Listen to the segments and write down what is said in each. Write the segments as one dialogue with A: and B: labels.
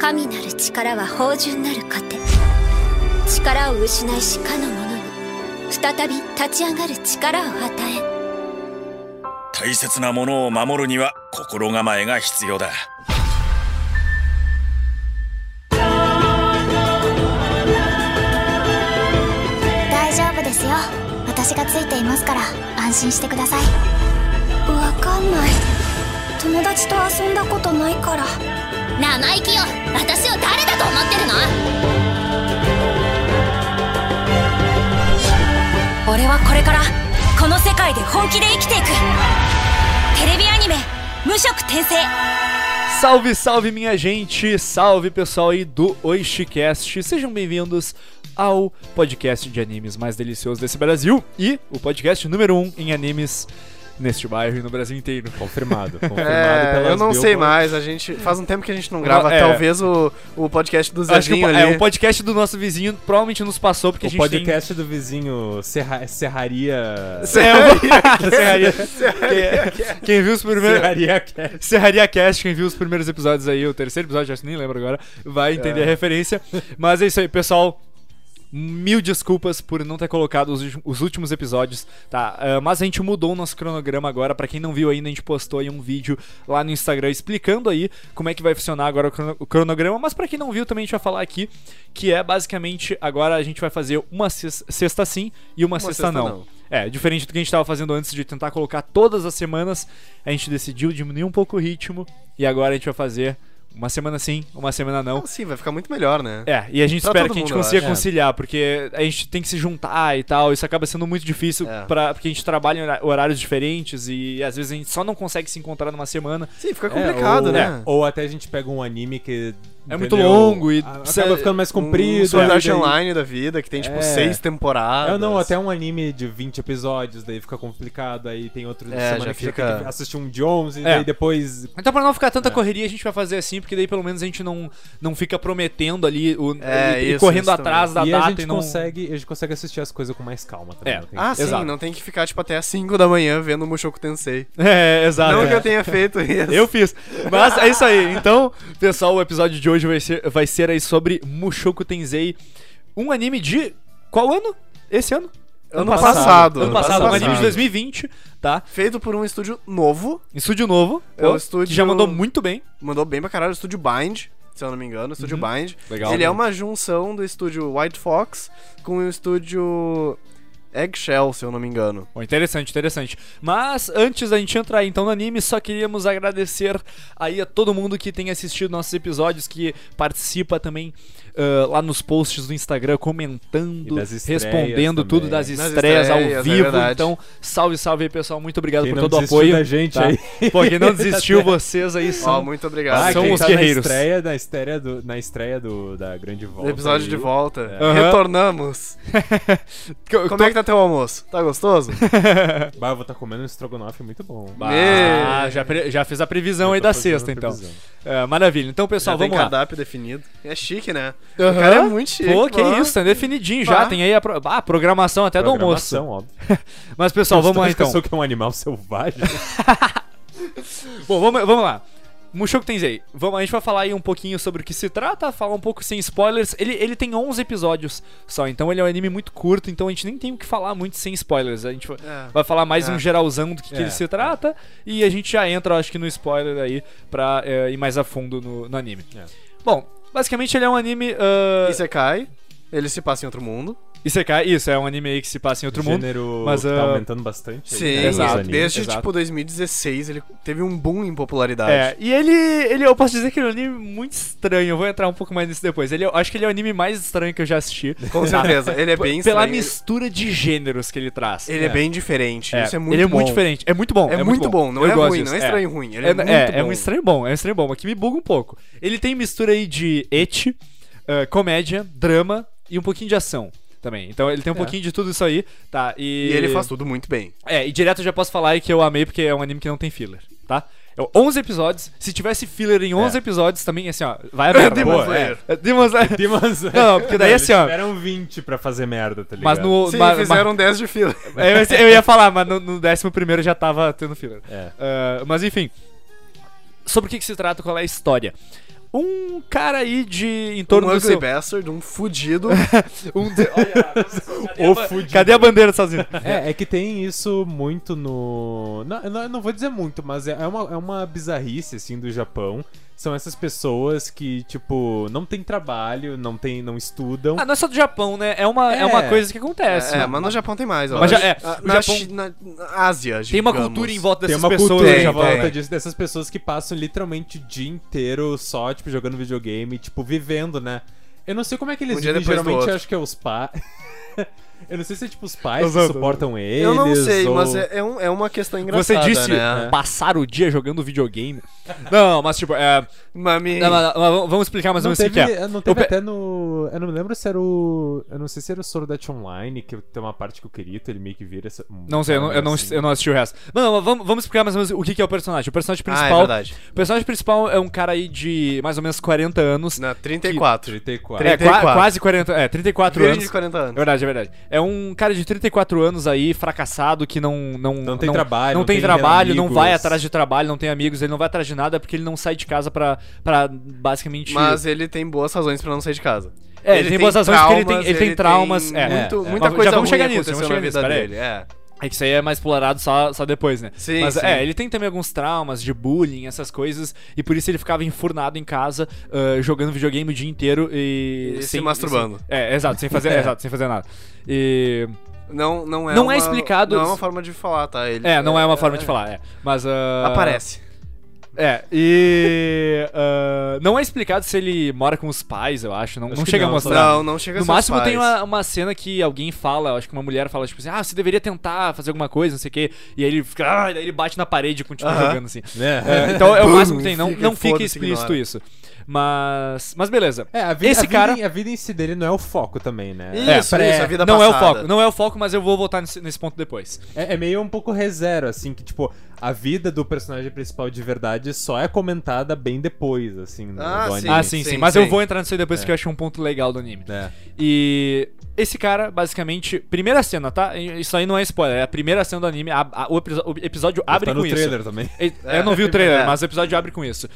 A: 神なる力は芳醇なる糧力を失いしかの者に再び立ち上がる力を与えん
B: 大切なものを守るには心構えが必要だ
C: 大丈夫ですよ私がついていますから安心してください
A: わかんない
C: 友達と遊んだことないから
D: 生意気よ私を誰だと思ってるの
E: 俺はこれからこの世界で本気で生きていくテレビアニメ「無色転生」
F: Salve, salve minha gente, salve pessoal aí do Oishicast. Sejam bem-vindos ao podcast de animes mais delicioso desse Brasil e o podcast número 1 um em animes neste bairro e no Brasil inteiro.
G: Confirmado. Confirmado
H: É,
G: pelas
H: eu não sei
G: Billboard.
H: mais, a gente. Faz um tempo que a gente não grava,
F: É.
H: talvez o, o podcast do
F: Acho que
H: Zezinho
F: o,
G: um
H: ali.
F: é, o podcast do nosso vizinho provavelmente nos passou porque a
G: o
F: gente
G: podcast do vizinho Serra- Serraria.
F: tem... É, o- Serraria. Quem, quem viu os primeiros...
G: Serraria Cast.
F: Serraria Cast, quem viu os primeiros episódios aí, o terceiro episódio, acho que nem lembro agora, vai entender a referência. Mas é isso aí, pessoal. Mil desculpas por não ter colocado os, ulti- os últimos episódios, tá? Ah, mas a gente mudou o nosso cronograma agora. Pra quem não viu ainda, a gente postou aí um vídeo lá no Instagram explicando aí como é que vai funcionar agora o, crono- o cronograma. Mas pra quem não viu, também a gente vai falar aqui que é basicamente agora a gente vai fazer uma ses- sexta sim e uma, sexta,
H: sexta
F: não.
H: não.
F: É, diferente do que a gente tava fazendo antes de tentar colocar todas as semanas, a gente decidiu diminuir um pouco o ritmo e agora a gente vai fazer uma semana sim, uma semana não.
H: Sim, vai ficar muito melhor, né?
F: É, e a gente
H: Pra
F: espera que
H: todo
F: a gente
H: mundo, eu
F: consiga
H: acho.
F: conciliar, porque a gente tem que se juntar e tal, isso acaba sendo muito difícil,
H: É.
F: pra, porque a gente trabalha em hora- horários diferentes e às vezes a gente só não consegue se encontrar numa semana.
H: Sim, fica complicado,
G: É, ou,
H: né?
G: Ou é até a gente pega um anime que.
F: É
G: entendeu?
F: muito longo e
G: A-
F: cê-
G: Acaba ficando mais
H: Comprido, um
G: comprido.
H: Sword
G: e
H: Art
G: daí-
H: Online da vida, que tem tipo
G: É.
H: seis temporadas.
G: É, não, até um anime de 20 episódios, daí fica complicado, aí tem outro de
H: É,
G: semana
H: já
G: que já
H: fica-
G: tem que assistir um de 11, e
F: É.
G: daí depois...
F: Então, pra não ficar
H: É.
F: tanta correria, a gente vai fazer assim, porque daí pelo menos a gente não, não fica prometendo ali o,
H: É,
F: e, e
H: isso,
F: correndo
H: isso
F: atrás
G: e
F: da
G: a
F: data
G: gente
F: e não.
G: consegue, a gente consegue assistir as coisas com mais calma também.
F: É.
G: não tem
H: Ah,
G: que-
H: sim,
F: Exato.
H: não tem que ficar tipo até as 5 da manhã vendo o Mushoku Tensei.
F: É,
G: Ah,
F: exato.
H: não
F: é.
H: que eu tenha feito isso.
F: Eu fiz. Mas é isso aí. Então, pessoal, o episódio de hoje vai ser, vai ser aí sobre Mushoku Tensei, um anime de qual ano? Esse ano?
H: Ano passado.
F: Ano passado, um
H: Ano
F: anime de
H: passado.
F: 2020, tá?
H: Feito por um estúdio novo,
F: Estúdio novo.
H: É o
F: pô, Que
H: estúdio-
F: já mandou muito bem.
H: mandou bem pra caralho, o estúdio Bind, se eu não me engano, o estúdio
G: Uhum.
H: Bind.
F: Legal,
H: Ele
F: né?
H: é uma junção do estúdio White Fox com o estúdio Eggshell, se eu não me engano.
F: Bom, interessante, interessante. Mas antes da gente entrar então no anime, só queríamos agradecer aí a todo mundo que tem assistido nossos episódios, que participa também ah, lá nos posts do Instagram, comentando,
G: E das estreias
F: respondendo tudo
G: também.
F: das
H: Das
F: estreias, ao
H: estreias, é
F: vivo.
H: verdade.
F: então, salve, salve aí, pessoal. Muito obrigado
G: Quem
F: por
G: não
F: todo o
G: desistiu
F: apoio.
G: da gente
F: tá?
G: aí.
F: Pô, quem não desistiu, vocês aí
H: Ó,
F: são.
H: muito obrigado.
G: Ah,
F: São
G: quem
F: os
G: tá
F: guerreiros.
G: Na estreia, na estreia, do, na estreia do, da Grande Volta.
H: Episódio
G: aí.
H: de volta.
F: Aham.
H: Retornamos. Como é que tá teu almoço? Tá gostoso?
G: Bah, eu vou estar comendo um estrogonofe muito bom.
F: Ah, já, pre- já fez a previsão aí
G: Eu tô
F: da
G: fazendo
F: sexta, então.
G: previsão.
F: Ah, maravilha. Então, pessoal,
H: Já tem
F: vamos lá.
H: cardápio definido. É chique, né?
F: Aham.
H: O cara é muito chique.
F: Pô, que
H: mano.
F: isso, tá definidinho já.
H: Ah.
F: Tem aí a, pro- ah, programação até do almoço.
G: Programação, óbvio.
F: Mas, pessoal, vamos lá
G: Você
F: então.
G: pensou que é um animal selvagem?
F: Bom, vamos, vamos lá. Mushoku Tensei, vamos, a gente vai falar aí um pouquinho sobre o que se trata, falar um pouco sem spoilers. Ele, ele tem 11 episódios só, então ele é um anime muito curto, então a gente nem tem o que falar muito sem spoilers. A gente vai,
H: É.
F: vai falar mais
H: É.
F: um geralzão do que, que
G: É.
F: ele se trata e a gente já entra, acho que, no spoiler aí pra eh, ir mais a fundo no, no anime.
G: É.
F: Bom, basicamente ele é um anime. ah,
H: Isekai, ele se passa em outro mundo.
F: Isekai, isso, é um anime aí que se passa em outro mundo.
G: gênero
F: mas,
G: que
F: ah,
G: tá aumentando bastante. aí,
H: Sim,
G: né, nos
F: exato.
G: animes.
H: é desde
F: exato.
H: tipo 2016 ele teve um boom em popularidade.
F: É, e ele, ele, eu posso dizer que ele é um anime muito estranho. Eu vou entrar um pouco mais nisso depois. Ele, eu acho que ele é o anime mais estranho que eu já assisti.
H: Com certeza, ele é
F: P-
H: bem
F: Pela
H: estranho.
F: mistura de gêneros que ele traz.
H: Ele é. bem diferente, isso é muito
F: Ele é
H: bom.
F: muito diferente. É muito bom.
H: É, muito bom, não
F: Eu
H: é
F: gosto
H: ruim,
F: disso,
H: não é estranho ruim. Ele é,
F: É,
H: muito
F: é,
H: bom.
F: é um estranho bom, é um estranho bom, mas que me buga um pouco. Ele tem mistura aí de et, eh, comédia, drama e um pouquinho de ação também. Então ele tem um pouquinho de tudo isso aí, tá? E,
H: É. E ele faz tudo muito bem.
F: É, e direto eu já posso falar aí que eu amei porque é um anime que não tem filler, tá? É 11 episódios, se tivesse filler em 11 episódios também, assim, ó, vai a merda.
H: É. Demon
F: Boa,
H: Slayer.
F: é. É, Demon Slayer.
G: Dimas,
F: Não, porque daí,
G: Não,
F: assim, ó-
G: Eles tiveram 20 pra fazer merda, tá ligado?
F: Mas no...
H: Sim,
F: ma- ma-
H: fizeram 10 de fila.
F: É, mas eu ia falar, mas no, no décimo primeiro já tava tendo filler.
G: É.
F: Ah, mas enfim. Sobre o que, que se trata, qual é a história? um cara aí de em torno
H: um
F: do
H: ugly
F: seu
H: bastard, um fudido.
F: um de... Cadê, a... Cadê a bandeira dos Estados Unidos?
G: É, é que tem isso muito no. Não, eu não- eu não vou dizer muito, mas é é uma, é uma bizarrice, assim, do Japão. São essas pessoas que, tipo, não tem trabalho, não, tem, não estudam.
F: Ah, não é só do Japão, né? É uma, é.
G: É.
F: uma coisa que acontece.
H: É,
F: mano.
H: mas no Japão tem mais, ó.
F: Mas já- é,
H: Ah,
F: o
H: na,
F: Japão-
H: Chi- na- na Ásia,
F: Tem uma
H: digamos.
F: cultura em volta
G: Tem
F: dessas
G: uma
F: pessoas
G: cultura
F: no
H: tem,
G: em
F: Japão.
G: volta
H: tem.
G: disso, dessas pessoas que passam literalmente o dia inteiro só, tipo, jogando videogame, tipo, vivendo, né? Eu não sei como é que eles
H: Um dia
G: vivem,
H: depois do
G: geralmente
H: outro.
G: eu acho que é os pais. Eu não sei se é tipo os pais
F: Usando,
G: que suportam eles.
H: Eu não sei,
G: ou-
H: mas é, é um- é uma questão engraçada.
F: Você disse um
H: né?
F: passar o dia jogando videogame. Não, mas tipo, é,
H: Mami.
F: não, mas- mas vamos explicar mais ou
G: não
F: menos o que que
G: teve,
F: é.
G: não teve
F: Eu pe-
G: até no. Eu não me lembro se era o. Eu não sei se era o Sword Art Online, que tem uma parte que o Kirito, ele meio que vira essa. um
F: Não sei, eu não, eu, não,
G: assim.
F: eu não assisti o resto. Não, mas vamos, vamos explicar mais ou menos o que que é o personagem. O personagem
H: Ah, é
F: principal.
H: verdade.
F: o personagem principal é um cara aí de mais ou menos 40 anos.
H: Na 34.
G: 34.
F: É,
H: 34.
F: qua- quase 40. É, 34
H: Virgem de
F: anos.
H: 40
F: É
H: anos.
F: verdade, é verdade. É um cara de 34 anos aí, fracassado, que não. Não,
G: Não tem trabalho,
F: Não
G: não
F: tem,
G: tem
F: trabalho, não
G: amigos.
F: vai atrás de trabalho, não tem amigos, ele não vai atrás de nada porque ele não sai de casa pra, pra basicamente.
H: Mas ele tem boas razões pra não sair de casa.
F: É, ele tem boas razões porque ele tem- ele tem traumas, é.
H: muito-
F: É.
H: Muita
F: Já
H: coisa ruim
F: vamos chegar nisso,
H: aconteceu
F: vamos chegar
H: na
F: nisso,
H: vida
F: peraí.
H: dele. É.
F: É que isso aí é mais explorado só, só depois, né?
H: Sim,
F: Mas
H: sim.
F: é, ele tem também alguns traumas de bullying, essas coisas, e por isso ele ficava enfurnado em casa, ah, jogando videogame o dia inteiro e.
H: E se masturbando.
F: sem- é, exato, sem fazer, exato, sem fazer nada. E.
H: Não, não é
F: Não
H: uma,
F: é explicado-
H: Não é uma forma de falar, tá? Ele,
F: É, não é uma forma de falar, é. Mas. ah,
H: Aparece.
F: É, e. ah, não é explicado se ele mora com os pais, eu acho. Não, não
G: que
F: chega a
G: não,
F: mostrar.
H: Não, não chega a
F: No
H: ser os
F: máximo tem
H: pais.
F: uma, uma cena que alguém fala, acho que uma mulher fala, tipo assim, ah, você deveria tentar fazer alguma coisa, não sei o quê. E aí ele fica, ah, e daí ele bate na parede e continua
H: Aham.
F: jogando assim.
G: É.
F: É, então é o
H: Bum,
F: máximo que tem, não,
H: fica,
F: não fica
H: foda-se,
F: explícito
H: ignora.
F: isso. Mas. Mas beleza.
G: É, a vida,
F: Esse
G: a vida
F: cara-
G: em- a vida em si dele não é o foco também, né?
H: Isso, isso,
G: pré-
H: a vida
F: não é o
H: passada.
F: foco, não é o foco, mas eu vou voltar nesse, nesse ponto depois.
G: É, é meio um pouco rezero, assim, que, tipo, a vida do personagem principal de verdade só é comentada bem depois, assim, no,
H: Ah,
G: do
H: sim.
G: anime.
F: ah, sim, sim,
H: sim,
F: Mas
H: sim. É.
F: eu vou entrar nisso aí depois que eu achei um ponto legal do anime.
G: É.
F: E esse cara, basicamente, primeira cena, tá? Isso aí não é spoiler, é a primeira cena do anime. a- a- o, episo- o episódio abre
G: tá
F: com
G: no
F: isso.
G: trailer também.
F: E- Eu não vi o trailer,
H: É.
F: mas o episódio abre com isso.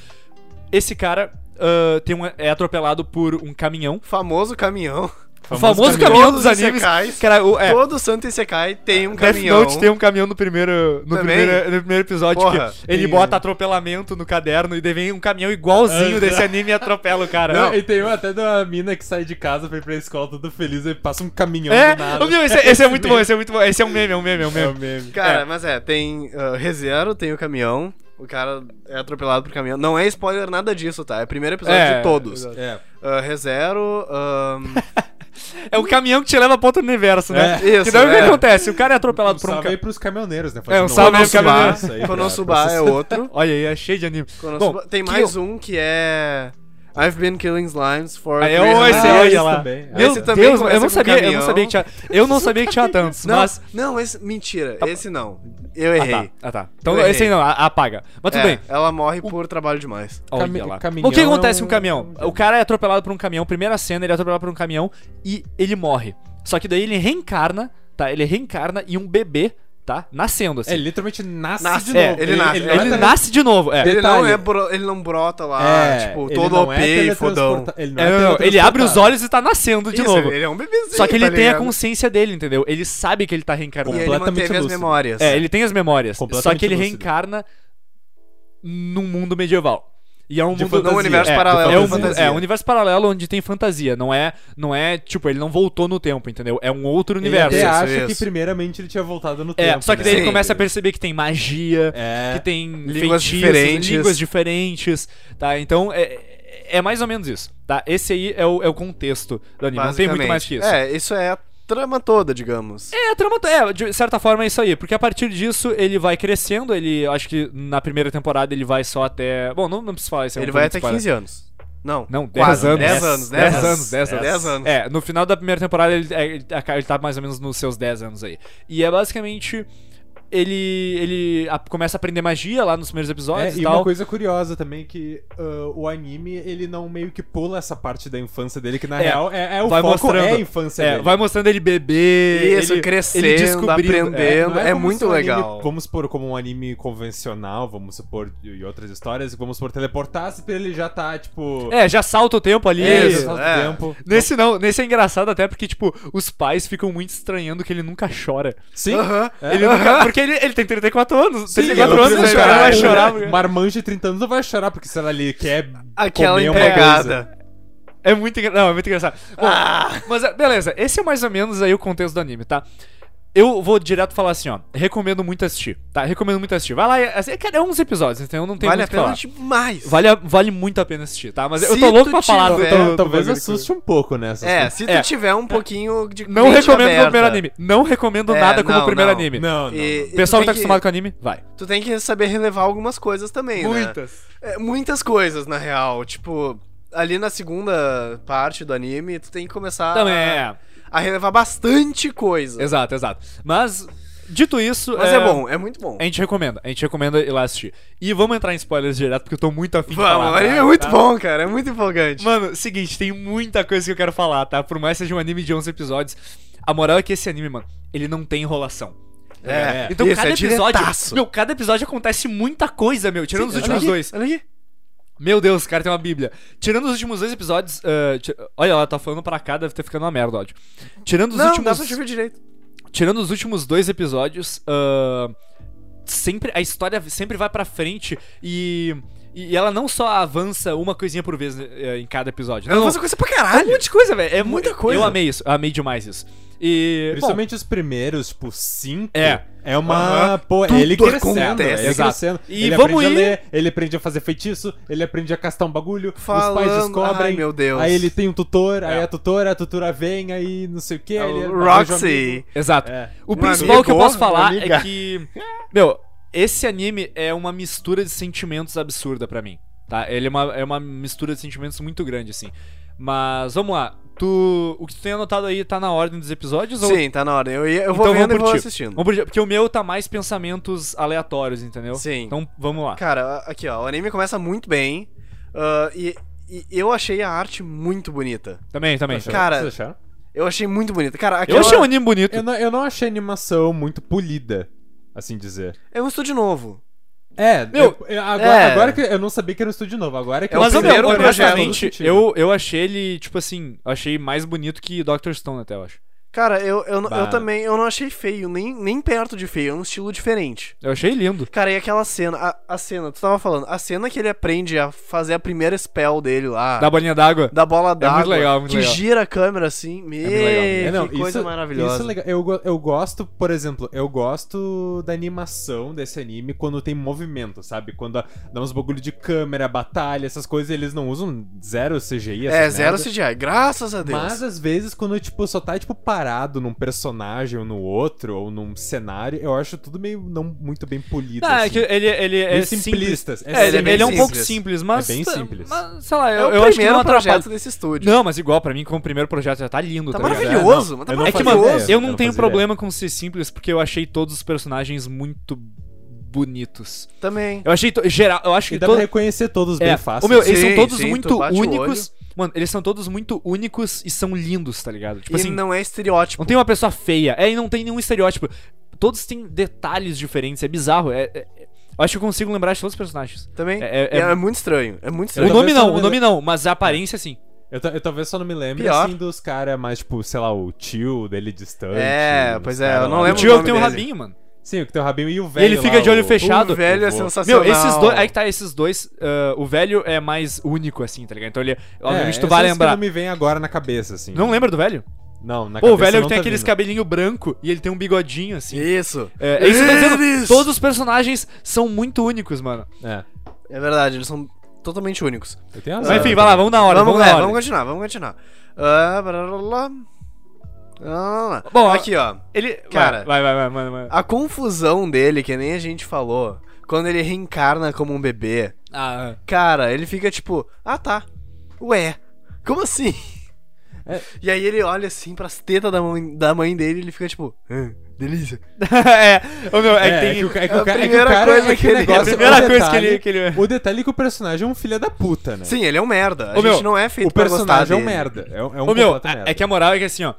F: Esse cara ah, tem um- é atropelado por um caminhão.
H: Famoso caminhão.
F: o famoso caminhão, dos
H: Todos os
F: animes.
H: isekais.
F: Cara, o, é,
H: Todo santo Isekai tem um
F: Death
H: caminhão.
F: Note tem um caminhão no primeiro, no
H: Também?
F: primeiro, no primeiro episódio
H: Porra,
F: que ele
G: tem-
F: bota atropelamento no caderno e daí vem um caminhão igualzinho
G: Ah,
F: desse anime e atropela o cara. É?
G: Não, e tem um até da mina que sai de casa pra ir pra escola todo feliz e passa um caminhão
F: É,
G: do nada. assim,
F: ô, meu, esse, esse é muito bom, esse é muito bom. Esse é um meme, é um meme, é um meme.
G: É o meme.
H: Cara, mas é, tem uh, ReZero, tem o caminhão. O cara é atropelado por caminhão. Não é spoiler nada disso, tá? É o primeiro episódio
F: É,
H: de todos. Uh,
G: É.
H: ReZero. ahn,
F: É o caminhão que te leva pra outro universo, né?
H: É. Isso,
F: que daí o que
H: é.
F: acontece? O cara é atropelado
G: Um
F: por um
G: salve aí
F: caminhão.
G: pros caminhoneiros, né?
F: É, um salve aí pros caminhoneiros.
H: Konosuba é outro.
F: Olha aí, é cheio de anime.
H: Konosuba-
F: Bom,
H: tem
F: que
H: mais
F: eu-
H: um que é. I've been killing slimes for.
F: Aí, ô,
H: 300
F: É, esse
G: Ah,
F: olha
G: esse
F: lá.
G: também.
F: Meu
H: Esse também
F: Deus, eu
H: começa
F: não
H: com
F: sabia, eu não
H: caminhão.
F: sabia que tinha, eu não sabia que tinha tantos,
H: Não,
F: mas
H: não, esse. Mentira, esse não. Eu
F: Tá ah
H: errei.
F: tá, ah tá. Então
H: Eu errei.
F: esse aí não, a- apaga. Mas tudo
H: É,
F: bem.
H: Ela morre por trabalho demais.
F: Olha
G: Cami-
F: lá.
G: caminhão
F: Bom, o que acontece
G: é
F: com
G: um-
F: o caminhão? O cara é atropelado por um caminhão, primeira cena, ele é atropelado por um caminhão e ele morre. Só que daí ele reencarna, tá? Ele reencarna em um bebê, tá? Nascendo assim.
G: É, literalmente nasce,
H: Nasce,
G: de
H: é,
G: novo.
H: ele nasce,
F: Ele
H: Exatamente.
F: nasce de novo, é.
H: Ele não,
G: Detalhe.
H: é bro- ele não brota lá,
G: É,
H: tipo,
G: ele
H: todo
G: não
H: OP
G: é
H: e fodão.
G: teletransporta- Ele, não
F: É, não, não, ele abre os olhos e tá nascendo de
H: Isso,
F: novo.
H: Ele é um bebezinho.
F: Só que ele
H: tá
F: tem a
H: ligado?
F: consciência dele, entendeu? Ele sabe que ele tá
H: E
F: reencarnando.
H: ele
G: completamente
H: manteve as
G: lúcido.
H: memórias.
F: É, ele tem as memórias.
G: Completamente
F: Só que ele
G: lúcido.
F: reencarna num mundo medieval. E é um
G: De
F: mundo
G: fantasia.
H: Num universo
F: é,
H: paralelo
F: é,
H: de
F: um, mundo-
H: fantasia.
F: é um universo paralelo onde tem fantasia. Não é, não é tipo ele não voltou no tempo, entendeu? É um outro universo.
G: Ele
H: Isso,
G: até acha que
H: isso.
G: primeiramente ele tinha voltado no
F: É,
G: tempo.
F: só que
G: né?
F: daí ele
H: Sim.
F: começa a perceber que tem magia,
G: É.
F: que tem
H: Línguas
F: feitiços,
H: diferentes.
F: línguas diferentes, tá? Então é, é mais ou menos isso, tá? Esse aí é o, é o contexto do anime. Não tem muito
H: basicamente.
F: mais que isso.
H: É, isso é a trama toda, digamos.
F: É, a trama. É, de certa forma é isso aí. Porque a partir disso ele vai crescendo. Ele. Acho que na primeira temporada ele vai só até. Bom, não, não preciso falar isso. é um
H: ele vai
F: muito
H: até
F: spoiler.
H: 15 anos. Não,
F: Não, 10
H: quase,
F: anos.
H: 10 anos,
F: 10
H: 10
F: anos, 10 anos.
H: 10 anos.
F: É, no final da primeira temporada ele, é, ele tá- ele tá mais ou menos nos seus 10 anos aí. E é basicamente ele, ele a- começa a aprender magia lá nos primeiros episódios
G: É,
F: e
G: e
F: tal.
G: uma coisa curiosa também que ah, o anime, ele não meio que pula essa parte da infância dele, que na
F: É,
G: real é, é o
F: vai
G: foco
F: mostrando.
G: é a infância
F: É,
G: dele.
F: vai mostrando ele beber,
H: Isso,
F: É, ele,
H: crescendo,
F: ele descobrindo.
H: aprendendo.
G: não
H: é
G: como
H: muito
G: se um anime-
H: legal.
G: vamos supor, como um anime convencional, vamos supor, e e outras histórias, vamos supor, teleportar-se pra ele já tá, tipo...
F: É, é, já salta o tempo ali.
G: é,
H: isso,
G: salto
H: é.
G: tempo.
F: Nesse não, nesse é engraçado até porque, tipo, os pais ficam muito estranhando que ele nunca chora.
G: Sim.
H: Aham.
G: É.
F: Ele nunca, porque ele, ele tem 34 anos,
G: Sim,
F: 34
G: eu
F: anos,
G: preciso
F: né? Ele não vai
G: chorar.
F: chorar.
G: Um marmanjo de 30 anos não vai chorar, porque se ela ali quer
H: Aquela
G: comer uma coisa.
H: é empregada.
F: É muito engraçado. Não, é muito engraçado. Bom, Mas é, beleza, esse é mais ou menos aí o contexto do anime, tá? Eu vou direto falar assim, ó. Recomendo muito assistir, tá? Recomendo muito assistir. Vai lá, é, assim, cara, é 11 episódios, então não tem
H: Vale a
F: muito o que
H: pena
F: falar.
H: demais.
F: Vale, a- vale muito a pena assistir, tá? Mas eu
H: Se
F: É, tô
H: tu
F: louco pra falar. do-
G: né?
H: tiver-
F: do- do
G: Talvez
F: bagulho.
G: assuste um pouco, né? essas
H: É,
G: coisas.
H: se tu
F: É.
H: tiver um pouquinho de
F: Não
H: mente
F: recomendo
H: aberta.
F: o primeiro anime. Não recomendo
H: É,
F: nada como
H: não,
F: o primeiro
H: não.
F: anime.
G: Não, não.
H: E-
G: não.
H: e
F: O
H: tu
F: pessoal que
H: tem
F: tá acostumado com anime, vai.
H: Tu tem que saber relevar algumas coisas também, né? É, muitas coisas, na real. Tipo, ali na segunda parte do anime, tu tem que começar
F: Também
H: a,
F: é.
H: a relevar bastante coisa.
F: Exato, exato. Mas, dito isso.
H: Mas é... bom, é muito bom.
F: A gente recomenda, a gente recomenda ir lá assistir. E vamos entrar em spoilers direto, porque eu tô muito afim de
H: Vamos,
F: falar.
H: o anime
F: tá?
H: é muito
F: Tá?
H: bom, cara. É muito empolgante.
F: Mano, seguinte, tem muita coisa que eu quero falar, tá? Por mais que seja um anime de 11 episódios, a moral é que esse anime, mano, ele não tem enrolação.
H: É,
F: Então
H: isso,
F: cada
H: é
F: episódio,
H: diretaço.
F: meu, cada episódio acontece muita coisa, meu, tirando os
H: Olha
F: últimos
H: aqui,
F: dois.
H: Olha aqui.
F: Meu Deus, cara, tem uma bíblia. Tirando os últimos dois episódios, ah, ti- olha, ela tá falando pra cá, deve ter ficando uma merda, ódio. Tirando os
H: Não, dá
F: últimos
H: pra te ver direito.
F: tirando os últimos dois episódios, ahn, sempre a história sempre vai pra frente e e ela não só avança uma coisinha por vez eh, em cada episódio.
H: Ela
F: Não,
H: faz coisa pra caralho.
F: é muita coisa, velho. É
H: Muita
F: mu-
H: coisa.
F: Eu amei isso, eu amei demais isso. E
G: Principalmente os primeiros, tipo, cinco.
F: É.
G: É uma. Pô,
H: Tudo
G: ele crescendo.
H: acontece.
G: Ele
F: Exato.
G: crescendo.
F: E
G: ele
F: vamos
G: aprende
F: ir-
G: a ler, ele aprende a fazer feitiço, ele aprende a castar um bagulho, os pais
H: Falando-
G: descobrem.
H: Ai, meu Deus.
G: Aí ele tem um tutor, aí
F: É.
G: a tutora, a tutora vem, aí não sei o que.
H: É O
F: um
H: Roxy.
F: Bom, exato.
G: É.
F: O
H: Um
F: principal que eu
H: amigo,
F: posso falar
H: uma
F: é
H: amiga.
F: que meu, esse anime é uma mistura de sentimentos absurda pra mim, tá? Ele é uma, é uma mistura de sentimentos muito grande assim. Mas vamos lá. Tu, o que tu tem anotado aí tá na ordem dos episódios ou
H: Sim, tá na hora. Eu, ia- eu vou vendo e vou assistindo.
F: Vamos por ti, Porque o meu tá mais pensamentos aleatórios, entendeu?
H: Sim.
F: Então vamos lá.
H: Cara, aqui ó, o anime começa muito bem. ah, e, e eu achei a arte muito bonita.
F: Também, também.
H: Cara,
G: Vocês acharam?
H: Eu achei muito bonita. Cara, aqui
F: Eu achei um anime bonito.
G: Eu não, eu não achei a animação muito polida, assim dizer.
H: É um estúdio novo.
G: É,
F: Meu,
G: eu- eu- agora,
H: é.
G: agora que eu não sabia que era um estúdio novo, agora que
H: É o
F: Mas,
G: eu
F: ô,
H: primeiro
F: meu,
H: projeto
F: honestamente, eu, eu achei ele, tipo assim, eu achei mais bonito que Doctor Stone até, eu acho.
H: Cara, eu, eu,
G: Bah.
H: eu também eu não achei feio, nem, nem perto de feio, é um estilo diferente.
F: Eu achei lindo.
H: Cara, e aquela cena, a, a cena, tu tava falando, a cena que ele aprende a fazer a primeira spell dele lá,
F: Da bolinha d'água.
H: da bola d'água,
F: legal, muito
H: que
F: legal.
H: gira a câmera assim, meu,
F: legal.
G: É, não,
H: que coisa
G: isso-
H: maravilhosa.
G: Isso é legal. Eu, go- eu gosto, por exemplo, eu gosto da animação desse anime quando tem movimento, sabe? Quando a- dá uns bagulho de câmera, batalha, essas coisas, eles não usam zero CGI.
H: É,
F: assim,
G: essas
H: zero
G: merda.
H: CGI, graças a Deus.
G: Mas às vezes, quando tipo, só tá tipo, parado num personagem ou no outro, ou num cenário, eu acho tudo meio não muito bem polido.
F: Ah, é
G: assim.
F: que ele, ele é
G: Meio
F: simples.
G: simplistas.
F: É,
H: ele
F: ele,
H: é bem
F: ele é um pouco
H: simples.
F: simples, mas. tá,
G: É bem simples.
F: mas, sei lá,
H: é
F: eu,
H: o
F: eu acho que
H: primeiro
F: não atrapalha.
H: projeto desse estúdio.
F: Não, mas igual, pra mim, como primeiro projeto já tá lindo,
H: tá
F: tá ligado?
H: maravilhoso,
G: É, não,
H: mas tá
G: eu
F: É
G: não
F: que,
G: fazia
F: mano,
H: maravilhoso.
G: ideia,
F: eu
G: eu
F: não
G: não
F: tenho
G: fazia
F: problema com ser simples, porque eu achei todos os personagens muito bonitos.
H: Também.
F: Eu achei to- geral, eu acho
G: E
F: que
G: dá pra
F: todo,
G: reconhecer todos
F: é,
G: bem
F: o
G: fácil.
F: meu,
H: Sim,
F: eles são todos
H: sim, tu
F: muito
H: bate o
F: únicos. Mano, eles são todos muito únicos e são lindos, tá ligado? Tipo
H: e
F: assim, não...
H: não é estereótipo.
F: tem uma pessoa feia, é, e não tem nenhum estereótipo. Todos têm detalhes diferentes, é bizarro. É, é- é- eu acho que eu consigo lembrar de todos os personagens.
H: Também.
F: É- é-
H: E
F: é-
H: é muito estranho, é muito
F: O
H: estranho.
G: Eu
F: nome
G: talvez
F: não,
G: só não
F: o nome não, mas a aparência sim.
G: Eu, ta- eu talvez só não me lembro
H: Pior.
G: assim dos caras mais, tipo, sei lá, o tio dele distante.
H: É,
G: os
H: pois é,
G: cara
H: eu não
G: lá.
F: O
H: lembro
F: tio é o que
H: nome
F: tem o
H: dele.
F: rabinho, mano.
G: Sim, o que tem o rabinho e o velho.
F: Ele fica
G: lá,
F: de olho
G: o-
F: fechado.
H: O velho
G: Eu
H: é
G: vou-
H: sensacional.
F: Meu, esses dois. Aí que tá, esses dois. ah, o velho é mais único, assim, tá ligado? Então ele. Obviamente tu
G: é,
F: vai
G: esses Que
F: lembrar.
G: não me vem agora na cabeça, assim.
F: Não lembra do velho?
G: Não, na
F: Pô,
G: cabeça.
F: o velho é o
G: não
F: que tem
G: tá
F: aqueles
G: vindo.
F: cabelinho branco e ele tem um bigodinho, assim.
H: Isso.
F: É, é isso que eu tô dizendo.
H: Eles!
F: Todos os personagens são muito únicos, mano.
G: É.
H: É verdade, eles são totalmente únicos.
G: Eu tenho
F: Mas
G: azar,
F: enfim,
G: eu
F: vai lá,
G: tenho-
F: vamos na hora, vamos,
H: vamos,
F: na
H: é,
F: hora.
H: vamos continuar, vamos continuar. Ah, blá, blá, blá. Ah, blá, blá.
F: Bom,
H: aqui, ó.
F: Ele.
H: Cara. Ah,
F: Vai, vai, vai, vai, vai. vai.
H: A confusão dele, que nem a gente falou, quando ele reencarna como um bebê,
F: Ah,
H: cara, ele fica tipo, ah tá. Ué, como assim?
G: É.
H: E aí ele olha assim pras tetas da mãe, da mãe dele e ele fica tipo, "Hã, delícia.
F: é, ô meu, é,
G: É,
F: que tem.
G: é que o, ca- é que
H: a
G: o ca- é que o
H: primeira
G: cara
H: coisa
G: é
H: que
G: que o
H: ele-
G: negócio.
F: a primeira
G: o detalhe,
F: coisa que ele- que ele-
G: O detalhe é que o personagem é um filho da puta, né?
H: Sim, ele é um merda. A
F: Ô, meu,
H: gente não é feito
G: o
H: pra gostar
G: personagem é um
H: dele.
G: merda. É, é um
F: Ô, meu,
G: completo merda.
F: a- é que a moral é que assim, ó.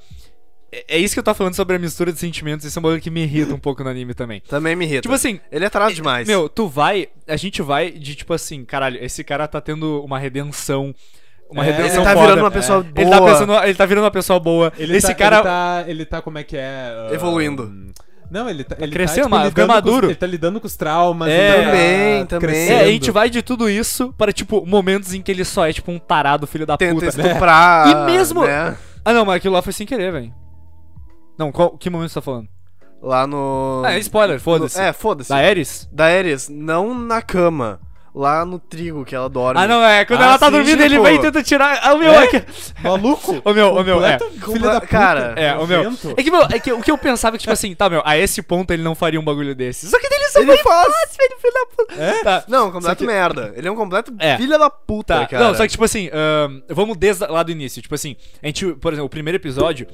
F: É é isso que eu tô falando sobre a mistura de sentimentos. Isso é um bagulho que me irrita um pouco no anime também.
H: Também me irrita.
F: Tipo assim,
H: Ele é atrás demais.
F: Meu, tu vai. A gente vai de tipo assim, caralho, esse cara tá tendo uma redenção. Uma
G: É,
F: redenção
H: ele tá
F: um foda.
H: virando uma pessoa boa.
F: Ele tá, pensando- ele tá virando uma pessoa boa.
G: Ele
F: esse
G: tá,
F: cara.
G: Ele tá, ele tá, como é que é? ah,
H: Evoluindo.
G: Não, ele tá. Ele
F: crescendo,
G: tá,
F: mas
G: tipo,
F: ficando
G: lidando com os-
F: maduro.
G: ele tá lidando com os traumas.
F: É.
G: ele tá
H: Também, também.
F: É, a
G: crescendo.
F: gente vai de tudo isso para, tipo, momentos em que ele só é, tipo, um tarado, filho da
H: Tenta
F: puta. né?
H: estuprar.
F: E mesmo-
H: né?
F: Ah, não, mas aquilo lá foi sem querer, velho. Não, qual, que momento você tá falando?
H: Lá no.
F: Ah, é spoiler, foda-se.
H: No- É, foda-se.
F: Da Ares?
H: Da Ares, não na cama. Lá no trigo que ela dorme.
F: Ah, não, é. Quando
G: Ah,
F: ela tá
G: sim,
F: dormindo, ele
H: tipo-
F: vai e tenta tirar. Ah, o meu, é, que.
G: Maluco?
F: Ô, meu, ô, meu, é.
G: Completo
H: Com-
G: Filho da puta.
H: cara,
F: É, o meu.
G: Nojento.
F: É que, meu, é que o que eu pensava que, tipo assim, tá, meu, a esse ponto ele não faria um bagulho desse. Só que dele só
H: Ele
F: foi
H: faz.
F: fácil, ele filho da puta.
G: É?
F: Tá.
H: Não, completo
F: Só que-
H: merda. Ele é um completo
F: É.
H: filho da puta,
F: Tá,
H: cara.
F: não, só que, tipo assim, ahn, vamos desde lá do início. Tipo assim, a gente, por exemplo, o primeiro episódio,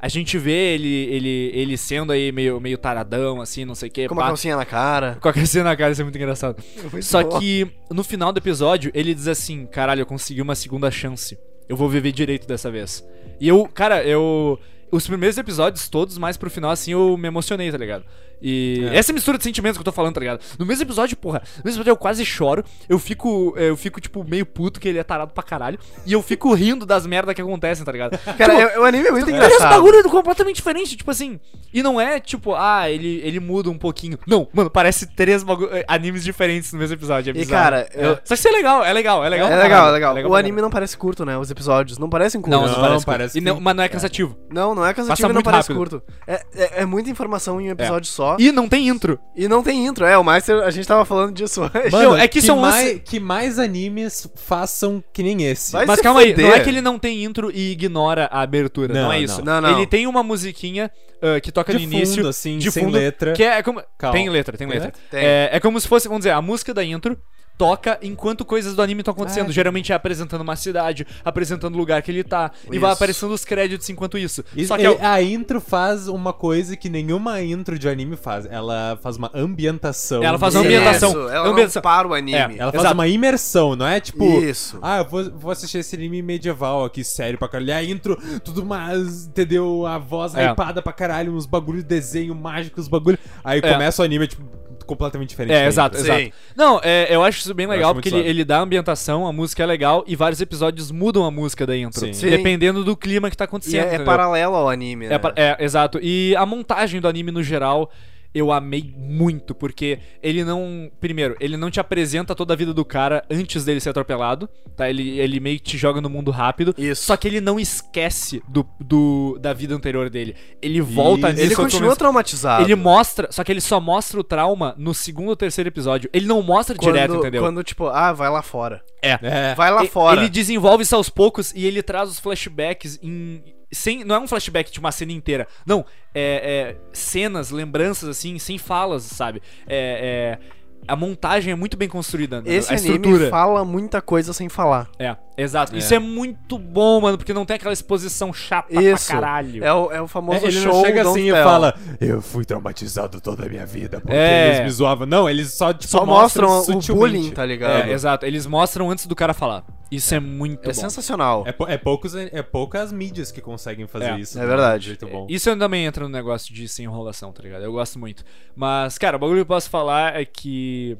F: a gente vê ele, ele, ele sendo aí meio, meio taradão, assim, não sei o quê.
H: Com uma
F: pá.
H: calcinha na cara.
F: Com a calcinha na cara, isso é muito engraçado. Só
H: bom.
F: que no final do episódio, ele diz assim: caralho, eu consegui uma segunda chance. Eu vou viver direito dessa vez. E eu, cara, eu. Os primeiros episódios, todos mais pro final, assim, eu me emocionei, tá ligado? E essa mistura de sentimentos que eu tô falando, tá ligado? No mesmo episódio, porra, no mesmo episódio eu quase choro. Eu fico, eu fico, tipo, meio puto que ele é tarado pra caralho. E eu fico rindo das merdas que acontecem, tá ligado?
H: Cara,
F: Tipo,
H: é- o anime é muito
F: Parece um
H: engraçado.
F: bagulho completamente diferente, tipo assim. E não é tipo, ah, ele, ele muda um pouquinho. Não, mano, parece três bagu- eh, animes diferentes no mesmo episódio. É
H: E,
F: bizarro.
H: cara,
F: É.
H: eu-
F: Só que isso é legal, é legal, é legal.
H: É
F: pra
H: legal, é
F: caralho,
H: legal. O
F: pra
H: anime
F: caralho.
H: não parece curto, né? Os episódios. Não parecem curtos.
F: Não, não,
G: Não,
F: parece.
G: parece
F: curto. E
G: que-
F: não- mas não é cansativo.
H: Não, não é cansativo
F: Passa
H: e não
F: muito
H: parece
F: rápido.
H: curto. É, é, é muita informação em um episódio só. E...
F: E não tem intro.
H: não tem intro. É, o Master, a gente tava falando disso antes.
F: Mano, é que isso é um lance-
G: mais, que mais animes façam que nem esse.
H: Vai
F: mas
H: se
F: calma aí, não
H: fuder.
F: é que ele não tem intro e ignora a abertura. Não,
G: Não,
F: é isso.
H: não. Não, não.
F: Ele tem uma musiquinha ah, que toca
G: De
F: no início.
G: fundo, assim, sem letra.
F: Que é, é como...
G: Calma.
F: Tem letra, tem letra.
H: Tem.
F: É, é como se fosse, vamos dizer, a música da intro toca enquanto coisas do anime estão acontecendo. Geralmente é apresentando uma cidade, apresentando o lugar que ele tá. E vai
H: Isso.
F: aparecendo os créditos enquanto isso.
G: Isso-
F: Só que é o-
G: ele- a intro faz uma coisa que nenhuma intro de anime faz. Ela faz uma ambientação.
F: Ela faz uma
G: Isso.
F: ambientação.
H: Isso, ela
F: ambientação.
H: não para o anime.
F: É,
G: Ela faz
F: Exato.
G: uma imersão, não é tipo.
H: Isso.
G: Ah, eu vou, vou assistir esse anime medieval aqui, sério pra caralho. E a intro, tudo mais, entendeu? A voz
F: É.
G: hypada pra caralho, uns bagulho, desenho mágico, os bagulho. Aí começa o anime, tipo, completamente diferente. da
F: É,
G: intro.
F: exato,
H: Sim.
F: exato. Não, é, eu acho isso bem legal,
G: acho
F: porque
G: muito
F: ele,
G: suave.
F: ele dá a ambientação, a música é legal, e vários episódios mudam a música da intro.
G: Sim.
H: Sim.
F: Dependendo do clima que tá
H: E
F: acontecendo.
H: é, é
F: entendeu?
H: paralelo ao anime, né?
F: É, pa- é, exato. E a montagem do anime no geral. Eu amei muito, porque ele não. Primeiro, ele não te apresenta toda a vida do cara antes dele ser atropelado, tá? Ele, ele meio que te joga no mundo rápido.
H: Isso.
F: Só que ele não esquece do, do- da vida anterior dele. Ele volta
G: Isso.
F: nisso
H: Ele
F: outros
H: continua
F: momentos.
H: traumatizado.
F: Ele é mostra, só que ele só mostra o trauma no segundo ou terceiro episódio. Ele não mostra
H: quando,
F: direto, entendeu?
H: Quando, tipo, ah, vai lá fora.
F: É.
G: É.
H: Vai lá
F: E-
H: fora.
F: Ele desenvolve isso aos poucos e ele traz os flashbacks em. Sem, não é um flashback de uma cena inteira. Não. É, é cenas, lembranças, assim, sem falas, sabe? É. é, a montagem é muito bem construída. né?
H: Esse
F: a
H: anime
F: estrutura.
H: fala muita coisa sem falar.
F: É, exato. Isso é muito bom, mano, porque não tem aquela exposição chata
H: Isso.
F: pra caralho.
H: É o, é o famoso
G: É, ele
H: show
G: não chega
H: don't
G: assim e
H: tell.
G: fala, eu fui traumatizado toda a minha vida, porque
F: É.
G: eles me zoavam. Não, eles só, tipo,
H: Só mostram o
G: sutilmente.
H: bullying, tá ligado?
F: É, exato. Eles mostram antes do cara falar. Isso é, muito
H: É
F: bom.
H: sensacional.
G: É, pou- é poucos, é poucas mídias que conseguem fazer
F: É,
G: isso.
H: é
G: né?
H: verdade.
G: De jeito bom.
F: Isso eu também entra no negócio de sem enrolação, tá ligado? Eu gosto muito. Mas, cara, o bagulho que eu posso falar é que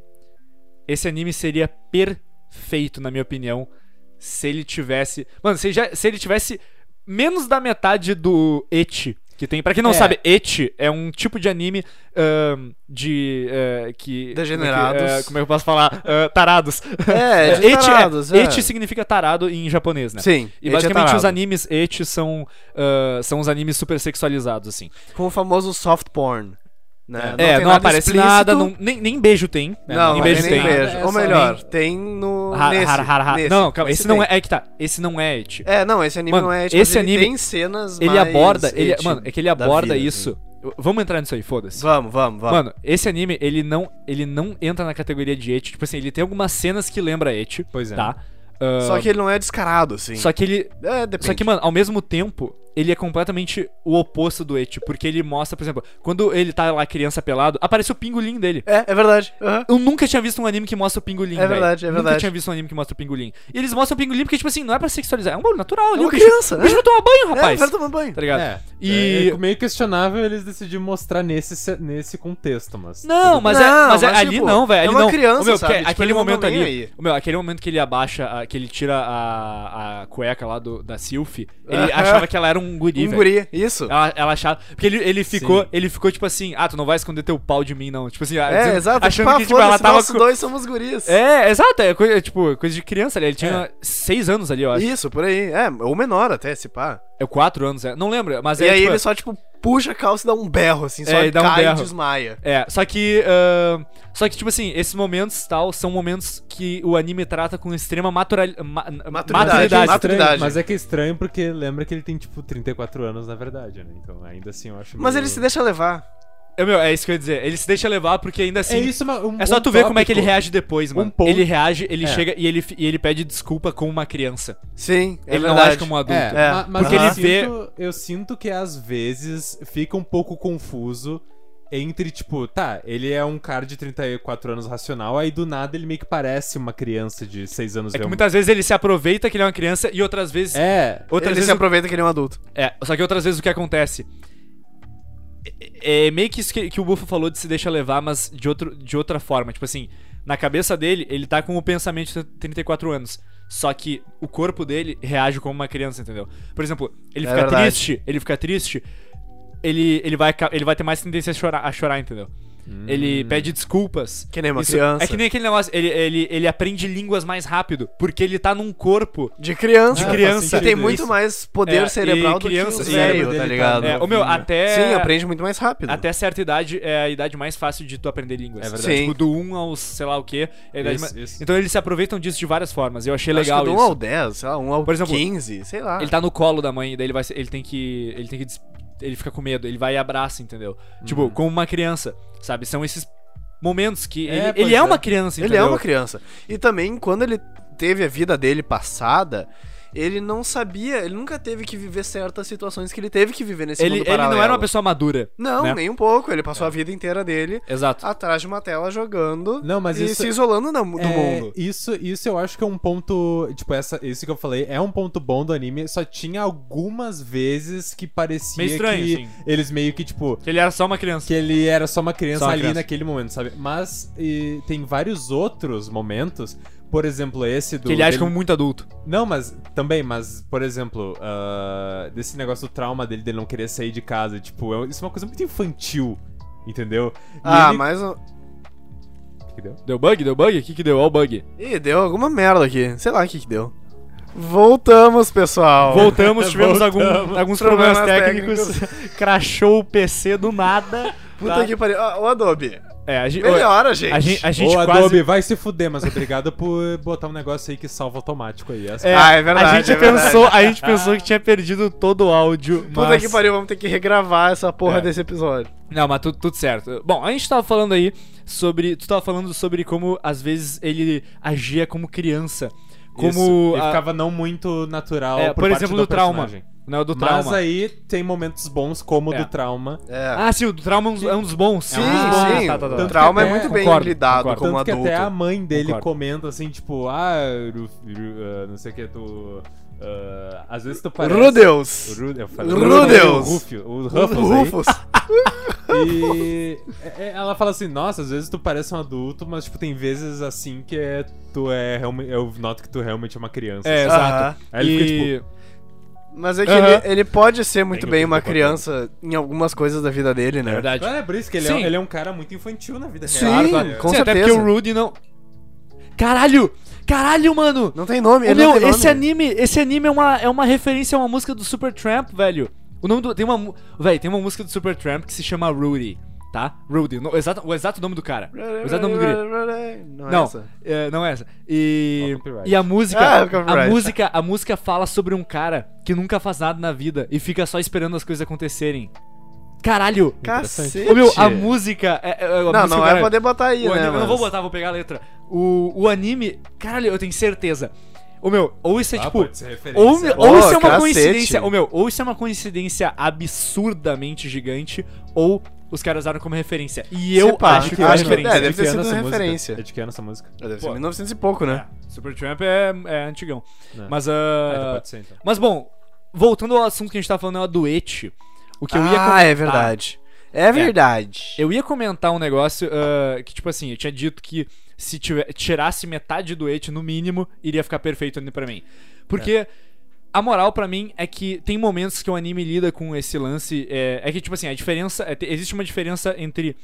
F: esse anime seria perfeito, na minha opinião, se ele tivesse. Mano, se, já- se ele tivesse menos da metade do Eti. Que tem, pra quem não
G: É.
F: sabe, Eti é um tipo de anime ahn, de. eh, que,
H: Degenerados.
F: Como é que, eh, como é que eu posso falar? Ah, tarados.
H: É, de
F: Ecchi é-
H: tarados, é.
F: Ecchi significa tarado em japonês, né?
H: Sim, Ecchi
F: E
H: é
F: basicamente os
H: tarado.
F: animes ecchi são, ah, são os animes super sexualizados, assim.
H: Com o famoso soft porn. Né?
F: é,
H: tem
F: não aparece
H: explícito.
F: nada, é, não- nem, nem beijo tem. né?
H: Não, não tem
F: nem beijo
H: nem
F: tem.
H: beijo.
G: É
H: Ou
G: só
H: melhor, tem no.
F: Har-
H: nesse,
F: har- har- har-
H: nesse.
F: Não, calma, esse, não
H: tem.
F: é. É que tá. Esse não é ecchi.
H: É, não, esse anime
F: Mano,
H: não é
F: esse
H: tipo, ele
F: anime-
H: tem cenas
F: ele
H: mais
F: aborda. Ele,
H: ecchi
F: mano, é que ele
H: da
F: aborda
H: vida,
F: isso.
H: assim.
F: Eu- Vamos entrar nisso aí, foda-se.
H: Vamos, vamos, vamos.
F: Mano, esse anime, ele não, ele não entra na categoria de ecchi. Tipo assim, ele tem algumas cenas que lembra ecchi.
G: Pois é.
F: Tá? Ah,
H: Só que ele não é descarado, assim.
F: só que ele
H: É, depende.
F: Só que, mano, ao mesmo tempo, ele é completamente o oposto do Eti, porque ele mostra, por exemplo, quando ele tá lá criança pelado, aparece o pingolim dele.
H: É, é verdade. Aham.
F: Eu nunca tinha visto um anime que mostra o pingolim,
H: É
F: velho.
H: verdade, é
F: Nunca
H: verdade.
F: tinha visto um anime que mostra o pingolim. E eles mostram o pingolim porque, tipo assim, não é pra sexualizar, é um bagulho natural ali.
H: uma
F: o bicho,
H: criança,
F: o bicho
H: né?
F: não toma banho,
H: É,
F: rapaz.
H: vai tomar banho.
F: Tá ligado?
G: É,
F: E-
G: e... meio questionável eles decidiram mostrar nesse, ce- nesse contexto, mas.
F: Não, mas, é,
H: Não,
F: mas é-
H: mas,
F: ali
H: tipo,
F: não, velho.
H: é
F: ali
H: uma
F: não.
H: criança,
F: Ô, meu,
H: sabe?
F: porque
H: Tipo,
F: aquele
H: eles não
F: momento
H: tão
F: ali.
H: nem aí.
F: ô, meu, aquele momento que ele abaixa, a- que ele tira a, a cueca lá do, da Sylphie,
H: Aham.
F: ele achava que ela era um guri,
H: É. Um
F: velho.
H: guri, isso.
F: Ela, ela achava. Porque ele, ele ficou,
G: Sim.
F: ele ficou tipo assim, ah, tu não vai esconder teu pau de mim, não. Tipo assim, ah,
H: É,
F: dizendo-
H: exato.
F: achando
H: tipo, ah,
F: que tipo, ela
H: foda-se,
F: tava.
H: nós
F: com-
H: dois somos guris.
F: É, exato, é coisa, tipo, coisa de criança ali. Ele
H: É.
F: tinha seis anos ali, eu acho.
H: Isso, por aí. É, ou menor até, se pá.
F: É quatro anos, é. Não lembro, mas
H: e
F: é.
H: aí
F: tipo,
H: ele só, tipo, puxa a calça e dá um berro, assim, só
F: É, e dá um
H: cai
F: berro.
H: e desmaia.
F: É, só que. ahn, só que, tipo assim, esses momentos tal são momentos que o anime trata com extrema matura- ma-
H: Maturidade,
F: maturidade.
H: matu- maturidade.
G: mas é que é estranho porque lembra que ele tem, tipo, 34 anos, na verdade, né? Então, ainda assim, eu
F: Hum.
G: acho.
H: Mas
G: meio-
H: ele se deixa levar.
F: É, meu, é isso que eu ia dizer. Ele se deixa levar porque ainda assim.
G: É isso, mas um-
F: É só
G: um
F: tu ver como é que ele
G: tópico-
F: reage depois, mano.
G: Um ponto-
F: Ele reage, ele
G: É.
F: chega e ele, fi- e ele pede desculpa como uma criança.
H: Sim, é
F: ele
H: verdade.
F: não age como um adulto.
G: É,
H: É,
G: ma- mas
F: porque
G: eu,
F: ele
G: sinto, eu sinto que às vezes fica um pouco confuso entre, tipo, tá, ele é um cara de 34 anos racional, aí do nada ele meio que parece uma criança de 6 anos
F: É que
G: realmente.
F: muitas vezes ele se aproveita que ele é uma criança e outras vezes.
G: É,
F: Outras
H: ele
F: vezes
H: se
F: o-
H: aproveita que ele é um adulto.
F: É, só que outras vezes o que acontece. É é meio que isso que, que o Buffo falou de se deixa levar, mas de, outro, de outra forma. Tipo assim, na cabeça dele, ele tá com o pensamento de 34 anos. Só que o corpo dele reage como uma criança, entendeu? Por exemplo, ele
H: É
F: fica
H: verdade.
F: triste, ele fica triste, ele, ele, vai, ca- ele vai ter mais tendência a chorar, a chorar entendeu? Ele pede desculpas.
H: Hum. Que nem uma criança.
F: É que nem aquele negócio, ele, ele, ele aprende línguas mais rápido, porque ele tá num corpo
H: De criança.
G: Ah,
F: De criança.
H: Que tem
F: Isso.
H: muito mais poder
F: É,
H: cerebral
F: e
H: do
F: criança-
H: que
F: e
H: o velho,
G: cérebro
H: tá
G: dele tá
H: ligado?
F: É, o meu, até.
H: Sim, aprende muito mais rápido.
F: Até certa idade é a idade mais fácil de tu aprender línguas.
G: É verdade.
H: Sim.
F: Tipo, do 1 aos sei lá o quê. é a idade
G: Isso,
F: ma-
G: isso.
F: Então eles se aproveitam disso de várias formas. Eu achei
H: Acho
F: legal
H: que do
F: isso.
H: 1 ao 10, sei lá, 1 ao
F: Por exemplo,
H: 15, sei lá.
F: Ele tá no colo da mãe, daí ele vai ser- ele tem que ele tem que des- ele fica com medo, ele vai e abraça, entendeu?
H: Uhum.
F: Tipo, como uma criança, sabe? São esses momentos que
G: É,
F: ele- ele,
G: pois
F: é,
G: é.
F: uma criança,
H: Ele
F: entendeu?
H: é uma criança. E também, quando ele teve a vida dele passada, ele não sabia, ele nunca teve que viver certas situações que ele teve que viver nesse
F: Ele,
H: mundo
F: ele não era
H: paralelo.
F: uma pessoa madura.
H: Não,
F: né?
H: nem Ah. um pouco. Ele passou a vida inteira dele
F: Exato.
H: atrás de uma tela jogando
G: Não, mas
H: e
G: isso-
H: se isolando na- do
G: É,
H: mundo.
G: Isso, isso eu acho que é um ponto. Tipo, essa, isso que eu falei é um ponto bom do anime. Só tinha algumas vezes que parecia
F: Meio estranho,
G: que
F: assim.
G: eles meio que, tipo.
F: Ele era só uma criança.
G: Que ele era só uma criança
F: Só uma
G: ali
F: criança.
G: naquele momento, sabe? Mas e, tem vários outros momentos. Por exemplo, esse
F: Que
G: do.
F: é um ele age
G: dele-
F: como muito adulto.
G: Não, mas também, mas, por exemplo, ah, desse negócio do trauma dele, dele não querer sair de casa. Tipo, é- isso é uma coisa muito infantil, entendeu? E
H: Ah,
G: ele-
H: mas.
G: Que que deu?
F: Deu bug? Deu bug? O que que deu? Ó o bug.
H: Ih, deu alguma merda aqui. Sei lá o que que deu. Voltamos, pessoal.
F: Voltamos, tivemos algum-
G: Voltamos.
F: alguns problemas,
H: Problemas
F: técnicos. Crashou o PC do nada.
H: Puta
F: Tá.
H: que pariu. Ah, Ô, Adobe.
F: É, a gente,
H: Melhora, gente.
F: a gente, a gente
G: Ô,
F: quase...
G: Adobe, vai se fuder, mas obrigado por botar um negócio aí que salva automático aí. Essa-
H: Ah, é verdade,
F: A gente,
H: é verdade.
F: pensou, a gente pensou que tinha perdido todo o áudio,
H: Puta
F: mas...
H: que pariu, vamos ter que regravar essa porra
F: É.
H: desse episódio.
F: Não, mas tudo, tudo certo. Bom, a gente tava falando aí sobre... Tu tava falando sobre como, às vezes, ele agia como criança. Como...
G: Isso. E
F: a-
G: ficava não muito natural.
F: é,
G: por
F: por
G: parte
F: exemplo,
G: do,
F: do trauma.
G: personagem.
F: Não, é do
G: Mas
F: trauma.
G: aí tem momentos bons, como o
F: É.
G: do trauma.
H: É.
F: Ah, sim, o do trauma é um dos- é um dos bons.
H: Sim,
F: Ah,
H: sim.
F: tá, tá, tá.
H: O trauma é
G: Tanto que
H: muito
G: até-
H: bem
F: concordo,
H: lidado
F: concordo.
H: como
G: Tanto que
H: adulto.
G: até a mãe dele
F: É Concordo.
G: comenta assim, tipo, ah, Ru- Ru- ah, não sei o que, tu. ah, às vezes tu parece.
H: Rudeus.
G: Ru- eu falei- né?
H: Rudeus.
G: O Rufio, o Ruffles aí.
H: Rufus.
G: E é- é- ela fala assim, nossa, às vezes tu parece um adulto, mas tipo, tem vezes assim que é, tu é realmente. Eu noto que tu realmente é uma criança.
F: É,
G: sabe?
F: exato.
G: Aí ele fica,
F: E-
G: tipo,
H: Mas é que
F: Aham.
H: ele, ele pode ser muito
G: Tenho
H: bem uma
G: 34
H: criança em algumas coisas da vida dele, né?
F: É verdade.
G: Claro, é por isso que ele,
F: Sim.
G: é, ele é um cara muito infantil na vida
H: Sim,
G: real.
H: claro. com
F: Sim, até
H: certeza.
F: porque o Rudy não... Caralho! Caralho, mano!
H: Não tem nome,
F: Ô,
H: ele não
F: meu,
H: tem nome.
F: esse anime, esse anime é uma, é uma referência a uma música do Supertramp, velho. O nome do tem uma, mu- velho, tem uma música do Supertramp que se chama Rudy, tá? Rudy, no- o exato, o exato nome do cara. O exato nome do guri.
H: Não, é
F: Não,
H: essa.
F: é, não é essa. E
G: Ó, copyright.
F: e a música,
H: Ah,
F: a
H: copyright.
F: música, a música fala sobre um cara que nunca faz nada na vida e fica só esperando as coisas acontecerem. Caralho.
H: Cacete.
F: Ô, meu, a música é, é- é- a
H: Não,
F: música,
H: não
F: cara,
H: vai poder botar aí,
F: o
H: né?
F: anime, eu não
H: mas-
F: vou botar, vou pegar a letra. O, o anime, caralho, eu tenho certeza. Ô meu, ou isso é
G: Ah,
F: tipo.
G: pode ser referência.
F: Ou, ou
H: Ó,
F: isso é uma
H: cacete.
F: coincidência. Ô meu, ou isso é uma coincidência absurdamente gigante, ou os caras usaram como referência. E eu
H: Se pá,
F: acho que
H: eu
F: é
H: acho que-
F: referência.
H: é, deve
G: De que
H: ter
G: ano
H: sido
G: essa música?
H: referência.
G: É de que ano essa música?
H: Deve ser
F: Pô.
H: 1900 e pouco, né?
F: Supertramp é, é antigão.
G: É.
F: Mas.
G: Ah,
F: ah,
G: então pode ser, então.
F: mas bom, voltando ao assunto que a gente tava falando, é a doete. O que eu ia
H: ah, é
F: comentar-
H: verdade. É verdade.
F: Eu ia comentar um negócio ah, que, tipo assim, eu tinha dito que se tiver- tirasse metade do et, no mínimo, iria ficar perfeito ainda pra mim. Porque a moral pra mim é que tem momentos que o anime lida com esse lance. É, é que, tipo assim, a diferença. é, te- existe uma diferença entre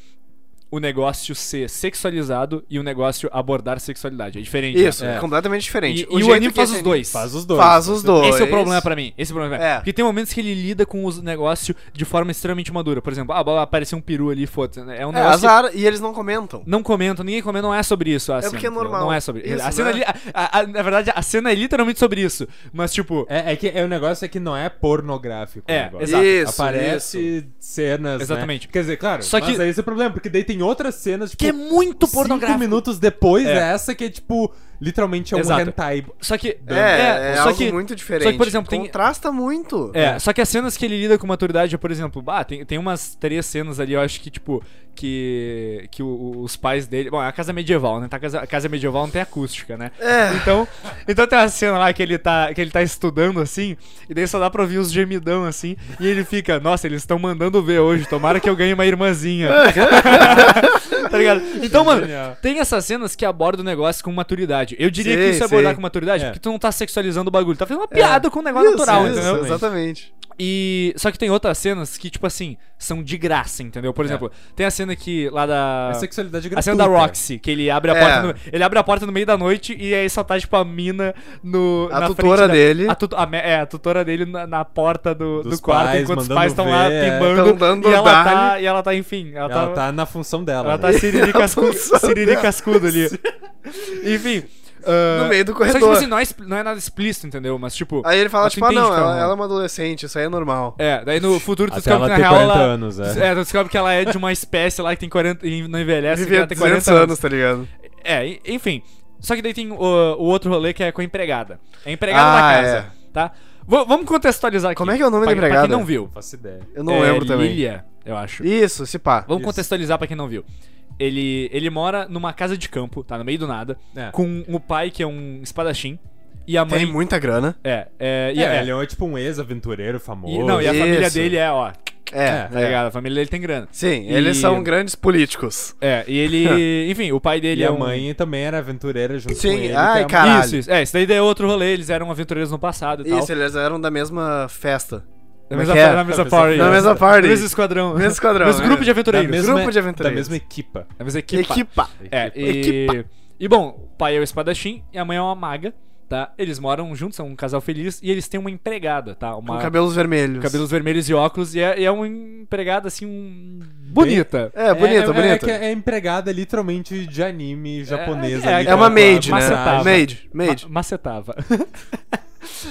F: o negócio ser sexualizado e o negócio abordar sexualidade. É diferente. né?
H: Isso,
F: É.
H: é completamente diferente.
F: E, e o
H: jeito
F: anime
H: que
F: faz
H: esse
F: os dois.
G: Faz os
H: anime-
G: dois.
H: Faz os dois.
F: Esse é o problema pra mim. Esse é o problema pra mim.
H: É.
F: Porque tem momentos que ele lida com o negócio de forma extremamente madura. Por exemplo, ah, blá, blá, apareceu um peru ali, foda-se. né? É um
H: É,
F: negócio que
H: azar, e eles não comentam.
F: não comentam, ninguém comenta, não é sobre isso. A cena,
H: porque é
F: entendeu?
H: normal.
F: Não é sobre isso.
H: Isso,
F: A
H: né?
F: cena, ali- a- a- a- na verdade, a cena é literalmente sobre isso. Mas, tipo,
G: É, é que é, o negócio é que não é pornográfico. o
F: É,
G: negócio.
F: exato.
H: Isso,
G: Aparece cenas. né?
F: Exatamente.
G: Quer dizer, claro.
F: Só
G: Mas
F: que-
G: aí esse é o problema, porque daí tem outras cenas. Tipo,
F: que é muito
G: Cinco
F: pornográfico.
G: minutos depois
F: É.
G: dessa que é tipo. Literalmente é um
F: Exato.
G: hentai.
F: Só que.
H: É, é,
F: só
H: algo
F: que,
H: muito diferente.
F: Só que, por exemplo, tem.
H: Contrasta muito.
F: É, só que as cenas que ele lida com maturidade, por exemplo, bah, tem, tem umas três cenas ali, eu acho que, tipo, que. que o- o- os pais dele. Bom, é a casa medieval, né? Tá, a, casa, a casa medieval não tem acústica, né?
H: É.
F: Então, então tem uma cena lá que ele, tá, que ele tá estudando assim, e daí só dá pra ouvir os gemidão assim, e ele fica, nossa, eles estão mandando ver hoje, tomara que eu ganhe uma irmãzinha. tá ligado? Então, mano,
G: Genial.
F: tem essas cenas que abordam o negócio com maturidade. Eu diria que
H: Sei,
F: isso é abordar
H: sei.
F: com maturidade,
G: É.
F: porque tu não tá sexualizando o bagulho, tá fazendo uma piada com o negócio
H: Isso,
F: natural,
H: isso,
F: entendeu?
H: Exatamente.
F: E. Só que tem outras cenas que, tipo assim, são de graça, entendeu?
H: É.
F: Por exemplo, tem a cena que lá da.
G: É sexualidade
F: Ah. A
G: gratuita.
F: cena da Roxy, que ele abre a
H: É.
F: porta. No, ele abre a porta no meio da noite e aí só tá, tipo, a mina no.
H: A
F: na
H: tutora
F: frente da-
H: dele.
F: a tu- a me- é, a tutora dele na, na porta do,
G: Dos
F: do quarto,
G: pais,
F: enquanto os
G: mandando
F: pais estão lá
G: ver, é.
F: pimbando.
H: Tão dando
F: e, ela tá,
H: dali.
F: e ela tá, enfim, ela,
G: Ela
F: tá.
G: tá na função dela.
F: Ela
G: né?
F: tá Siriri Cascu- Siriri Cascudo ali. enfim. ah,
H: No meio do
F: Só que, tipo
H: corredor.
F: assim, não é, expl- não é nada explícito, entendeu? Mas, tipo.
H: Aí ele fala,
F: mas tu
H: tipo, ah,
F: entende
H: não,
F: que é
H: ela,
F: um-
H: ela é uma adolescente, isso aí é normal.
F: É, daí no futuro tu
G: Até
F: descobre que
G: ela ter
F: na real
G: 40
F: ela.
G: anos, é.
F: é. tu descobre que ela é de uma espécie lá que tem 40. e não envelhece, que
H: Vivia
F: ela tem
H: 200
F: 40
H: anos,
F: anos.
H: tá ligado?
F: É, e- enfim. Só que daí tem o, o outro rolê que é com a empregada. É a empregada
H: Ah,
F: da casa, tá? V- vamos contextualizar aqui.
H: Como é que é o nome
F: pra,
H: da
F: Pra
H: empregada?
F: quem não viu.
G: Não faço ideia.
H: Eu não
F: É
H: lembro também.
F: Lilia, eu acho.
H: Isso, se pá.
F: Vamos contextualizar pra quem não viu. Ele, ele mora numa casa de campo, tá? No meio do nada.
G: É.
F: Com o pai que é um espadachim. E a mãe.
H: Tem muita grana.
F: É, é, e
G: É,
F: é,
G: ele é tipo um ex-aventureiro famoso.
F: e- não, e a família
H: Isso.
F: dele é, ó.
H: É,
G: É,
F: Tá
H: é.
F: ligado? A família dele tem grana.
H: Sim,
F: E-
H: eles são grandes políticos.
F: É, e ele. Enfim, o pai dele
G: E
F: é
G: a
F: um-
G: mãe também era aventureira junto
H: Sim,
G: com ele. que
H: ai,
G: é a-
H: cara. Caralho.
F: Isso, isso. É, isso daí daí é outro rolê, eles eram aventureiros no passado e tal.
H: Isso, eles eram da mesma festa.
F: Na
H: Como é
F: mesma,
H: que é?
F: na mesma
G: Na
F: party.
H: mesma- na mesma party.
F: Mesmo esquadrão.
H: Mesmo esquadrão,
F: Mesmo
H: é.
F: grupo de
G: da
F: aventureiros.
G: mesma,
H: Grupo de aventureiros.
G: Da mesma equipa.
F: Na mesma equipa.
H: Equipa.
F: É, e... e bom, o pai é o espadachim e a mãe é uma maga, tá? Eles moram juntos, são um casal feliz e eles têm uma empregada, tá? Uma...
H: Com cabelos vermelhos.
F: Cabelos vermelhos e óculos, e é, e é uma empregada assim, um... bonita.
H: É, bonita,
G: é, É, que
H: bonita.
G: é empregada literalmente de anime japonesa.
F: é,
G: ali,
H: É uma
G: que ela
H: maid, né?
G: macetava.
H: Maid, maid.
F: Ma- macetava.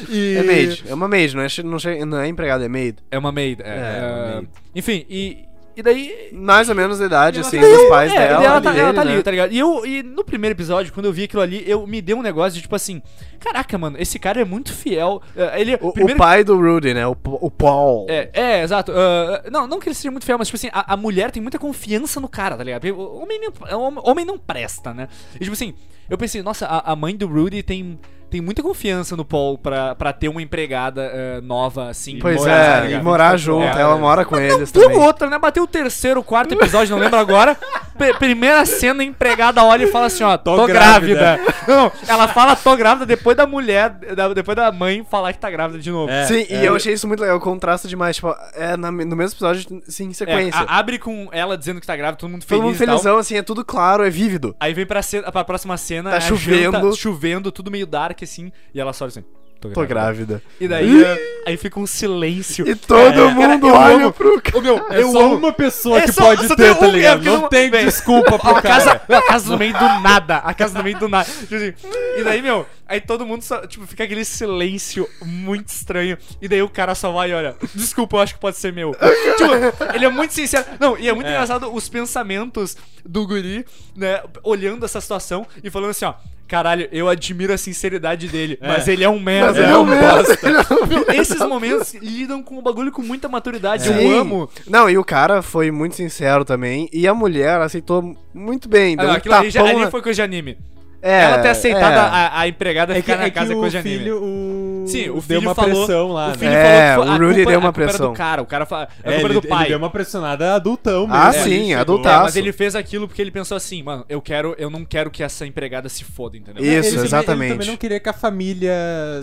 F: E-
H: É maid, é uma maid, não é, che- não, che- não é empregada, é maid.
F: É uma maid. É,
H: É,
F: é,
G: uma maid.
F: Enfim, e, e daí
H: Mais ou menos a idade, assim,
F: Eu-
H: dos pais
F: é,
H: dela.
F: e Ela tá,
H: dele,
F: ela tá ali,
H: né?
F: tá ligado? E, eu, e no primeiro episódio, quando eu vi aquilo ali, eu me dei um negócio de tipo assim: caraca, mano, esse cara é muito fiel. Eh, Ele,
H: O,
F: primeiro-
H: o pai do Rudy, né? O, P- o Paul.
F: É, é, exato. Ah, não, não que ele seja muito fiel, mas tipo assim, a, a mulher tem muita confiança no cara, tá ligado? Porque o Homem não, o homem não presta, né? E tipo assim, eu pensei, nossa, a, a mãe do Rudy tem. Tem muita confiança no Paul pra, pra ter uma empregada eh, nova, assim.
H: Pois
G: morar, tá
H: é,
G: ligado?
H: e morar junto,
F: É,
H: ela
F: é.
H: mora com eles
F: Deu
H: também.
F: outra, né? Bateu o terceiro, quarto episódio, não lembro agora. P- primeira cena, a empregada olha e fala assim, ó, tô,
G: Tô
F: grávida.
G: grávida.
F: Não, ela fala tô grávida depois da mulher, da- depois da mãe falar que tá grávida de novo.
G: É,
H: Sim,
G: é.
H: e eu achei isso muito legal, contrasta demais. Tipo, é na- no mesmo episódio, sim, em
F: É,
H: sequência.
F: a- abre com ela dizendo que tá grávida, todo mundo feliz
H: Todo mundo
F: e tal.
H: felizão, assim, é tudo claro, é vívido.
F: Aí vem pra, cena, pra próxima cena,
H: Tá
F: a janta,
H: chovendo.
F: chovendo, tudo meio dark assim, e ela só olha assim, tô grávida.
H: Tô grávida.
F: E daí, eh, aí fica um silêncio.
H: E todo mundo
F: eu
H: olha
F: amo.
H: É. pro cara.
F: Ô, meu,
G: É
F: eu
G: só
F: amo
G: uma pessoa
F: É
G: que
F: só-
G: pode
F: só tem
G: ter,
F: um,
G: tá
F: é,
G: ligado?
F: porque
G: Não,
F: não-
G: tem
F: Bem,
G: desculpa pro
F: A
G: cara.
F: casa, a casa no meio do nada. A casa no meio do nada. Tipo assim, E daí, meu, Aí todo mundo só, tipo, fica aquele silêncio muito estranho. E daí o cara só vai e olha, desculpa, eu acho que pode ser meu. tipo, ele é muito sincero. Não, e é muito engraçado os pensamentos do guri, né, olhando essa situação e falando assim, ó, caralho, eu admiro a sinceridade dele, mas ele é um merda.
H: ele é um merda, ele
F: Meu, esses momentos lidam com o bagulho com muita maturidade.
H: É. Sim.
F: Eu amo.
H: Não, e o cara foi muito sincero também. E a mulher aceitou muito bem.
F: Ah,
H: Deu
F: não,
H: um
F: aquilo ali, já,
H: tapão
F: ali
H: na-
F: foi coisa de anime.
H: É,
F: Ela ter aceitado
H: é.
F: a, a empregada
G: É que,
F: ficar na
G: é que
F: casa é
G: o
F: coisa de anime.
G: filho, o...
F: Sim, o
G: deu
F: filho
G: uma
F: falou,
G: pressão lá,
F: o
G: né?
F: filho
H: É,
F: falou que foi-
H: o
F: a
H: Rudy
F: culpa-
H: deu uma
F: a culpa era
H: pressão.
F: do cara, o cara fala, é,
G: É,
F: a culpa
G: ele,
F: era do pai.
G: ele deu uma pressionada adultão mesmo.
H: Ah,
G: Ele
H: sim,
G: chegou-
H: adultaço.
F: É, mas ele fez aquilo porque ele pensou assim, mano, eu quero, eu não quero que essa empregada se foda, entendeu?
H: Isso,
G: Ele também- Ele
H: exatamente.
G: também não queria que a família...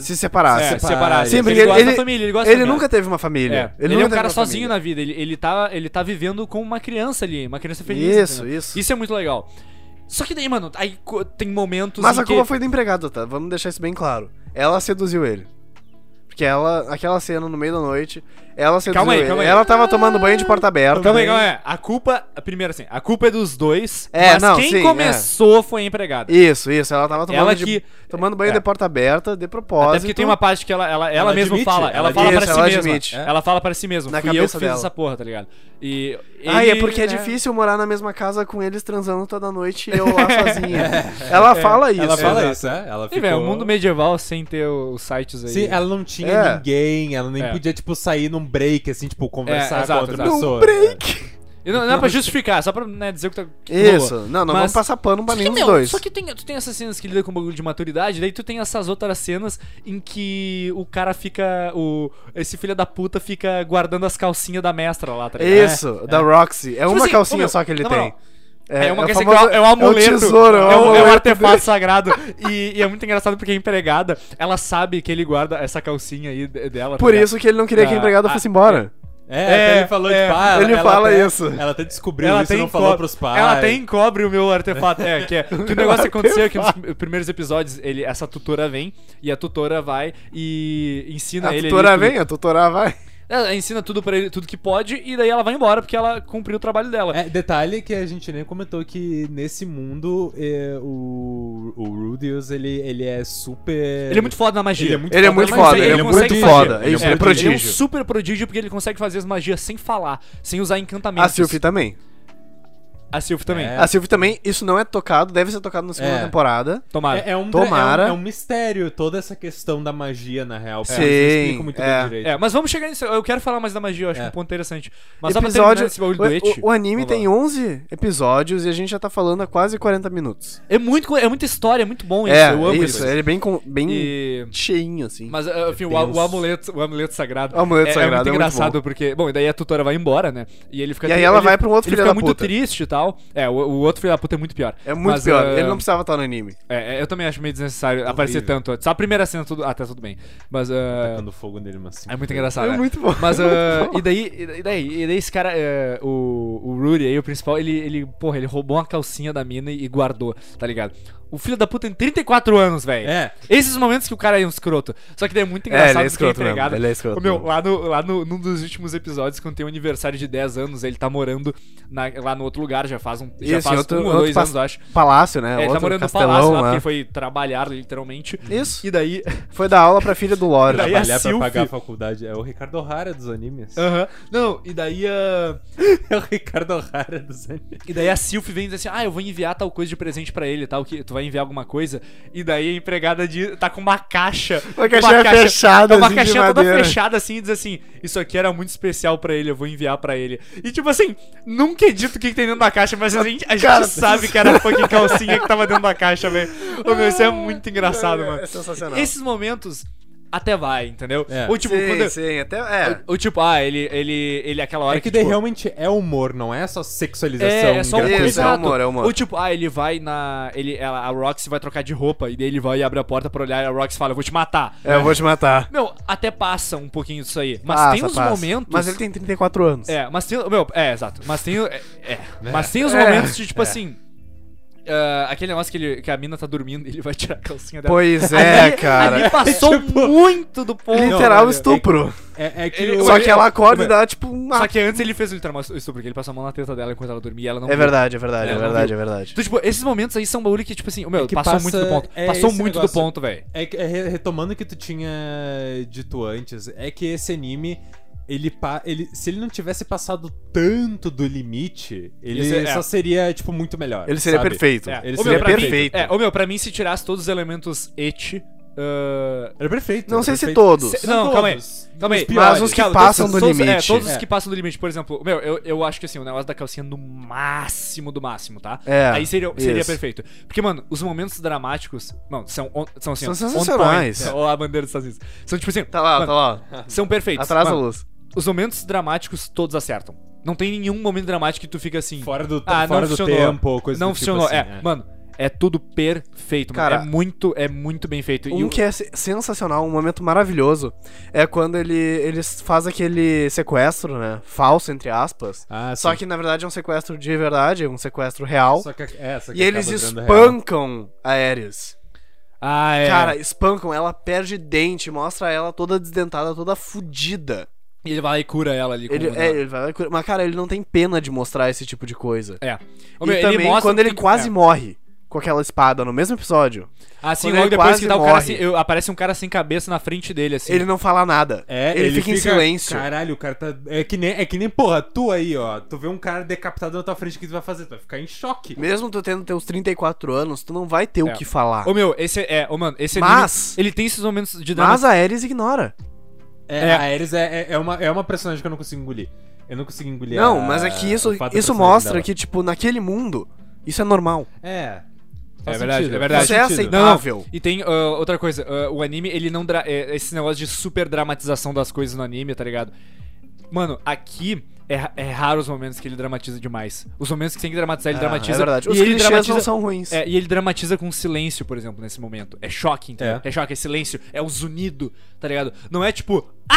H: Se separasse.
F: É,
G: separar.
F: separar.
H: Sim, porque
F: ele, gosta
H: ele-
F: da família, ele gosta
H: Ele
F: da família.
H: nunca teve uma família.
F: É, ele, é
H: nunca
F: um
H: teve
F: cara
H: uma família.
F: sozinho na vida, ele, ele, tá, ele tá vivendo com uma criança ali, uma criança feliz.
H: Isso,
F: entendeu?
H: isso.
F: Isso é muito legal. Só que daí, mano, aí co- tem momentos
H: Mas
F: em
H: a
F: que...
H: culpa foi do empregado, tá? Vamos deixar isso bem claro. Ela seduziu ele. Porque ela, aquela cena no meio da noite, ela seduziu
F: Calma aí,
H: ele.
F: calma aí.
H: Ela tava tomando banho de porta aberta.
F: Calma aí, calma aí. A culpa, primeiro assim, a culpa é dos dois,
H: É,
F: mas
H: não,
F: quem
H: sim,
F: começou foi a empregada.
H: Isso, isso. Ela tava tomando,
F: Ela
H: de-
F: que-
H: tomando banho
F: é.
H: de porta aberta, de
F: Até
H: propósito.
F: porque tem uma parte que ela, ela, ela,
G: Ela
F: mesma
G: admite,
F: fala, ela
G: ela
F: fala
H: admite.
F: pra
H: Isso, ela
F: si mesma. É.
H: admite.
F: Ela fala pra si mesma.
H: Na
F: Fui eu que
H: cabeça
F: fiz
H: dela.
F: essa porra, tá ligado? E
H: Ah, e é
F: ele,
H: porque é
F: né,
H: difícil morar na mesma casa com eles transando toda noite e eu lá sozinha. Ela
F: É,
H: fala isso.
G: Ela fala
H: Exato.
G: isso, é? Ela
F: Sim,
G: ficou...
F: velho, o mundo medieval sem ter os sites aí.
G: Sim, ela não tinha
H: É.
G: ninguém, ela nem
F: É.
G: podia, tipo, sair num break, assim, tipo, conversar
F: exato,
G: com outra
H: um
F: exato.
G: pessoa.
F: E não, não é pra justificar, só pra né, dizer o que tá. que
H: Isso.
F: rolou.
H: Não, não
F: Mas-
H: vamos passar pano pra
F: Só que,
H: nenhum dos
F: meu,
H: dois.
F: Só que tem, tu tem essas cenas que lidam com o bagulho de maturidade, daí tu tem essas outras cenas em que o cara fica. O, esse filho da puta fica guardando as calcinhas da mestra lá, tá ligado?
H: Isso, da Roxy. É
F: Tipo
H: uma
F: assim,
H: calcinha
F: ô, meu,
H: só que ele
F: na
H: tem.
F: moral, É, uma
H: o
F: questão
H: famoso-
F: que é um amuleto.
H: É o tesouro, é o
F: é um, é um
H: amuleto
F: artefato sagrado. E, e é muito engraçado porque a empregada, ela sabe que ele guarda essa calcinha aí de- dela. tá
H: Por
F: ligado?
H: isso que ele não queria que a
F: Ah,
H: empregada
F: ah,
H: fosse embora.
G: É,
F: É,
G: até ele falou,
F: é.
G: tipo, ah, ela,
H: Ele
G: ela
H: fala
G: até-
H: isso.
G: Ela até descobriu
F: Ela
G: isso e
F: tem
G: não falou
F: encobre-
G: pros pais.
F: Ela até encobre o meu artefato. É, que, é, que o negócio aconteceu é que nos primeiros episódios, ele, essa tutora vem e a tutora vai e ensina
H: A
F: é. ele.
H: tutora
F: ali tudo-
H: vem, a tutora vai.
F: Ela ensina tudo pra ele, tudo que pode, e daí ela vai embora, porque ela cumpriu o trabalho dela.
G: É, detalhe que a gente nem comentou que nesse mundo é, o, o Rudeus, ele, ele é super...
F: Ele é muito foda na magia.
G: Ele é muito
H: Ele é
G: foda,
H: muito
G: mas
H: foda,
F: ele
H: ele, é
F: consegue
H: muito
F: fazer.
H: foda.
G: Ele é
H: Isso,
G: um
H: ele é
F: Ele é um
H: prodígio.
F: super prodígio porque ele consegue fazer as magias sem falar, sem usar encantamentos.
H: A tá- Sylvie também.
F: A Sylvie também.
G: É.
H: A Sylvie também, isso não é tocado, deve ser tocado na segunda
G: É.
H: temporada.
F: Tomara.
G: É, é um,
H: Tomara.
G: É um, é um mistério toda essa questão da magia, na real. porque
H: Sim,
G: eles não explicam muito
H: é.
G: bem direito.
F: É, mas vamos chegar nisso. Eu quero falar mais da magia, eu acho
G: É.
F: um ponto interessante. Mas só pra terminar
H: episódio.
F: esse bagulho do
H: o-
F: Eti,
H: o, o anime
F: vamos lá.
H: tem 11 episódios e a gente já tá falando há quase 40 minutos.
F: É, muito, é muita história, é muito bom isso.
H: é,
F: eu amo
H: isso,
F: isso.
H: ele é bem, com- bem
F: E-
H: cheinho, assim.
F: Mas, uh, enfim, o, o amuleto, o amuleto sagrado.
H: O amuleto
F: é,
H: sagrado
F: é muito
H: é muito
F: engraçado, porque. Bom, e daí a tutora vai embora, né? E ele fica
H: E aí
F: tri-
H: ela
F: ele-
H: vai pra um outro
F: ele
H: filho
F: fica
H: da
F: muito
H: puta.
F: triste e tal. É, o, o outro filho da puta é muito pior.
H: é muito
F: Mas,
H: pior.
F: uh,
H: Ele não É precisava estar no anime.
F: é, é, eu também acho meio desnecessário aparecer tanto. Só a primeira cena tudo, até tudo bem. Mas. uh,
H: Tá
G: Tacando fogo nele, mas assim.
F: é muito engraçado.
H: É
F: né?
H: muito bom,
F: Mas,
H: é
F: uh,
H: muito bom.
F: e daí, e daí, e daí esse cara, é, o, o Rudy aí, o principal, ele, ele, porra, ele roubou uma calcinha da mina e guardou, tá ligado? O filho da puta tem 34 anos, velho.
G: É.
F: Esses momentos que o cara é um escroto. Só que daí é muito
H: É, ele é
F: engraçado porque
H: escroto mesmo,
F: empregado.
H: ele é escroto
F: Ô, meu,
H: mesmo.
F: lá, no, lá no, num dos últimos episódios, quando tem o aniversário de 10 anos, ele tá morando na- lá no outro lugar, já faz um, já
H: Isso,
F: faz
H: outro-
F: um ou
H: outro
F: dois
H: pa-
F: anos, eu acho.
H: Palácio, né?
F: É, ele tá
H: Outro
F: morando no
H: castelão
F: palácio lá,
H: lá.
F: porque ele foi trabalhar, literalmente.
H: Isso.
F: E daí.
H: Foi dar aula pra filha do Lore.
F: Daí- E a
G: Trabalhar pra
F: Sylvie?
G: pagar a faculdade. É o Ricardo O'Hara dos animes.
F: Aham. Não, e daí. ah,
G: É o Ricardo O'Hara dos animes.
F: E daí a Sylph vem e diz assim: Ah, eu vou enviar tal coisa de presente pra ele, tal, que tu vai enviar alguma coisa. E daí a empregada de, tá com uma caixa. é
H: Uma caixinha fechada,
F: Uma
H: assim, de
F: caixinha toda
H: madeira.
F: fechada assim e diz assim: Isso aqui era muito especial pra ele, eu vou enviar pra ele. E tipo assim, nunca é dito o que, que tem dentro da caixa, mas assim, a gente, a gente
H: Cara,
F: sabe que era a fucking calcinha que tava dentro da caixa, velho. Ô meu, isso é muito engraçado,
H: É,
F: mano.
H: é sensacional.
F: Esses momentos até vai, entendeu?
G: É.
F: Ou tipo,
H: sim,
F: quando.
H: sim, até. É.
F: Ou tipo, ah, ele, ele, ele aquela hora
G: É que
F: tipo,
G: daí realmente é humor, não é só sexualização.
F: é, é só um
H: gratuita.
G: gratuita.
H: Isso, é
F: exato.
H: humor, é humor.
F: Ou tipo, ah, ele vai na. Ele, ela, a Roxy vai trocar de roupa e daí ele vai e abre a porta pra olhar e a Roxy fala, eu vou te matar.
H: É, eu vou te matar.
F: Meu, até passa um pouquinho disso aí. Mas
H: Passa,
F: tem uns
H: passa.
F: momentos.
H: Mas ele tem 34 anos.
F: É, mas tem. Meu, é, exato. Mas tem. É, é. Mas tem os
H: É.
F: momentos de, tipo assim. ah, aquele negócio que, ele- que a mina tá dormindo e ele vai tirar a calcinha dela.
H: Pois é,
F: Ali- Ali
H: cara.
F: passou
G: Tipo,
F: muito do ponto.
H: Literal
F: velho.
H: estupro.
G: É, é que
F: Ele-
G: o-
H: Só que ela acorda e dá tipo um.
F: Só que antes ele fez o literal estupro, porque ele passou a mão na teta dela enquanto ela dormia e ela não
H: É
F: viu.
H: verdade, é verdade, é
F: Ela não
H: verdade, é verdade.
F: Então, tipo, esses momentos aí são bagulho que, tipo assim, o meu,
G: É que
F: passou
G: passa-
F: muito do ponto.
G: é
F: passou
G: esse
F: muito do
G: negócio.
F: ponto, velho.
G: É, que- é re- retomando o que tu tinha dito antes, é que esse anime, ele, pa- ele- se ele não tivesse passado tanto do limite, ele
F: Esse é-
G: só seria, tipo, muito melhor.
H: Ele seria
G: sabe?
H: perfeito.
F: É.
G: Ele
F: Ô,
G: seria
F: meu, pra mim-
H: perfeito.
F: é, ô meu, pra mim, se tirasse todos os elementos et. ah,
G: Era perfeito.
H: Não
G: era
H: sei se
G: perfeito.
H: todos.
F: se- não,
G: Todos.
F: calma aí. Calma aí.
G: Os piores. tipo,
H: Mas os que
F: Calma,
H: passam
F: todos-
H: do
F: todos-
H: limite.
F: É, todos os
G: É.
F: que passam do limite. Por exemplo, meu, eu, eu acho que assim, o negócio da calcinha no máximo do máximo, tá?
H: É,
F: Aí seria, seria
H: isso.
F: perfeito. Porque, mano, os momentos dramáticos, mano, são, on- são assim,
H: São
F: ó, on
H: sensacionais.
F: point. Ó, a bandeira dos Estados Unidos. São tipo assim,
H: Tá lá,
F: mano,
H: tá lá.
F: são perfeitos.
H: Atrasa a
F: Mano,
H: luz.
F: Os momentos dramáticos todos acertam. Não tem nenhum momento dramático que tu fica assim.
G: Fora do,
F: Ah,
G: fora
F: não
G: do
F: funcionou.
G: tempo, coisa
F: não
G: do tipo
F: funcionou.
G: assim,
F: é, mano, é tudo perfeito, mano.
H: Cara,
F: é muito, é muito bem feito. e
H: Um
F: o-
H: que é se- sensacional, um momento maravilhoso, é quando ele, eles faz aquele sequestro, né? Falso, entre aspas.
G: Ah,
H: Só
G: sim.
H: que na verdade é um sequestro de verdade, é um sequestro real.
G: Só que, é, só que
H: E eles
G: acaba dando real.
H: espancam a Ares.
F: Ah, é.
H: Cara, espancam, ela perde dente, mostra ela toda desdentada, toda fudida.
F: E ele vai lá e cura ela ali. com
H: Ele,
F: o-
H: é, ele vai, mas, cara, ele não tem pena de mostrar esse tipo de coisa.
F: É. Ô,
H: E
F: meu,
H: também
F: mostra
H: quando
F: que
H: ele
F: tem-
H: quase
F: é.
H: morre com aquela espada no mesmo episódio,
F: Assim,
H: quando
F: logo
H: ele
F: depois
H: quase
F: que dá o cara
H: morre.
F: assim, eu- aparece um cara sem cabeça na frente dele, assim.
H: ele não fala nada.
G: É,
H: ele, fica, em silêncio.
G: Caralho, o cara tá. É que, nem, é que nem, porra, tu aí, ó. Tu vê um cara decapitado na tua frente, o que tu vai fazer? Tu vai ficar em choque.
H: Mesmo tu tendo teus 34 anos, tu não vai ter
F: É.
H: o que falar.
F: Ô meu, esse é. Ô, mano, esse anime,
H: Mas-
F: Ele tem esses momentos de drama.
H: Mas a Ares ignora.
G: É, a Ares é, é, é uma, é uma personagem que eu não consigo engolir. Eu não consigo engolir
H: não,
G: a-
H: mas é que isso,
G: o fato da
H: isso
G: personagem
H: mostra
G: dela.
H: que, tipo, naquele mundo, isso é normal.
G: É.
F: É verdade, é verdade.
H: Isso é
G: Faz sentido.
H: aceitável.
F: Não, não. E tem ah, outra coisa, ah, o anime, ele não. dra- é, esse negócio de super dramatização das coisas no anime, tá ligado? Mano, aqui é, ra- é raro os momentos que ele dramatiza demais. Os momentos que tem que dramatizar, ele
H: Ah,
F: dramatiza.
H: é verdade. Os
F: e ele
H: clichês
F: dramatiza,
H: não são ruins.
F: É, e ele dramatiza com silêncio, por exemplo, nesse momento. É choque, entendeu? É,
G: É.
F: choque, é silêncio, é o zunido, tá ligado? Não é tipo. Ah!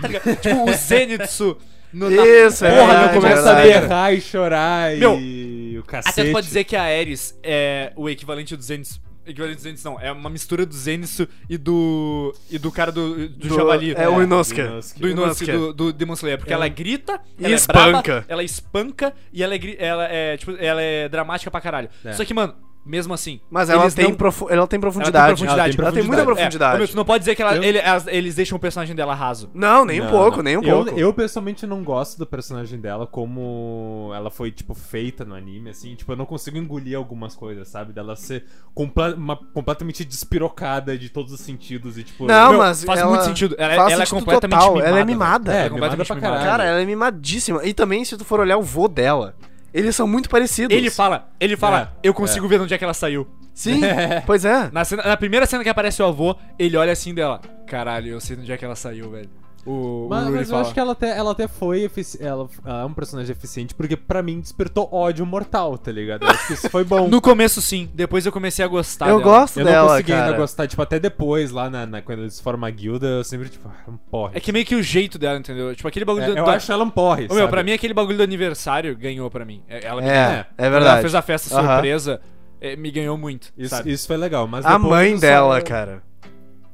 F: Tá ligado? tipo o Zenitsu. No, na-
H: Isso, é
F: Porra,
H: verdade,
F: não começa
H: é
F: a
H: verdade.
F: berrar.
G: berrar e chorar e. O cacete.
F: Até tu pode dizer que a Ares é o equivalente do Zenitsu. Equivalente do Zenitsu, não. É uma mistura do Zenitsu e do. e do cara do, do, Javali. né?
H: É o Inosuke.
G: Inosuke.
F: Do
H: Inosuke.
F: Inosuke,
H: É.
F: do, do Demon Slayer. Porque ela é grita,
H: E
F: ela é
H: espanca.
F: brava, ela espanca e ela é, gri- ela é, tipo, ela é dramática pra caralho.
G: É.
F: Só que, mano, mesmo assim.
H: Mas ela
F: eles
H: tem,
F: não-
H: profu- ela tem
F: ela tem
H: profundidade.
G: Ela tem
H: Ela tem muita
F: É, ô,
H: profundidade.
F: meu, tu não pode dizer que ela-
G: Eu-
F: ele- elas- eles deixam o personagem dela raso.
H: Não, nem um
G: Não,
H: pouco,
G: não.
H: nem um
G: eu,
H: pouco.
G: Eu pessoalmente não gosto da personagem dela como ela foi, tipo, feita no anime, assim. Tipo, eu não consigo engolir algumas coisas, sabe? Dela ser compla- uma- completamente despirocada de todos os sentidos e, tipo...
H: Não,
F: Meu,
H: mas
F: faz
H: ela-
F: muito sentido. Ela,
H: faz
F: ela é
H: sentido
F: completamente
H: total,
F: mimada.
H: ela é
F: velho.
H: mimada.
G: É,
F: Ela é
G: mimada
F: completamente
G: pra
F: mimada.
G: caralho.
H: Cara, ela é mimadíssima. E também, se tu for olhar o vô dela, eles são muito parecidos.
F: Ele fala, ele fala, eu consigo ver de onde é que ela saiu.
H: Sim, pois é.
F: Na, cena- na primeira cena que aparece o avô, ele olha assim dela. Caralho, eu sei de onde é que ela saiu, velho. O,
G: Mas,
F: o Ruri
G: mas eu
F: fala.
G: acho que ela até, ela até foi efici- ela, ela é um personagem eficiente, porque pra mim despertou ódio mortal, tá ligado? Eu acho que isso foi bom.
F: No começo sim, depois eu comecei a gostar
H: eu
F: dela.
H: gosto
G: eu não
H: dela,
G: consegui
H: cara.
G: ainda gostar, tipo, até depois, lá na, na- quando eles formam a guilda, eu sempre, tipo, ah, um porre.
F: É que meio que o jeito dela, entendeu? Tipo, aquele bagulho
G: É,
F: do...
G: eu
F: do-
G: acho ela um porre,
F: Ô, meu,
G: sabe?
F: pra mim aquele bagulho do aniversário ganhou pra mim. É, Ela me-
H: É, é
F: Ela
H: verdade.
F: fez a festa
H: Aham.
F: surpresa, eh, me ganhou muito,
G: Isso,
F: sabe?
G: isso foi legal, mas
H: é
G: é
H: A
G: depois
H: mãe
G: eu só-
H: dela, cara.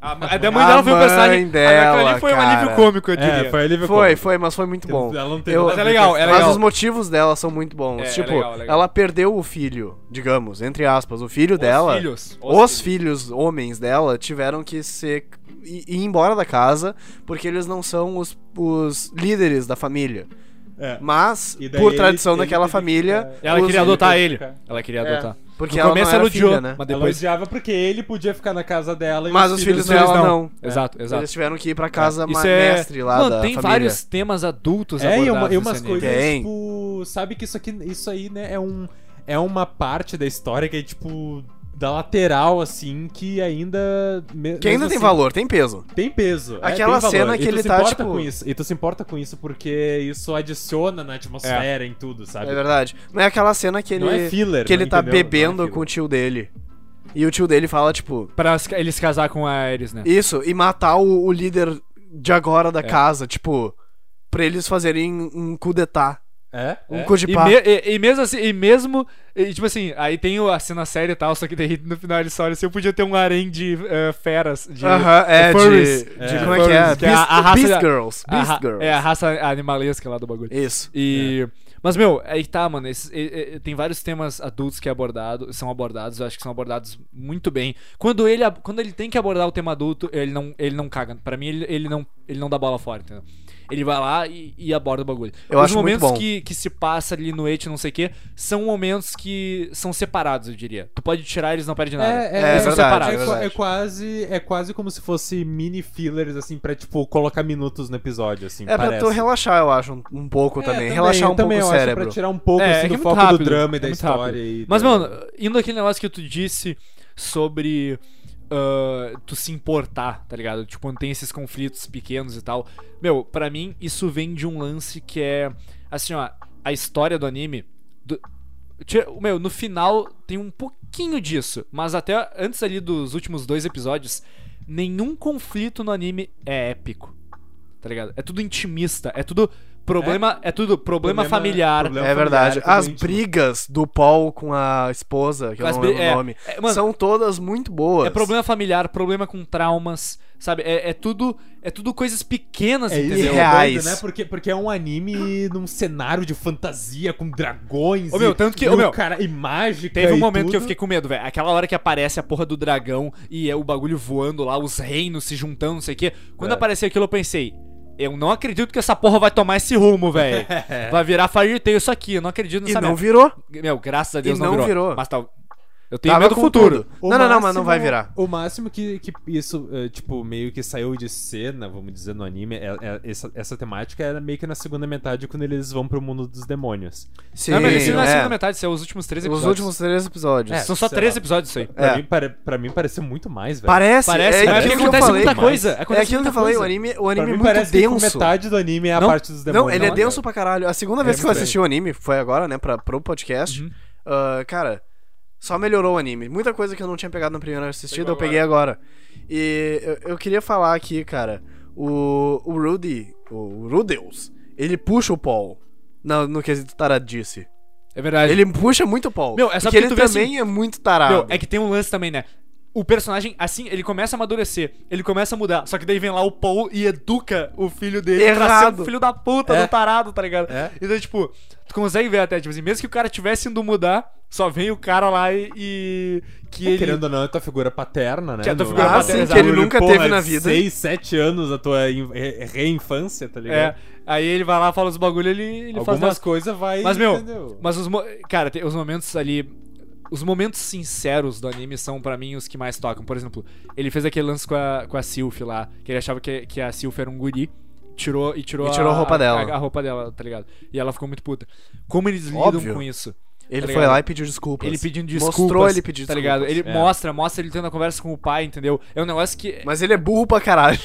F: A, ma- a da mãe
H: A
F: dela foi um
H: mãe
F: personagem... a- aquilo
H: dela,
F: ali foi um
H: cara.
F: alívio cômico, eu diria.
G: É, foi alívio
H: Foi,
G: cômico.
H: foi, mas foi muito bom.
G: Ela não tem
H: Eu-
G: nada a
F: Mas é
G: ver
F: legal,
G: com
F: é
G: isso.
H: Mas
F: legal.
H: os motivos dela são muito bons.
F: É, é
H: tipo,
F: legal, é legal.
H: ela perdeu o filho, digamos, entre aspas, o filho
F: Os
H: dela.
F: filhos.
H: Os, filhos. homens dela tiveram que ser i- ir embora da casa porque eles não são os, os líderes da família.
G: É.
H: Mas,
G: E daí
H: por
G: ele-
H: tradição
G: ele
H: daquela
G: teve que
H: família,
G: ficar-
F: Ela
H: os-
F: queria adotar
G: ele
F: ele.
G: ficar.
F: Ela queria
H: É.
F: adotar.
H: porque
F: no
H: ela
F: começo
H: não
F: ela
H: era
F: odiou,
H: filha, né?
F: mas
G: Ela
F: depois...
G: odiava porque ele podia ficar na casa dela e
H: Mas os filhos
F: Eles
H: dela
F: não.
H: não. É.
F: Exato, exato.
H: Eles tiveram que ir pra casa ma-
F: Isso é-
H: mestre lá
F: Mano,
H: da
F: tem
H: família.
F: vários temas adultos
G: É, e, uma-
F: abordados
G: e umas
F: nesse anime.
G: coisas,
H: Tem.
G: tipo, sabe que isso aqui, isso aí, né, é um é uma parte da história que é tipo da lateral assim que ainda me-
H: Que ainda
G: mesmo
H: tem
G: assim,
H: valor, tem peso.
G: Tem peso. é,
H: Aquela
G: tem valor.
H: cena
G: E
H: que
G: tu
H: ele
G: se
H: tá,
G: importa
H: tipo-
G: com isso, e tu se importa com isso porque isso adiciona na atmosfera em tudo, sabe?
H: É verdade. Não é aquela cena que ele.
G: Não é filler,
H: que ele
G: não
H: tá
G: entendeu? Não é
H: bebendo
G: filler.
H: com o tio dele. E o tio dele fala, tipo,
F: Pra as- eles casar com a Ares, né?
H: isso, e matar o, o líder de agora da casa, tipo, pra eles fazerem um coup d'etat.
G: É?
H: Um
G: é.
F: E,
H: Kojipá.
F: me- e- e mesmo assim, e mesmo. e, tipo assim, aí tem o- a cena séria e tal, só que daí no final ele só olha assim, eu podia ter um harém de eh, feras. De,
H: Aham, é, de,
F: furries,
H: de-
G: É.
H: Como é que é?
F: furries, que é a-
H: Beast,
F: a raça
H: Beast
F: da-
H: Girls.
F: a
H: Beast
F: ra-
H: Girls.
F: É, a raça animalesca lá do bagulho.
H: Isso.
F: E.
H: É.
F: Mas, meu, aí que tá, mano. esses- e- e- tem vários temas adultos que é abordado, são abordados, eu acho que são abordados muito bem. Quando ele, ab- quando ele tem que abordar o tema adulto, ele não, ele não caga. Pra mim, ele, ele, não, ele não dá bola fora, entendeu? Ele vai lá e, e aborda o bagulho.
H: Eu
F: Os
H: acho muito
F: momentos
H: bom.
F: Que, que se passa ali no et não sei o quê, são momentos que são separados, eu diria. Tu pode tirar, eles não perdem nada.
G: É, é,
H: É,
F: eles são
H: verdade,
F: separados.
G: É,
H: é
G: qua-
H: verdade.
G: é quase, é quase como se fosse mini fillers, assim, pra, tipo, colocar minutos no episódio, assim,
H: É pra
G: parece.
H: tu relaxar, eu acho, um, um pouco
G: É,
H: também. Relaxar um
G: também,
H: pouco o
G: eu acho,
H: cérebro.
G: pra tirar um pouco,
F: É,
G: assim,
F: é que
G: do
F: é muito
G: foco do
F: rápido,
G: drama e
F: é
G: da
F: muito
G: história.
F: rápido.
G: e
F: Mas,
G: da-
F: mano, indo aquele negócio que tu disse sobre ah, tu se importar, tá ligado? Tipo, quando tem esses conflitos pequenos e tal. Meu, pra mim, isso vem de um lance que é. Assim, ó, a história do anime. do- tira- Meu, no final tem um pouquinho disso, mas até antes ali dos últimos dois episódios, nenhum conflito no anime é épico. Tá ligado? É tudo intimista, é tudo problema, é, tudo problema,
G: Problema-
F: familiar.
G: problema
H: É verdade.
G: familiar,
H: As
G: também,
H: brigas do Paul com a esposa, que eu
F: As
H: não
F: bri-
H: lembro
F: é,
H: o nome,
F: é, mano,
H: são todas muito boas.
F: É problema familiar, problema com traumas, sabe? É, é tudo, é tudo coisas pequenas,
G: É isso,
F: entendeu?
G: é
H: Irreais.
G: doido, né? Porque, porque é um anime num cenário de fantasia com dragões
F: Ô, meu,
G: e-
F: tanto que-
G: e
F: ô,
G: o
F: meu,
G: cara, e mágica
F: Teve um
G: e
F: momento que eu
G: tudo.
F: fiquei com medo, velho. Aquela hora que aparece a porra do dragão e é o bagulho voando lá, os reinos se juntando, não sei o quê. Quando
G: É.
F: apareceu aquilo, eu pensei. Eu não acredito que essa porra vai tomar esse rumo, velho. Vai virar Fire Tail isso aqui, eu não acredito
H: E
F: nessa
H: não
F: merda.
H: virou.
F: Meu, graças a Deus
H: E
F: não,
H: não
F: virou.
H: virou.
F: Mas tal. Eu tenho
H: Tava
F: medo do
H: com
F: futuro.
H: tudo.
G: O
H: Não, não, não, mas
G: máximo-
H: não vai virar.
G: O máximo que, que isso, eh, tipo, meio que saiu de cena, vamos dizer, no anime, é- é- essa, essa temática era meio que na segunda metade, quando eles vão pro mundo dos demônios.
H: Sim,
F: Não, mas isso não é a
H: é.
F: segunda metade, isso é os últimos três
H: Os
F: episódios.
H: últimos três episódios.
F: São só
G: É, sei
F: três
G: lá.
F: episódios isso aí.
G: Pra,
H: É.
G: mim, pare, pra mim pareceu muito mais, velho.
H: Parece,
F: Parece,
H: é aquilo
F: mas porque
H: que eu
F: acontece
H: falei.
F: muita coisa.
H: É
F: Acontece
H: aquilo que
F: muita
H: eu falei, o
F: coisa.
H: anime, o
G: Pra
H: anime é
G: mim
H: muito
G: parece que com
H: denso.
G: metade do anime é a
F: Não, né?
G: parte dos demônios.
H: Não, ele é
G: cara.
H: denso pra caralho. A segunda vez
G: É
H: que eu
G: muito
H: assisti o anime, foi agora, né, pra, pro podcast.
F: Uhum.
H: ah, cara, só melhorou o anime. Muita coisa que eu não tinha pegado na primeira assistida, eu peguei agora. E eu, eu queria falar aqui, cara, o, o Rudy, o Rudeus, ele puxa o Paul no, no quesito taradice.
F: É verdade.
H: Ele puxa muito o Paul.
F: Meu, é só
H: porque
F: porque
H: ele
F: tu vê
H: também é muito tarado.
F: Meu, é que tem um lance também, né? O personagem, assim, ele começa a amadurecer, ele começa a mudar. Só que daí vem lá o Paul e educa o filho dele pra ser
H: Errado.
F: um filho da puta
G: É.
F: do tarado, tá ligado?
G: É.
F: Então, tipo, tu consegue ver até, tipo assim, mesmo que o cara tivesse indo mudar, só vem o cara lá e. e- que ele.
G: Querendo ou não, é tua figura paterna, né?
F: Que é a tua
G: No-
F: figura
G: no-
H: Ah, sim,
F: paterna,
H: que ele
G: bagulho,
H: nunca
G: um porra,
H: teve na vida.
G: seis, sete anos a tua in- re- reinfância, tá
F: É.
G: ligado?
F: Aí ele vai lá, fala os bagulho, ele, ele faz
G: Algumas
F: umas
G: coisas vai.
F: Mas, meu,
G: É entendeu?
F: mas os. mo- Cara, tem os momentos ali. Os momentos sinceros do anime são, pra mim, os que mais tocam. Por exemplo, ele fez aquele lance com a, com a Sylph lá, que ele achava que, que a Sylph era um guri. Tirou, e tirou,
H: E tirou a roupa dela.
F: A, a roupa dela, tá ligado? E ela ficou muito puta. Como eles lidam
H: Óbvio.
F: com isso?
H: ele
F: tá
H: foi
F: ligado?
H: lá e pediu desculpas.
F: Ele pedindo desculpas.
H: Mostrou ele pedir
F: Tá
H: desculpas.
F: ligado? Ele
G: É.
F: mostra, mostra ele tendo a conversa com o pai, entendeu? É um negócio que.
H: Mas ele é burro pra caralho.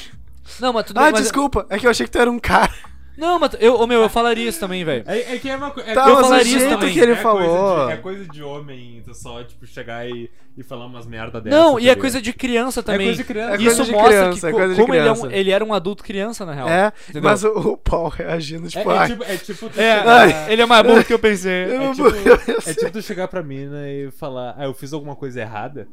F: Não, mas tudo
H: Ah,
F: bem. mas-
H: desculpa, é que eu achei que tu era um cara.
F: Não, mas. Eu, ô, meu, eu falaria isso também, velho.
G: É, é que é uma coisa.
H: Tá,
F: eu
H: mas o
F: falaria isso
H: jeito
F: também.
H: que ele
G: é Coisa
H: falou.
G: de, é coisa de homem, tu só, tipo, chegar e, e falar umas merda dessa.
F: Não,
G: tá
F: e é
G: ligado?
F: coisa de criança também.
G: coisa de criança.
H: É
F: Isso
H: coisa de
F: mostra
H: criança,
F: que
H: é
F: co-
H: coisa de
F: como ele, é um-
H: criança.
F: ele era um adulto criança, na real.
H: É,
F: Entendeu?
H: mas o, o Paul reagindo,
G: É,
H: tipo,
G: é
H: ai,
G: tipo, é tipo tu
F: É,
G: chegar-
F: ele é mais burro que eu pensei.
H: eu
G: é
H: não
G: tipo-
H: vou-
G: é tipo tu chegar pra mina e falar, ah, eu fiz alguma coisa errada.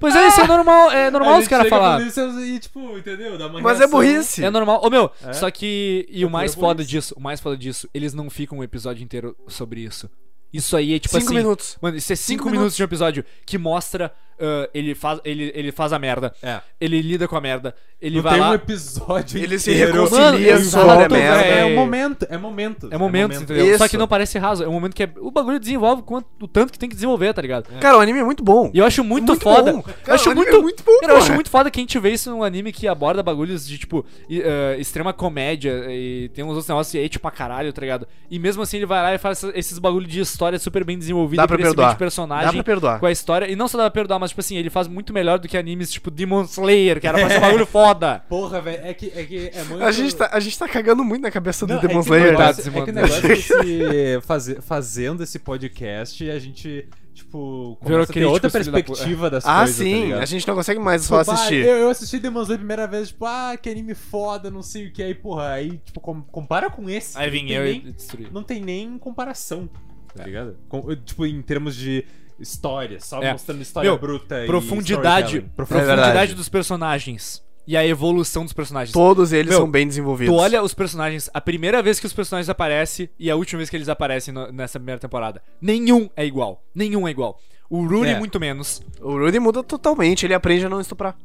F: Pois é, isso é normal, é normal
G: A
F: os
G: gente
F: caras
G: chega
F: falar.
G: pra isso E, tipo, entendeu? Dá uma
H: Mas é
G: reação.
H: burrice.
F: É normal. Ô meu,
G: É?
F: só que. E
G: É
F: o mais
G: pura
F: foda
G: burrice.
F: disso, o mais foda disso, eles não ficam um episódio inteiro sobre isso. Isso aí é tipo
H: Cinco
F: assim.
H: minutos.
F: Mano, isso é cinco,
H: Cinco
F: minutos, de um episódio que mostra. ah, ele, faz, ele, ele faz a merda.
G: É.
F: Ele lida com a merda. Ele
G: Não
F: vai
G: tem
F: lá.
G: um episódio
H: Ele se
G: inteiro
H: reconcilia
F: Mano,
G: em
H: sobre a
G: volta,
H: merda.
G: É, é
F: É.
G: um momento, é momento.
F: É momentos, entendeu?
H: Isso.
F: Só que não parece raso. É um momento que é- o bagulho desenvolve quanto, o tanto que tem que desenvolver, tá ligado?
H: Cara, o anime é muito bom.
F: E eu acho muito,
H: Muito
F: foda.
H: bom.
F: eu
H: Cara, o
F: acho
H: anime
F: muito,
H: é muito bom,
F: cara, eu acho
H: porra.
F: muito foda que a gente vê isso num anime que aborda bagulhos de, tipo, e, eh, extrema comédia e tem uns outros negócios de hate pra caralho, tá ligado? E mesmo assim ele vai lá e faz essa- esses bagulhos de história super bem desenvolvida,
H: Dá
F: e
H: pra
F: crescimento
H: perdoar.
F: de personagem.
H: Dá pra perdoar.
F: Com a história, e não só dá pra perdoar, mas tipo assim, ele faz muito melhor do que animes tipo Demon Slayer, que era pra ser um bagulho foda.
G: Porra, velho, é que, é que é muito...
H: A gente, tá, a gente tá cagando muito na cabeça do
G: Não,
H: Demon
G: é que o
H: Slayer. né?
G: negócio-
F: Coitado desse
G: É que o
F: mano.
G: negócio é que se faze- fazendo esse podcast, a gente, tipo, tipo,
F: Virou
G: começa a ter
F: crítico,
G: outra
F: filho da pu-
G: perspectiva das
H: Ah,
G: coisas, tá
H: sim.
G: ligado?
H: a gente não consegue mais só
G: Tipo, ah,
H: assistir.
G: eu, eu assisti Demon Slayer a primeira vez, tipo, ah, que anime foda, não sei o que. Aí, porra, aí, tipo, com- compara com esse.
F: Aí
G: que não
F: vim
G: tem
F: eu e
G: nem-
F: destruí.
G: Não tem nem comparação, tá ligado? Com- eu, tipo, em termos de história, só
F: É.
G: mostrando história
F: Meu,
G: bruta
F: Profundidade,
G: e profundidade.
H: É
F: profundidade
H: verdade.
F: dos personagens e a evolução dos personagens.
H: Todos eles
F: Meu,
H: são bem desenvolvidos.
F: Tu olha os personagens, a primeira vez que os personagens aparecem e a última vez que eles aparecem no- nessa primeira temporada. Nenhum é igual. Nenhum é igual. O Rooney,
G: É.
F: muito menos.
H: O Rudy muda totalmente, ele aprende a não estuprar.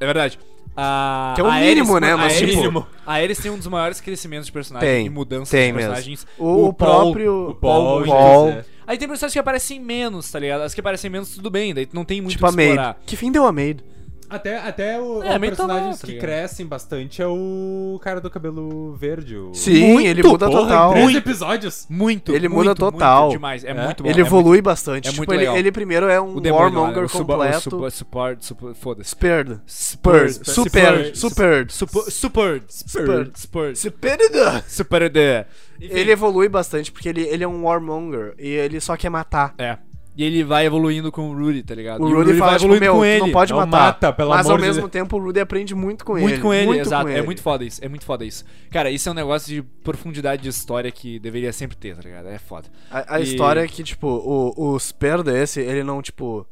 F: É verdade. A,
H: Que é o
F: a
H: mínimo,
F: Ares-
H: né,
F: a
H: mas,
F: Ares-
G: tipo-
F: A Ares tem um dos maiores crescimentos de personagem
H: Tem,
F: e mudanças
H: tem
F: de
H: mesmo.
F: personagens.
H: O, o
F: Paul- é,
H: próprio.
G: O Paul,
H: Paul,
G: né?
F: Aí tem personagens que aparecem menos, tá ligado? As que aparecem menos, tudo bem, daí tu não tem muito
H: tipo
F: o
H: a
F: que explorar.
H: Maid. Que fim deu a Maid?
G: Até, até o,
F: É,
G: o
F: meio
G: personagem
F: tá
G: que
F: ligado?
G: crescem bastante é o cara do cabelo verde. O...
H: Sim, ele muda
G: Porra, é
H: total.
G: Em três episódios.
F: Muito,
H: Ele
F: muito,
H: muda
F: muito
H: total.
F: demais. É,
G: É?
F: muito bom.
H: ele
F: é muito-
H: evolui bastante.
F: é
H: tipo,
F: muito
H: ele,
F: legal.
H: ele primeiro é um
F: o demônio, lá, né?
H: warmonger
F: o suba,
H: completo.
F: O suba, support, suba, foda-se.
H: Spared.
F: Spurs,
H: Spurs. Super.
F: Spurs,
H: Super.
F: Supo- Supered.
H: Supered.
F: Spurs.
H: Super.
F: Supered.
H: Ele evolui bastante porque ele, ele é um warmonger e ele só quer matar.
F: É. E ele vai evoluindo com o Rudy, tá ligado?
H: O
F: E
H: Rudy fala,
F: vai
H: tipo,
F: evoluindo
H: meu,
F: com
H: tu
F: ele. É um
H: não pode
G: Não
H: matar.
G: mata, pelo
H: Mas
G: amor
H: ao
G: de
H: mesmo
G: Deus.
H: tempo o Rudy aprende muito com
F: muito
H: ele.
F: com ele,
H: muito
F: exato.
H: com
F: É
H: ele.
F: muito foda isso, é muito foda isso. Cara, isso é um negócio de profundidade de história que deveria sempre ter, tá ligado? É foda.
H: A, a
F: E-
H: história é que, tipo, o, o Sperda esse, ele não, tipo.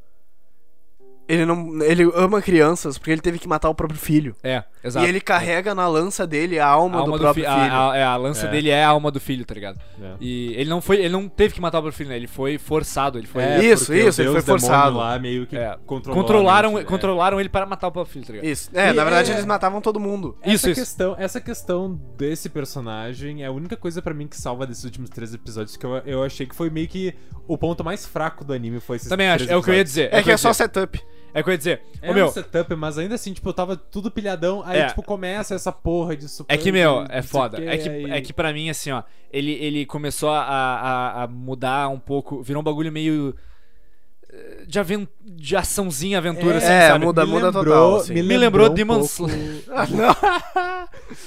H: Ele não. Ele ama crianças porque ele teve que matar o próprio filho.
F: É, exato.
H: E ele carrega na lança dele a alma,
F: a alma
H: do próprio
F: fi-
H: filho.
F: A, a- é, a lança
G: É.
F: dele é a alma do filho, tá ligado?
G: É.
F: E ele não foi, ele não teve que matar o próprio filho, né? Ele foi forçado, ele foi
H: É, Isso,
G: porque
H: isso,
G: o
H: ele foi
G: Deus demônio
H: forçado.
G: Lá meio que
F: É.
G: controlou a
F: Controlaram,
G: mente, né?
F: controlaram ele para matar o próprio filho, tá ligado?
H: Isso. É, na
G: E-
H: verdade
G: é.
H: eles matavam todo mundo.
G: Essa
F: Isso, isso.
G: questão, Essa questão desse personagem é a única coisa pra mim que salva desses últimos três episódios que eu, eu achei que foi meio que o ponto mais fraco do anime foi esses
F: Também
G: três
F: acho, é o que eu ia
G: episódios.
F: dizer.
H: É
F: o
H: que
F: eu
H: é
F: ia
H: só
F: dizer.
H: setup.
F: É o que eu ia dizer.
G: É
F: Ô, meu,
G: um setup, mas ainda assim, tipo, eu tava tudo pilhadão, aí,
F: É.
G: tipo, começa essa porra de super...
F: É que, meu,
G: não sei
F: é
G: o
F: foda.
G: quê,
F: É que,
G: aí-
F: é que pra mim, assim, ó, ele, ele começou a, a, a mudar um pouco, virou um bagulho meio. eh, De, aven... de açãozinha, aventura,
G: É,
F: assim,
H: é,
F: sabe?
H: muda-
G: Me
H: total,
G: lembrou-
H: assim. Ah,
F: Me lembrou
G: um
F: Demon
G: pouco-
F: Slayer.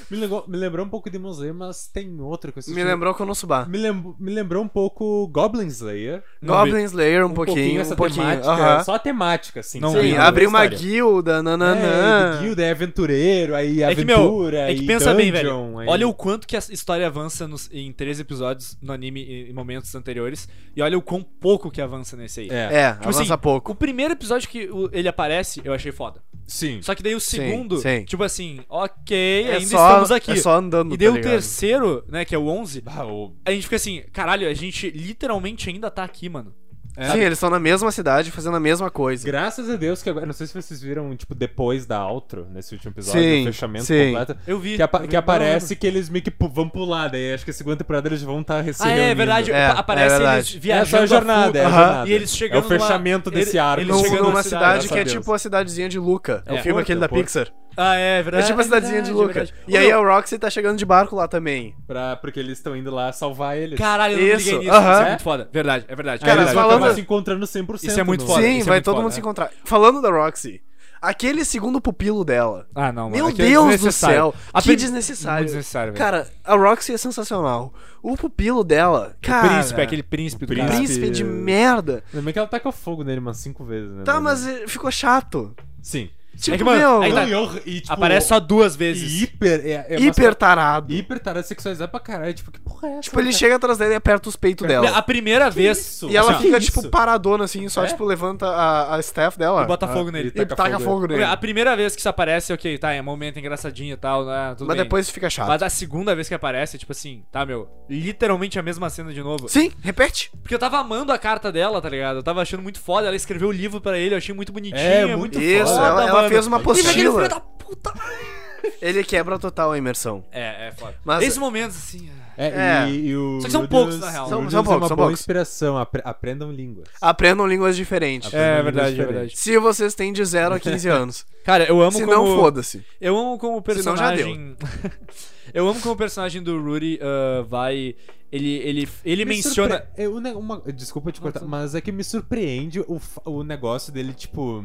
G: me, lembrou, me lembrou um pouco Demon Slayer, mas tem outra que eu assisti.
H: Me lembrou Konosuba.
G: Me, lembro- me lembrou um pouco Goblin Slayer.
H: Goblin Slayer um,
G: Um
H: pouquinho,
G: essa
H: um pouquinho.
G: temática.
F: é
H: Aham.
G: Só a temática, assim.
F: Não
G: sabe?
F: vi,
H: Sim,
F: não
H: abriu
G: a
H: uma
G: história.
H: guilda,
G: É,
H: nananã.
G: e Guilda é aventureiro, aí
F: É que, meu,
G: aventura,
F: é que
G: aí
F: pensa bem, velho.
G: dungeon, aí-
F: Olha o quanto que a história avança nos- em três episódios no anime e- em momentos anteriores. E olha o quão pouco que avança nesse aí.
G: É,
H: É,
F: Tipo
H: avança
F: assim,
H: pouco.
F: O primeiro episódio que o- ele aparece, eu achei foda.
G: sim.
F: Só que daí o
H: Sim,
F: segundo,
H: sim.
F: tipo assim, ok,
H: é
F: ainda
H: só,
F: estamos aqui.
H: É só andando,
F: E deu um
H: tá
F: o
H: ligado?
F: terceiro, né, que é o 11,
G: Ah, o-
F: a gente fica assim, caralho, a gente literalmente ainda tá aqui, mano.
H: É. Sim, eles estão na mesma cidade fazendo a mesma coisa.
G: Graças a Deus que agora. Não sei se vocês viram, tipo, depois da outro, nesse último episódio,
H: Sim,
G: o fechamento
H: sim.
G: completo.
F: Eu vi.
G: Que, apa-
F: eu vi,
G: que
F: não
G: aparece
F: lembro.
G: que eles meio que pu- vão pular, daí acho que a segunda temporada eles vão estar tá
F: Ah, é,
G: recebendo.
F: é verdade.
H: É,
F: pa- aparece
H: é verdade.
F: eles
G: É
F: viajando.
G: só a jornada, é a
F: full-
H: Aham.
G: jornada.
F: E eles chegando
G: É o fechamento
F: numa-
G: desse
F: ele-
G: arco.
F: eles
H: Num-
F: chegando
H: numa
F: na
H: cidade,
F: cidade,
H: que é
G: graças a
H: tipo a cidadezinha de Luca. É,
F: É,
H: o filme
G: Porto,
H: aquele da
G: Porto.
H: Pixar.
F: Ah, é
H: É
F: verdade.
H: tipo a cidadezinha de
F: verdade,
H: Luca.
F: verdade.
G: é
H: E
F: Ô,
H: aí
F: meu,
H: a Roxy tá chegando de barco lá também.
G: Pra, porque eles estão indo lá salvar eles.
F: Caralho, eu não
H: Isso,
F: liguei nisso.
H: aham.
F: Isso é muito foda. Verdade, é verdade.
G: Aí
H: Cara,
F: é
G: eles
F: verdade.
G: vão
H: falando-
G: acabar se encontrando 100%.
F: Isso é muito
G: no-
F: foda.
H: Sim,
F: isso é
H: vai
F: muito
H: todo
F: foda,
H: mundo se
F: é.
H: encontrar. Falando da Roxy, aquele segundo pupilo dela.
F: Ah, não, mano.
H: Meu
F: aquilo é
H: Deus do
F: desnecessário.
H: céu,
F: A
H: que
F: prin-
H: desnecessário.
F: Muito desnecessário, velho.
H: Cara, a Roxy é sensacional. O pupilo dela, cara.
F: príncipe, aquele príncipe do
G: príncipe.
F: cara.
H: príncipe de merda.
G: Lembra que ela taca fogo nele umas 5 vezes, né?
H: Tá,
G: no-
H: mas eh, ficou chato.
G: Sim.
H: Tipo,
F: Uhum. que, mano,
H: meu,
F: aí tá-
G: Não, e eu- e, tipo,
F: Aparece só duas
G: E
F: vezes.
G: hiper. É, é umas-
H: hiper tarado.
G: Hiper tarado sexualizado pra caralho. Tipo, que porra é essa?
H: Tipo, ele
G: cara?
H: chega atrás dela e aperta os peitos
F: É, A
H: dela.
F: primeira vez.
G: isso?
H: E ela
G: Assim, ó.
H: fica,
G: Que
H: tipo,
G: isso?
H: parado assim, só,
G: É?
H: tipo, levanta a, a staff dela.
F: E bota fogo nele.
G: ele
H: E taca fogo nele.
F: A primeira vez que isso aparece, ok, tá, é um momento engraçadinho e tal, né, tudo
H: Mas
F: bem.
H: depois tá. fica chato.
F: Mas a segunda vez que aparece, tipo assim, tá, meu, literalmente a mesma cena de novo.
H: Sim, repete.
F: Porque eu tava amando a carta dela, tá ligado? Eu tava achando muito foda, ela escreveu o livro pra ele, eu achei muito bonitinho,
G: É,
F: é muito
G: muito
H: Isso,
F: foda,
H: ela, ela
F: mano.
H: fez uma
F: E vem aquele filho
H: apostila.
F: da puta.
H: Ele quebra total a imersão.
F: É, é foda.
H: Mas-
F: Esses momentos, assim. é.
G: É,
H: É.
G: E, e o
F: Só que são
G: Rudeus-
F: poucos, na real.
G: o
H: São-
G: Rudeus
H: são poucos,
G: é uma
H: são
G: boa
H: poucos.
G: inspiração. apre- aprendam línguas.
H: Aprendam línguas diferentes.
G: É, verdade, verdade.
H: Se vocês têm de 0 a 15 anos.
F: Cara, eu amo
H: Se
F: como.
H: não, foda-se.
F: Eu amo como o
H: Se não, já deu.
F: personagem. eu amo como o personagem do Rudy ah, vai. Ele, ele, ele
G: Me
F: menciona.
G: surpre- é, o ne- uma- Desculpa te cortar, mas é que me surpreende o, fa- o negócio dele, tipo,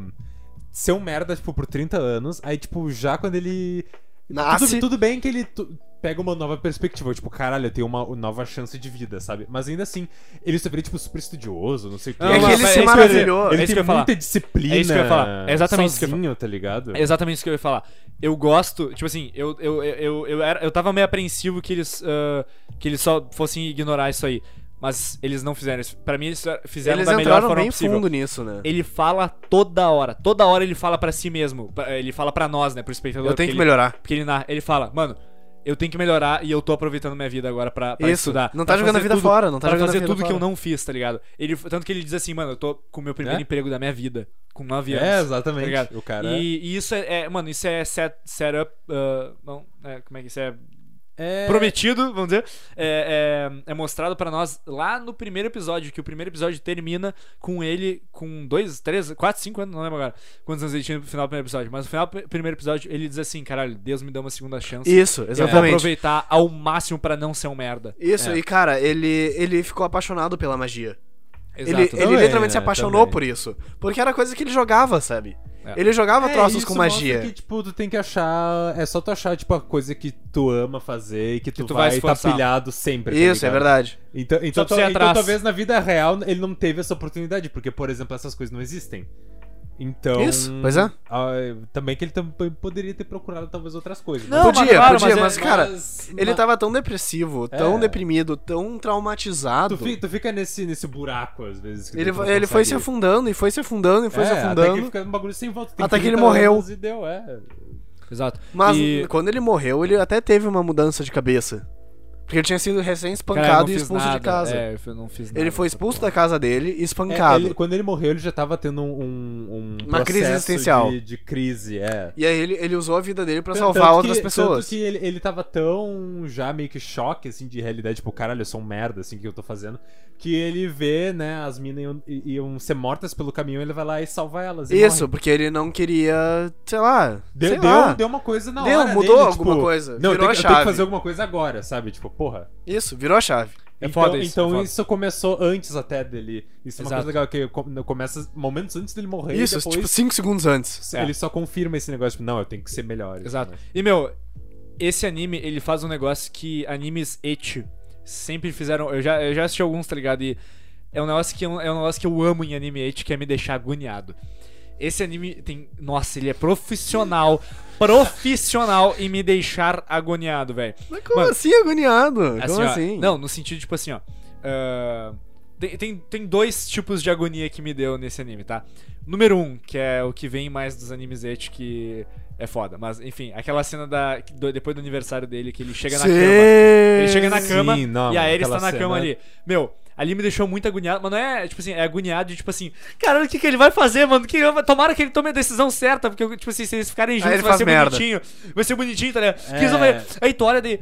G: ser um merda, tipo, por 30 anos. Aí, tipo, já quando ele
H: Nasce.
F: Ah,
G: Tudo, tudo bem que ele tu- pega uma nova perspectiva, tipo, caralho, eu tenho uma nova chance de vida, sabe? Mas ainda assim, ele se vê, tipo, super estudioso, não sei o quê.
F: Não, É que mas- ele mas se é isso que eu ia dizer.
H: maravilhou.
G: Ele
F: É isso
G: tem
F: que eu ia falar.
G: muita disciplina.
F: É isso que eu ia falar. É exatamente isso que eu ia
G: sozinho, tá ligado?
F: É exatamente isso que eu ia falar. Eu gosto, tipo assim, eu, eu, eu, eu, eu era, eu tava meio apreensivo que eles, ah, que eles só fossem ignorar isso aí. Mas eles não fizeram isso. Pra mim, eles fizeram
H: Eles
F: da melhor
H: entraram
F: forma
H: bem
F: possível.
H: fundo nisso, né?
F: Ele é fala toda hora. Toda hora ele fala pra si mesmo. Pra- Ele fala pra nós, né? Pro espectador.
H: Eu tenho
F: porque
H: que
F: ele-
H: melhorar.
F: Porque ele, narra- ele fala, mano, eu tenho que melhorar e eu tô aproveitando minha vida agora pra, pra
H: Isso.
F: estudar.
H: Não tá
F: Pra
H: jogando a
F: fazer
H: vida
F: tudo-
H: fora, não tá
F: pra
H: jogando a
F: fazer
H: vida
F: tudo que eu
H: fora.
F: não fiz, tá ligado? Ele, tanto que ele diz assim, mano, eu tô com o meu primeiro
G: É?
F: emprego da minha vida, com 9 anos.
G: É, exatamente.
F: Tá ligado?
G: O cara
F: e, e isso é, é- mano, isso é set, set up, uh, não, é, como é que isso é?
G: é...
F: Prometido, vamos dizer. É, é- é mostrado pra nós lá no primeiro episódio, que o primeiro episódio termina com ele com dois, três, quatro, cinco anos, não lembro agora quantos anos ele tinha no final do primeiro episódio, mas no final do pr- primeiro episódio ele diz assim, caralho, Deus me deu uma segunda chance.
H: Isso,
F: Eu vou
H: exatamente.
F: aproveitar ao máximo pra não ser um merda.
H: Isso,
F: É,
H: e cara, ele, ele ficou apaixonado pela magia.
F: exato.
H: Ele, ele
G: Também,
H: literalmente se
G: né,
H: apaixonou
G: também.
H: por isso. Porque era coisa que ele jogava, sabe?
F: É.
H: Ele jogava
G: É,
H: troços
G: isso
H: com
G: mostra
H: magia.
G: Que, tipo, tu tem que achar. É só tu achar, tipo, a coisa que tu ama fazer e que tu,
F: tu vai
G: vai estar
F: esforçar.
G: pilhado sempre. tá
H: Isso, é
G: ligado?
H: verdade.
G: Então, então,
F: tu ir
G: então,
F: atrás.
G: talvez na vida real ele não teve essa oportunidade, porque, por exemplo, essas coisas não existem. Então.
H: Isso, pois é.
G: ah, também que ele tam- poderia ter procurado talvez outras coisas.
F: Não, mas
H: podia,
F: claro,
H: podia,
F: mas é-
H: mas, cara,
G: Mas-
H: ele tá
G: mas-
H: tava tão depressivo, tão
G: É.
H: deprimido, tão traumatizado.
G: Tu fi- tu fica, nesse, nesse buraco, às vezes. que
H: Ele,
G: tu não
H: ele foi se
G: consegue-
H: afundando, e foi se afundando, e foi
G: É,
H: se
G: Até que ele
H: afundando.
G: fica num bagulho sem volta. Tem
H: Até que ele
G: 30
H: morreu.
G: anos E deu, é.
F: Exato.
H: Mas
F: E-
H: quando ele morreu, ele até teve uma mudança de cabeça. Porque ele tinha sido recém-espancado
F: Cara, eu não
H: e
F: fiz
H: expulso
F: nada.
H: de casa.
F: É, eu não fiz nada.
H: Ele foi expulso da casa dele e
G: É,
H: espancado.
G: ele- quando ele morreu, ele já tava tendo um. um- um
H: Uma crise
G: processo
H: existencial.
G: De, de crise, é.
H: E aí ele, ele usou a vida dele pra
G: Tanto
H: salvar
G: que-
H: outras pessoas.
G: Tanto que ele, ele tava tão já meio que choque, assim, de realidade, tipo, caralho, eu sou um merda, assim, que eu tô fazendo. Que ele vê, né, as minas iam, i- iam ser mortas pelo caminhão, ele vai lá e salva elas. e
H: Isso,
G: morre.
H: porque ele não queria, sei lá,
G: Deu,
H: sei
G: deu,
H: lá.
G: deu uma coisa na
H: Deu,
G: hora
H: mudou
G: dele,
H: alguma
G: tipo,
H: coisa,
G: Não, eu
H: virou
G: tenho,
H: a
G: que- eu tenho
H: chave."
G: que fazer alguma coisa agora, sabe? Tipo, porra.
H: Isso, virou a chave.
F: É
G: então
F: foda isso,
G: então
F: é foda.
G: isso começou antes até dele. Isso é uma
F: Exato.
G: coisa legal, que com- começa momentos antes dele morrer
H: Isso,
G: e depois...
H: tipo, cinco segundos antes.
G: Ele só confirma esse negócio, tipo, não, eu tenho que ser melhor.
F: É. Exato. E, meu, esse anime, ele faz um negócio que animes eti sempre fizeram. Eu já, eu já assisti alguns, tá ligado? E é um negócio que eu, é um negócio que eu amo em anime eti, que é me deixar agoniado. Esse anime tem. Nossa, ele é profissional. profissional em me deixar agoniado, velho.
H: Mas como
F: Mano,
H: assim, agoniado?
F: Assim,
H: como
F: ó,
H: assim?
F: Não, no sentido, tipo assim, ó. ah, tem, tem, tem dois tipos de agonia que me deu nesse anime, tá? Número um, que é o que vem mais dos animes et que é foda. Mas, enfim, aquela cena da, do- depois do aniversário dele, que ele chega na
H: Sim.
F: cama. Ele chega na
G: Sim,
F: cama
G: não,
F: e a
G: mano,
F: Ares tá
G: aquela
F: na cama
G: cena-
F: ali. Meu, ali me deixou muito agoniado, mas não é, tipo assim, é agoniado de tipo assim, caralho, o que, que ele vai fazer, mano? Que, tomara que ele tome a decisão certa, porque, tipo assim, se eles ficarem juntos,
H: ele
F: vai
H: faz
F: ser
H: merda.
F: bonitinho. Vai ser bonitinho, tá ligado?
G: É.
F: Que eles vão ver. Aí tu olha daí.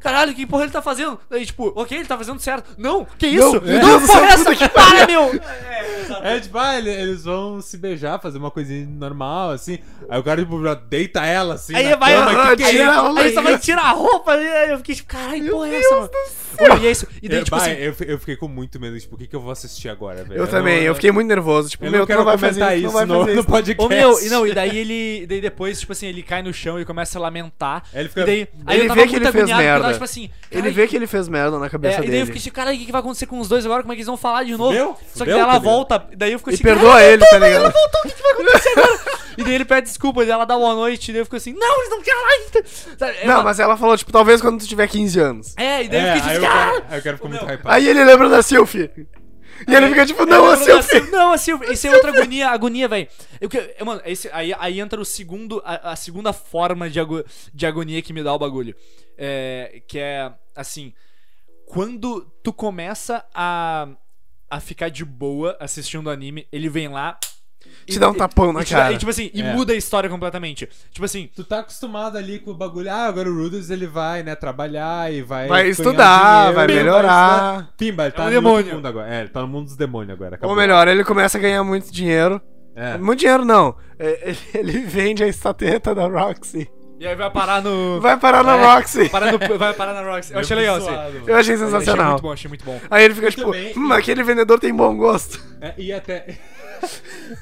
F: Caralho, que porra ele tá fazendo? Aí, tipo, ok, ele tá fazendo certo. Não, que isso? Não,
H: meu Deus do
F: porra
H: céu,
F: é essa? Para, meu!
G: É tipo, ah, ele- eles vão se beijar, fazer uma coisinha normal, assim. Aí o cara, tipo, já deita ela, assim.
F: Aí
G: na
F: vai,
G: cama,
H: ah,
G: que que é
H: tira
G: isso?
H: ela.
F: Aí só vai tirar a roupa. e aí Eu fiquei tipo, caralho, que porra é essa, mano? Olha, e é isso. E daí,
G: eu,
F: tipo
G: vai,
F: assim.
G: eu, fi- eu fiquei com muito medo, tipo, o que, que eu vou assistir agora, velho?
H: Eu também, eu fiquei muito nervoso. Tipo,
G: Eu
H: meu,
G: não
H: tu
G: quero
H: não vai
G: comentar
H: fazer isso,
G: isso,
H: não vai
G: no,
H: fazer
G: no
H: isso.
G: podcast.
F: Ô meu, e não, e daí ele. Daí depois, tipo assim, ele cai no chão e começa a lamentar.
G: Ele fica-
F: e daí, aí
H: É, Ele
F: eu tava
H: vê que
F: muito
H: ele fez
F: agoniado, porque eu tava,
H: merda.
F: tipo assim.
H: Ele
F: "Ai,
H: vê que ele fez merda na
F: É,
H: cabeça
F: e daí eu
H: dele.
F: fiquei assim, cara, o que, que vai acontecer com os dois agora? Como é que eles vão falar de novo?
G: Fudeu?
F: Só que
G: Fudeu,
F: daí ela
G: tá ligado?
F: volta, e daí eu fico
H: E
F: assim,
H: perdoa
F: "Caralho,
H: ele, tá ligado?
F: E daí ele pede desculpa, e daí ela dá boa noite, e daí eu fico assim, não, eles não querem mais. Sabe, é
H: Não,
F: uma-
H: mas ela falou, tipo, talvez quando tu tiver 15 anos.
F: É, e daí
G: É,
F: eu fiquei
G: aí, eu
F: tipo,
G: quero,
F: ah!
G: aí eu quero ficar muito hypado.
H: Aí ele lembra da selfie. E ele fica tipo, não,
F: Eu
H: a
F: lembro da
H: selfie.
F: Sil- Não, a Silvia. Isso é outra agonia, agonia, velho. Eu que- eu, Mano, esse, aí, aí entra o segundo, a, a segunda forma de, ago- de agonia que me dá o bagulho. É, que é, assim, quando tu começa a, a ficar de boa assistindo anime, ele vem lá...
H: Te dá um tapão na
F: e te dá-
H: cara.
F: E, tipo assim, e
G: É.
F: muda a história completamente. Tipo assim,
G: Tu tá acostumado ali com o bagulho, ah, agora o Rudolph ele vai, né, trabalhar e vai...
H: Vai
G: ganhar
H: estudar, vai
G: pimba,
H: melhorar.
G: estudar. Pimba, ele tá
F: um
G: no outro
F: demônio.
G: mundo agora. É, ele tá no mundo dos demônios agora.
H: Ou
G: acabou.
H: melhor, ele começa a ganhar muito dinheiro.
G: É.
H: Muito dinheiro não. É, Ele, ele vende a estatueta da Roxy.
F: e aí vai parar no...
H: Vai parar na
F: É.
H: Roxy.
F: parar no- vai parar na Roxy. Eu achei legal, assim.
G: Suado, mano.
H: Eu achei
F: Achei
H: sensacional.
F: muito bom, achei muito bom.
H: Aí ele fica tipo,
G: bem.
H: hum, aquele vendedor tem bom gosto.
G: É, e É, até.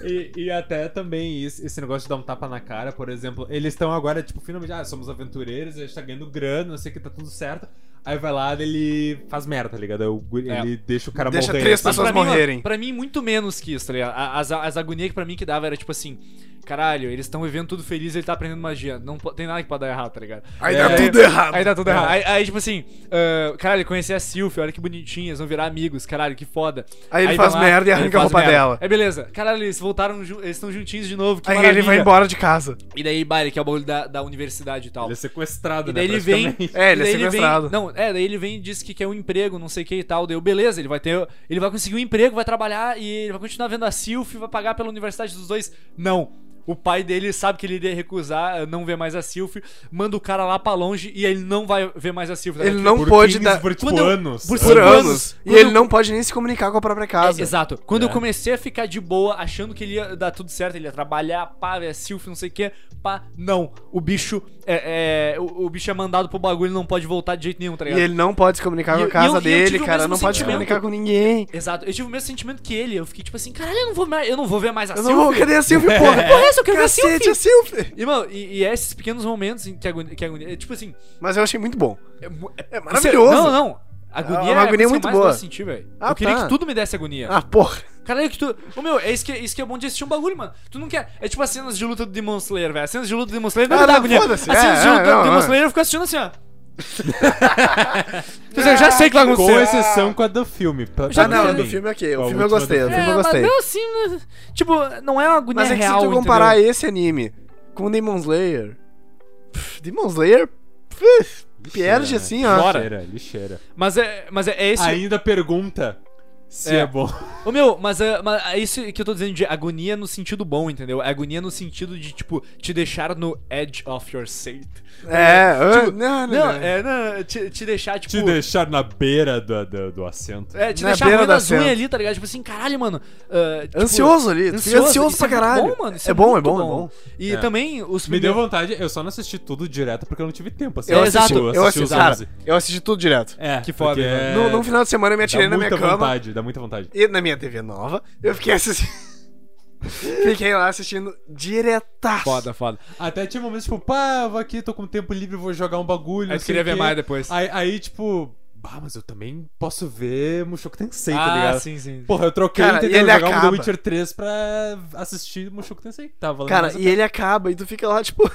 G: E, e até também isso- esse negócio de dar um tapa na cara, por exemplo, eles estão agora, tipo, finalmente, ah, somos aventureiros, a gente tá ganhando grana, não sei o que, tá tudo certo. Aí vai lá, ele faz merda, tá ligado? O guri-
F: É.
G: Ele deixa o cara
H: Deixa
G: morrer.
H: três
G: sabe?
H: pessoas
F: pra mim, ó,
H: morrerem.
F: pra mim, muito menos que isso, tá ligado? A- As, as agonias que pra mim que dava era tipo assim: caralho, eles estão vivendo tudo feliz ele tá aprendendo magia. Não po- tem nada que pode dar errado, tá ligado?
H: Aí
F: É,
H: dá tudo errado. É.
F: Aí dá tudo errado. Aí, aí, tipo assim, ah, caralho, conhecer a Sylphie, olha que bonitinha, eles vão virar amigos, caralho, que foda.
H: Aí ele
F: vão
H: faz merda e
F: aí ele
H: arranca a
F: faz
H: roupa
F: merda.
H: dela.
F: É beleza. Caralho, eles voltaram, ju- eles estão juntinhos de novo, que
H: Aí
F: maravilha.
H: ele vai embora de casa.
F: E daí, baile, que é o bagulho da, da universidade e tal.
G: Ele é sequestrado,
F: E daí
G: né?
F: ele vem.
G: praticamente.
H: É, ele
F: e daí
H: é sequestrado.
F: vem, não, é, daí ele vem e diz que quer um emprego, não sei o que e tal. Deu, beleza, ele vai ter. Ele vai conseguir um emprego, vai trabalhar e ele vai continuar vendo a Sylphie, vai pagar pela universidade dos dois. Não. O pai dele sabe que ele iria recusar, eh, não ver mais a Sylphie, manda o cara lá pra longe e ele não vai ver mais a tá Sylphie.
H: Ele
F: Daqui-
H: não
G: Por
H: pode
G: 15,
H: dar.
G: Por, tipo,
F: Quando eu-
G: anos.
H: Por
F: por- cinco anos.
H: anos. E
F: Quando
H: ele
F: eu-
H: não pode nem se comunicar com a própria
F: É,
H: casa.
F: exato. Quando eu comecei a ficar de boa, achando que ele ia dar tudo certo, ele ia trabalhar, pá, ver a Sylphie, não sei o que, pá, não. O bicho é, é, o, o bicho é mandado pro bagulho e não pode voltar de jeito nenhum, tá ligado?
H: E ele não pode se comunicar
F: E
H: com
F: eu-
H: a
F: e
H: casa
F: eu- e eu
H: dele,
F: tive o
H: cara.
F: mesmo
H: Não pode se
F: sentimento.
H: comunicar com ninguém.
F: Exato, eu tive o mesmo sentimento que ele. Eu fiquei tipo assim, caralho, eu não vou, mais- eu não vou ver mais a
H: Eu não vou,
F: Sylvie.
H: cadê a Sylvie, porra?
F: É. Porra, essa eu quero ver a
H: Cacete,
F: Sylvie.
H: a Sylvie!
F: E, mano, e, e é esses pequenos momentos em que agonia. Que agonia é, tipo assim.
H: Mas eu achei muito bom.
F: É, mu- é-
H: É maravilhoso.
F: Não, não.
H: É
F: Agonia é
H: uma
F: a
H: agonia
F: coisa que eu
H: muito
F: mais
H: boa.
F: gosto de sentir, velho.
H: Ah,
F: eu queria
H: tá.
F: que tudo me desse agonia.
H: Ah, porra.
F: Caralho, que tu. Ô meu, é isso que, isso que é bom de assistir um bagulho, mano. Tu não quer. É tipo as cenas de luta do Demon Slayer, velho. As cenas de luta do Demon Slayer não
H: Ah,
F: me dá
H: não,
F: agonia. As
H: foda-se.
F: cenas
H: É,
F: de
H: é,
F: luta
H: não,
F: do Demon
H: é.
F: Slayer eu fico assistindo assim, ó. Então, eu já sei o que vai
G: Com
F: acontecer.
G: exceção com a do filme. pra-
H: Ah,
G: pra
H: não,
G: mim.
H: do filme ok.
G: Qual
H: O
G: a
H: filme eu
G: última
H: gostei,
G: do
H: o filme
F: É,
H: eu
F: mas
H: gostei.
F: não assim. né? Tipo, não é uma agonia
H: Mas é que se
F: real.
H: tu comparar esse anime com Demon Slayer... pff, Demon Slayer... pff, Perde
G: é Lixeira, né?
H: assim, ó.
G: Lixeira, lixeira.
F: Mas é, mas é, é esse.
G: Ainda pergunta se
F: É.
G: é bom.
F: Ô meu, mas é, mas é isso que eu tô dizendo de agonia no sentido bom, entendeu? É agonia no sentido de, tipo, te deixar no edge of your seat.
H: É, ah,
F: Tipo,
H: não, não,
F: Não,
H: não.
F: é, não, te, te deixar, tipo.
G: Te deixar na beira do, do, do assento.
F: É, te
H: na
F: deixar
H: beira
F: ruim
H: da
F: das unhas
H: cena.
F: ali, tá ligado? Tipo assim, caralho, mano. ah, tipo,
H: Ansioso ali, tu fica ansioso
F: isso
H: pra
F: é muito
H: caralho.
F: Bom, mano, isso
H: É bom, é
F: muito
H: bom, é bom.
F: E
G: É.
F: também os
G: Me deu
F: primeiros-
G: vontade, eu só não assisti tudo direto porque eu não tive tempo. Assim,
F: Eu
G: assisti-
F: assisti-
G: eu
H: Eu
G: assisti
H: assisti,
G: os
H: cara,
G: 11.
H: eu assisti tudo direto.
G: É,
F: Que foda,
G: porque
F: né?
H: No, no final de semana eu me atirei
G: dá
H: na minha
G: muita
H: cama,
G: vontade, dá muita vontade.
H: E na minha TV nova, eu fiquei assistindo. fiquei lá assistindo diretaço.
F: Foda, foda.
G: Até tinha momentos tipo, pá, eu vou aqui, tô com tempo livre, vou jogar um bagulho.
F: Aí
G: não
F: tu
G: sei
F: queria
G: o
F: ver
G: quê.
F: mais depois.
G: Aí, aí, tipo, bah, mas eu também posso ver Mushoku Tensei, tá
F: Ah,
G: ligado?
F: sim, sim.
G: Porra, eu troquei,
H: Cara,
G: entendeu?
H: e ele
G: jogar um The
H: acaba.
G: Witcher 3 pra assistir Mushoku Tensei. Tá valendo
H: Cara,
G: mais a
F: é.
H: e ele acaba e tu fica lá, tipo.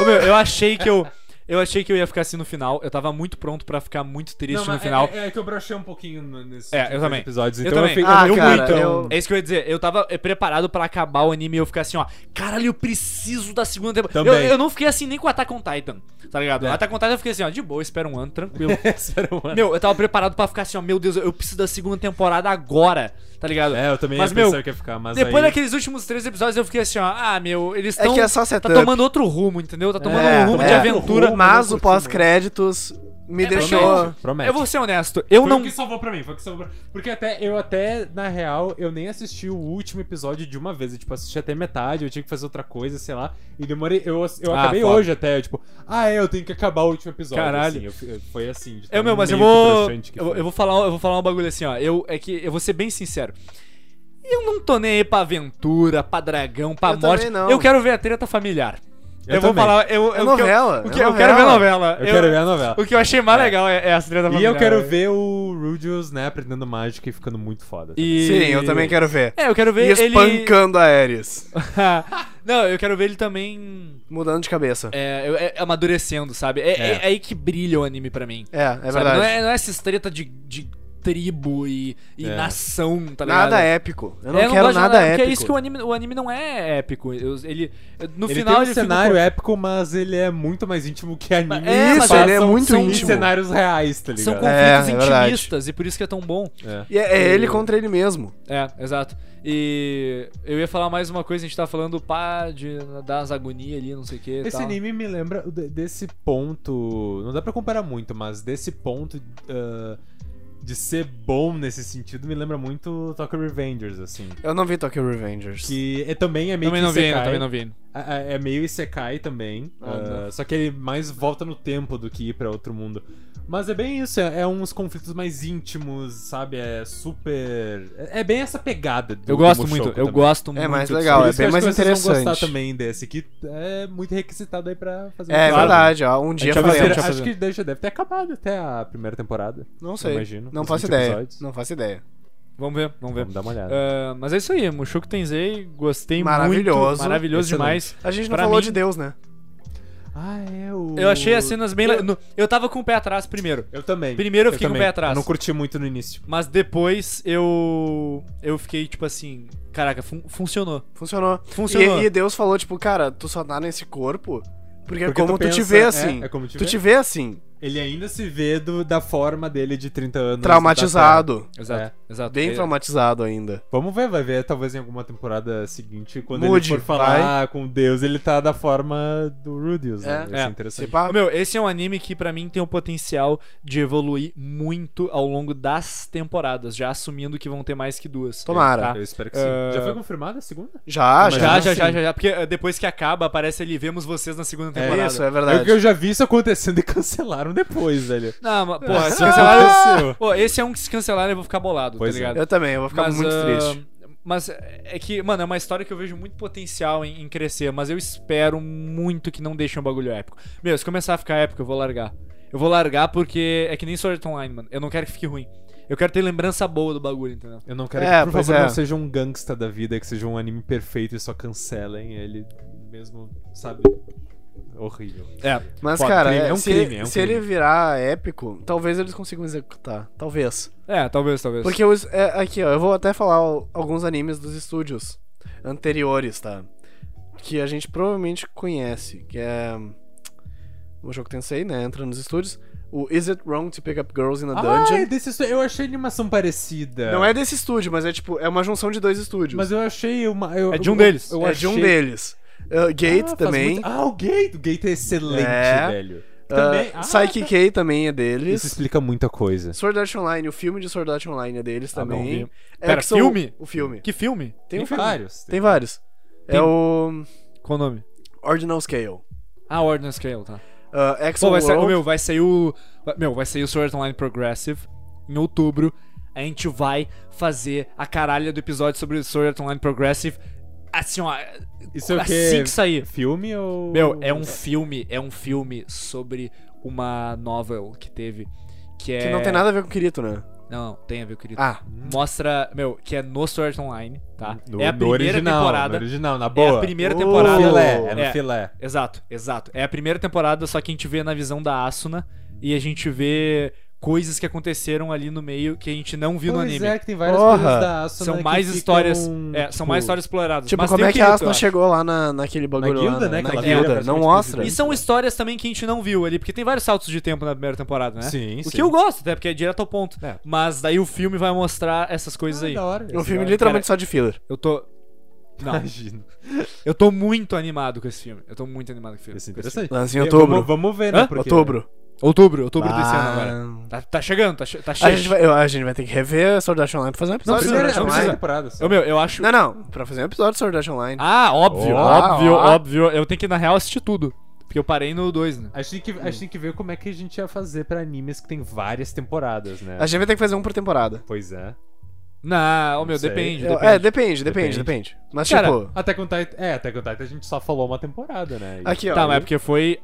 F: Ô, meu, eu achei que eu. Eu achei que eu ia ficar assim no final. Eu tava muito pronto pra ficar muito
G: Não,
F: triste no
G: mas
F: final.
G: É, é que eu brochei um pouquinho no- nesses
F: É, eu
G: últimos
F: também.
G: episódios,
F: Eu
G: então eu,
F: também.
G: fico-
H: Ah,
G: eu
H: cara,
G: muito.
H: eu-
F: É isso que eu ia dizer. Eu tava eh, preparado pra acabar o anime e eu ficar assim, ó. Caralho, eu preciso da segunda temporada. Eu,
G: Também. É.
F: eu não fiquei assim nem com Attack on Titan, tá ligado? Attack on Titan eu fiquei assim, ó, de boa, espera um ano, tranquilo.
G: Espera um ano.
F: meu, eu tava preparado pra ficar assim, ó, meu Deus, eu preciso da segunda temporada agora, tá ligado?
G: É, eu também
F: Mas,
G: ia
F: meu,
G: pensar que ia ficar, mas
F: Depois
G: aí...
F: daqueles últimos três episódios eu fiquei assim, ó, ah, meu, eles
H: É
F: estão.
H: que é só setup.
F: tá tomando outro rumo, entendeu? Tá tomando um rumo de
G: é.
F: aventura.
G: Rumo,
H: Mas
G: né,
H: o pós-créditos me
F: É, mas,
H: deixou.
F: gente,
G: Promete.
F: Eu vou ser honesto, eu
G: Foi
F: não.
G: o que salvou pra mim, foi o que salvou pra mim. Porque até, eu até, na real, eu nem assisti o último episódio de uma vez. Eu, tipo, assisti até metade, eu tinha que fazer outra coisa, sei lá. E demorei, eu, eu
F: Ah,
G: acabei
F: foda.
G: hoje até, eu, tipo, ah, é, eu tenho que acabar o último episódio.
F: Caralho.
G: assim, eu fi- eu- foi assim. de
F: É,
G: tão
F: meu, mas eu
G: meio
F: vou.
G: broxante que
F: Eu,
G: foi.
F: eu vou falar, eu vou falar um bagulho assim, ó. Eu, é que eu vou ser bem sincero. Eu não tô nem aí pra aventura, pra dragão, pra
H: Eu
F: morte.
H: também não.
F: Eu quero ver a treta familiar.
G: Eu
F: vou
G: também.
F: falar. Eu,
H: É
F: eu- o que eu-
H: novela,
F: o que-
H: é
F: eu, quero ver
H: novela.
F: novela.
G: Eu quero ver a novela.
F: O que eu achei mais legal é, é as tretas
G: E
F: familiares.
G: eu quero ver o Rudius, né, aprendendo mágica e ficando muito foda.
F: E-
H: Sim, eu também quero ver.
F: É, eu quero
H: E
F: ver ele.
H: espancando a Ares.
F: não, eu quero ver ele também.
H: Mudando de cabeça.
F: É, eu- é- amadurecendo, sabe? É,
G: É.
F: é aí que brilha o anime pra mim.
H: É, é
F: sabe? Não
H: verdade.
F: é, não é essas treta de, de tribo e, e
G: É.
F: nação, tá ligado?
H: Nada épico. Eu não
F: É,
H: quero
F: gosto de
H: nada
F: porque
H: épico.
F: é isso que o anime, o anime não é épico. Eu- ele, no
G: ele
F: final
G: tem um
F: ele
G: cenário
F: fica,
G: épico, mas ele é muito mais íntimo que anime.
F: É, mas
H: Isso,
F: é-
H: ele é
F: são-
H: muito
F: são-
G: Em
H: íntimo.
G: cenários reais, tá
F: pô, São
G: ligado?
F: conflitos
H: É, é verdade.
F: intimistas e por isso que é tão bom.
G: É.
H: E é, é ele contra ele mesmo.
F: É, exato. E eu ia falar mais uma coisa, a gente tá falando pá de, das agonias ali, não sei o que.
G: Esse anime me lembra de- desse ponto. Não dá pra comparar muito, mas desse ponto ah, de ser bom nesse sentido me lembra muito Tokyo Revengers, assim.
H: Eu não vi Tokyo Revengers.
G: Que é, também é meio
F: Também
G: que
F: não vi,
G: isekai.
F: também não vi.
G: A- a- É meio Isekai também.
F: Ah,
G: ah, só que ele mais volta no tempo do que ir pra outro mundo. Mas é bem isso, é, é uns conflitos mais íntimos, sabe? É super. É é bem essa pegada do
F: Eu gosto
G: do
F: muito,
G: Mushoku
F: eu
G: também.
F: gosto muito.
H: É mais
F: disso.
H: legal,
G: Por
H: é
G: isso que
H: bem
G: eu
H: mais
G: acho que vocês vão
H: interessante.
G: gostar também desse, que é muito requisitado aí pra fazer
H: É
G: um-
H: verdade, ó. Um dia
F: gente vai
G: Acho
F: fazer,
H: fazemos.
G: que-
F: deixa eu
G: acho
F: fazer.
G: que deixa- deve ter acabado até a primeira temporada.
H: Não sei.
G: imagino,
H: não
G: os
H: faço
G: 20
H: ideia.
G: episódios.
H: Não faço ideia.
F: Vamos ver, vamos ver.
G: Vamos dar uma olhada.
F: Ah, mas é isso aí, Mushoku Tensei, gostei muito.
H: Maravilhoso.
F: Maravilhoso
H: Excelente.
F: demais.
H: A gente não
F: Pra
H: falou
F: mim-
H: de Deus, né?
G: Ah, é o.
F: Eu achei as cenas bem... le-
G: Eu-
F: no- Eu tava com o pé atrás primeiro.
G: Eu também.
F: Primeiro eu fiquei com o
G: também.
F: pé atrás.
G: Eu não curti muito no início.
F: Mas depois eu. Eu fiquei tipo assim. Caraca, fun- funcionou.
H: Funcionou.
F: Funcionou.
H: E, e Deus falou, tipo, cara, tu só tá nesse corpo porque, é
G: Porque
H: como
G: tu
H: tu, te
G: pensa-
H: vê
G: é,
H: assim.
G: é como te
H: tu
G: vê.
H: te vê assim,
G: Ele ainda se vê do- da forma dele de 30 anos.
H: traumatizado.
G: da Terra. É.
F: exato.
H: Bem
F: É,
H: traumatizado ainda.
G: Vamos ver, vai ver talvez em alguma temporada seguinte, quando
H: Mude,
G: ele for falar com Deus, ele tá da forma do Rudius, né?
H: É.
G: Vai ser
F: É.
H: Se
G: interessante.
H: pá,
F: Meu, esse é um anime que pra mim tem o potencial de evoluir muito ao longo das temporadas, já assumindo que vão ter mais que duas.
H: Tomara.
F: Tá?
G: Eu espero que sim.
F: É.
G: Já foi confirmada a segunda?
H: já,
G: Mas
F: Já,
H: já.
F: já, já,
G: Sim.
F: já, já. Porque eh, depois que acaba, aparece ali, vemos vocês na segunda temporada.
H: É isso, é
G: É
H: verdade.
G: que eu já vi isso acontecendo e cancelaram depois, velho.
F: Não, mas, porra, se
G: Ah,
F: cancelaram.
G: aconteceu.
F: Pô, esse é um que se cancelarem eu vou ficar bolado,
G: Pois é.
F: tá ligado?
H: Eu também, eu vou ficar muito
F: ah,
H: triste.
F: Mas é que, mano, é uma história que eu vejo muito potencial em, em crescer, mas eu espero muito que não deixem um bagulho épico. Meu, se começar a ficar épico, eu vou largar. Eu vou largar porque é que nem Sword Art Online, mano. Eu não quero que fique ruim. Eu quero ter lembrança boa do bagulho, entendeu?
G: Eu não quero
H: É,
G: que, por
H: pois
G: favor,
H: é.
G: não seja um gangsta da vida, que seja um anime perfeito e só cancelem ele mesmo, sabe? Horrível.
F: É.
H: Mas,
G: Pô,
H: cara,
G: crime, é um
H: se,
G: crime, é um
H: se
G: crime.
H: ele virar épico, talvez eles consigam executar. Talvez.
F: É, talvez, talvez.
H: Porque os, é, aqui, ó, eu vou até falar o- alguns animes dos estúdios anteriores, tá? Que a gente provavelmente conhece, que é hum, o jogo Tensei, né? Entra nos estúdios. O Is It Wrong to Pick Up Girls in a
G: Ah,
H: Dungeon?
G: é desse estu- Eu achei animação parecida.
H: Não é desse estúdio, mas é tipo, é uma junção de dois estúdios.
G: Mas eu achei uma. eu-
F: É de um
G: eu-
F: deles.
G: Eu
H: é
G: achei...
H: de um deles. Uh,
G: Ah,
H: Gate
G: faz
H: também.
G: muito- Ah, o Gate. O Gate é excelente,
H: É.
G: velho.
H: uh,
G: Também. Ah,
H: Psyche K também é deles.
G: Isso explica muita coisa.
H: Sword Art Online, o filme de Sword Art Online é deles
F: Ah, não
H: também.
F: vi. Pera,
H: Exo-
F: filme?
H: O filme.
F: Que filme?
H: Tem, um filme.
G: vários.
H: Tem vários. É o
F: Qual o nome?
H: Ordinal Scale.
F: Ah, Ordinance Scale, tá.
H: Uh, Exo
F: Pô, vai sair,
H: World.
F: meu, vai sair o. Meu, vai sair o Sword Art Online Progressive em outubro. A gente vai fazer a caralha do episódio sobre o Sword Art Online Progressive. Assim, ó.
G: Isso é o
F: assim
G: quê?
F: que sair.
G: Filme ou.
F: Meu, é um filme, é um filme sobre uma novel que teve. Que é.
H: Que não tem nada a ver com Kirito, né?
F: Não, não, tem a ver, querido.
H: Ah,
F: Mostra, meu, que é no Sword Art Online, tá?
G: No,
F: é a primeira
G: no Hum. original,
F: temporada.
G: No original, na boa.
F: É a primeira
H: Oh,
F: temporada.
G: Filé, é no
F: É.
G: filé.
F: Exato, exato. É a primeira temporada, só que a gente vê na visão da Asuna e a gente vê coisas que aconteceram ali no meio que a gente não viu no
G: Pois
F: anime.
G: é, que tem várias
H: Porra.
G: coisas da Asuna
F: São
G: que
F: mais
G: ficam,
F: histórias. é, são
G: tipo,
F: mais histórias exploradas.
H: tipo,
F: Mas
H: como
F: tem
H: é
F: o Ah.
H: que a
F: Kirito, eu
H: Asuna
F: acho.
H: chegou lá na, naquele bagulho lá,
G: guilda, né,
H: Na
G: que
H: guilda,
G: ela vira
H: não
G: praticamente
H: mostra.
F: E
G: presidente.
F: são histórias também que a gente não viu ali, porque tem vários saltos de tempo na primeira temporada, né?
G: Sim,
F: O
G: sim.
F: que eu gosto, até porque é direto ao ponto.
G: É.
F: Mas daí o filme vai mostrar essas coisas
G: Ah,
F: aí.
G: da hora,
H: É um
G: esse
H: filme
G: da hora.
H: literalmente só de filler.
F: Eu tô. Não,
G: Imagina.
F: eu tô muito animado com esse filme. Eu tô muito animado com esse filme.
G: Isso é interessante.
H: Lança em
G: E
H: outubro.
G: Vamos, vamos ver, né?
F: Hã?
G: porque-
H: Outubro.
F: Outubro, outubro desse ano
H: Ah.
F: agora. Tá, tá chegando, tá, che- tá
H: A
F: cheio.
H: gente, vai, eu- a gente vai ter que rever Sword Art Online pra fazer um
G: Não
H: episódio de Sword
G: precisa,
H: Art
G: não precisa
H: Online.
G: é temporada. só.
F: Eu, meu, eu acho.
H: Não, não. Pra fazer um episódio de Sword Art Online.
F: Ah, óbvio,
G: Ó,
F: óbvio,
H: ó.
F: óbvio. Eu tenho que, na real, assistir tudo. Porque eu parei no 2, né?
G: A gente, tem que, a gente tem que ver como é que a gente ia fazer pra animes que tem várias temporadas, né?
H: A gente vai ter que fazer um por temporada.
G: Pois é.
F: Não, ô, meu,
G: Não sei.
F: depende,
H: Eu-
F: depende.
H: É, depende, depende,
G: Depende.
H: depende. Mas,
F: Cara,
H: tipo,
G: Até com Titan, é, até com Titan a gente só falou uma temporada, né? E-
H: aqui, ó.
F: Tá, mas é porque foi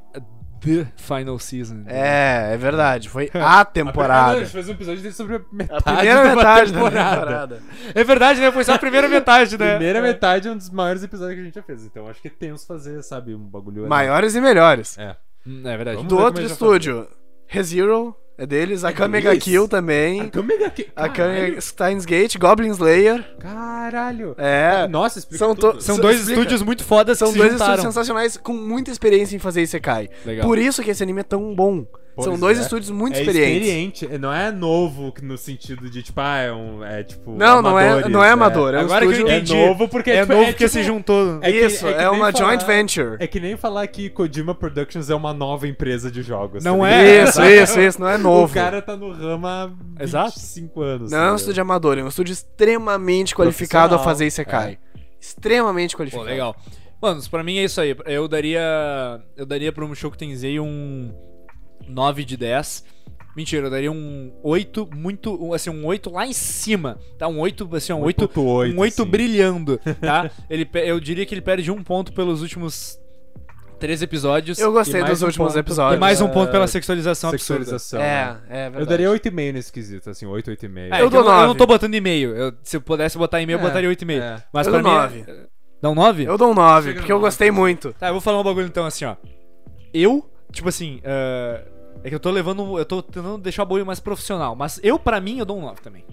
F: The Final Season.
H: É, é verdade. Foi a
G: A
H: temporada.
G: gente fez um episódio dele sobre a metade,
H: A primeira
G: da
H: metade da
G: temporada.
H: temporada.
F: É verdade, né? Foi só a primeira metade, né?
G: Primeira metade é um dos maiores episódios que a gente já fez. Então acho que temos fazer, sabe, um bagulho.
H: Maiores e melhores.
G: É.
F: Hum, É verdade.
G: Vamos
H: Do
G: ver
H: outro
G: como já
H: estúdio, ReZero é deles, a Kame ga
G: deles?
H: Kill
G: A
H: também,
G: câmera é que.
H: a é
G: Caralho.
H: Kame Steins Gate, Goblin Slayer.
G: Caralho.
H: É.
G: Nossa, explica é
H: São
G: tudo.
H: to-
F: São
H: Isso
F: dois
H: explica.
F: estúdios muito fodas
H: São
F: que
H: dois
F: se
H: estúdios
F: juntaram.
H: sensacionais com muita experiência em fazer Isekai.
F: Legal.
H: Por isso que esse anime é tão bom.
G: Pois
H: São dois
G: é.
H: estúdios muito
G: é
H: experientes.
G: experiente, não é novo no sentido de tipo, ah, é um. É tipo.
H: Não, não é,
G: amadores,
H: não é amador. É, um
F: Agora que eu
H: estúdio...
G: É
F: entendi.
G: novo porque
F: É
G: tipo,
F: novo porque
G: tipo-
F: se juntou.
G: é que-
H: Isso,
G: é que
H: é,
G: nem
H: uma
G: falar-
H: joint venture.
G: É que nem falar que Kojima Productions é uma nova empresa de jogos.
F: Não
G: tá
F: é,
G: ligado?
H: Isso, isso, isso, não é novo.
G: O cara tá no ramo há 25
F: Exato.
G: anos.
H: Não é um
G: tá
H: estúdio
G: ligado?
H: amador, é um estúdio extremamente qualificado a
G: Profissional, É.
H: fazer Isekai. Extremamente
F: Pô,
G: tipo
H: qualificado.
F: legal. Manos, pra mim é isso aí. Eu daria. Eu daria pro Mushoku Tensei um 9 um de 10. Mentira, eu daria um 8, muito, um, assim, um 8 lá em cima, tá? Um 8,
H: é
F: assim, um 8,
G: 8.8,
F: um 8
G: assim.
F: brilhando, tá? ele, pe- eu diria que ele perde um ponto pelos últimos três episódios.
H: Eu
G: E
H: gostei
G: mais
H: dos
G: um
H: últimos
G: ponto-
H: episódios.
F: E mais um
G: Ah,
F: ponto pela sexualização absurda.
G: Sexualização.
H: É,
G: né?
H: é verdade.
G: Eu daria 8,5 nesse quesito, assim, 8, 8,5.
F: É,
H: Eu
F: que
H: dou
F: não, eu não
H: nove.
F: tô botando e-mail. Eu- se eu pudesse botar e-mail, eu
G: É,
F: botaria 8,5.
G: é.
F: Mas
H: Eu
F: pra
H: dou
F: mim.
H: nove.
F: Dá um 9?
H: Eu dou um 9, porque eu gostei muito.
F: Tá, eu vou falar um bagulho então, assim, ó. Eu, tipo assim, ah, é que eu tô levando. Eu tô tentando deixar o bagulho mais profissional. Mas eu, pra mim, eu dou um 9 também.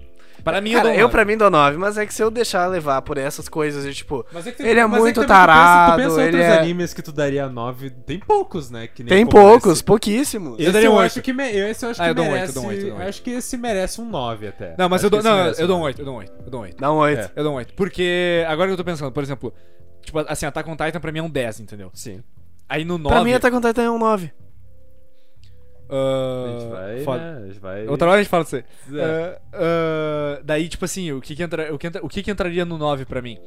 F: Pra mim, eu
H: Cara,
F: dou um
H: eu
F: 9.
H: pra mim dou 9, mas é que se eu deixar levar por essas coisas de tipo.
G: Mas é que
F: um-
H: ele é
G: mas
H: muito
G: que também tu pensa-
H: tarado.
G: Tu pensa,
H: ele
G: outros
H: é...
G: animes né, que tu daria 9, tem poucos, né? Que nem
H: Tem
G: acontece.
H: poucos, pouquíssimos.
F: Eu
G: Esse
F: daria
G: eu
F: um
G: acho
F: oito.
G: que me- esse eu acho
F: Ah,
G: que
F: eu dou um oito,
G: merece,
F: eu dou um oito, eu dou um oito.
G: acho que esse merece um 9 até.
F: Não, mas
G: Acho
F: eu dou,
G: que esse
F: não,
G: merece
F: eu
G: um
F: dou um
G: nove.
F: 8, eu dou um 8, eu dou um 8.
H: Dá um 8.
F: Eu dou um 8. Porque agora que eu tô pensando, por exemplo, tipo, assim, Attack on Titan pra mim é um 10, entendeu?
G: Sim.
F: Aí no 9.
H: Pra mim, Attack on Titan é um 9.
G: A gente vai,
F: ah, foda.
G: né, a gente vai...
F: Outra hora a gente fala disso aí.
G: É.
F: Ah, ah, daí, tipo assim, o que que, entra, o, que entra- o que que entraria no 9 pra mim?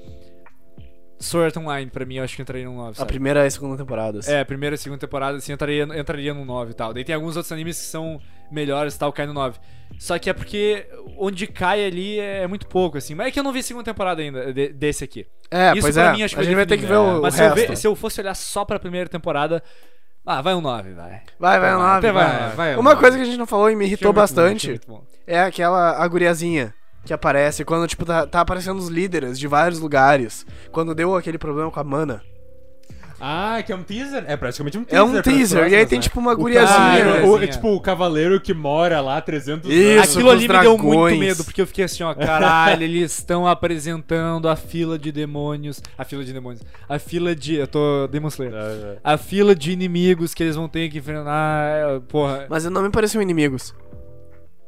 F: Sword Art Online, pra mim, eu acho que entraria no 9,
H: A
F: sabe?
H: primeira e a segunda temporada. assim.
F: É, primeira e segunda temporada, assim, entraria, entraria no 9 e tal. Daí tem alguns outros animes que são melhores e tal, cai no 9. Só que é porque onde cai ali é muito pouco, assim. Mas é que eu não vi a segunda temporada ainda de- desse aqui.
H: É,
F: Isso
H: pois
F: pra
H: é.
F: mim acho que
H: a
F: é. vai
H: gente vai ter que ver
F: definir.
H: o,
F: Mas
H: o
F: se eu,
H: resto.
F: ver- se eu fosse olhar só pra primeira temporada. Ah, vai um 9, vai.
H: Vai, vai, um 9.
F: Até vai,
G: vai, vai,
H: Uma
G: vai.
H: coisa que a gente não falou e me irritou
F: Achei muito bom, achei
H: bastante
F: muito bom.
H: é aquela aguriazinha que aparece quando, tipo, tá, tá aparecendo os líderes de vários lugares. Quando deu aquele problema com a mana.
G: Ah, que é um teaser? É praticamente um teaser.
H: É um
G: pras
H: teaser, e aí
G: próximas,
H: tem
G: né?
H: tipo uma
G: O
H: guriazinha.
G: cara-
F: né?
G: o- é tipo o cavaleiro que mora lá 300 anos.
H: Isso,
F: Aquilo ali
H: com
F: me
H: os
F: deu muito
H: dragões.
F: medo, porque eu fiquei assim, ó, caralho, eles estão apresentando a fila de demônios. A fila de demônios. A fila de. Eu tô Demon Slayer.
G: É, é.
F: A fila de inimigos que eles vão ter que enfrentar. é, Porra.
H: Mas não me pareciam inimigos.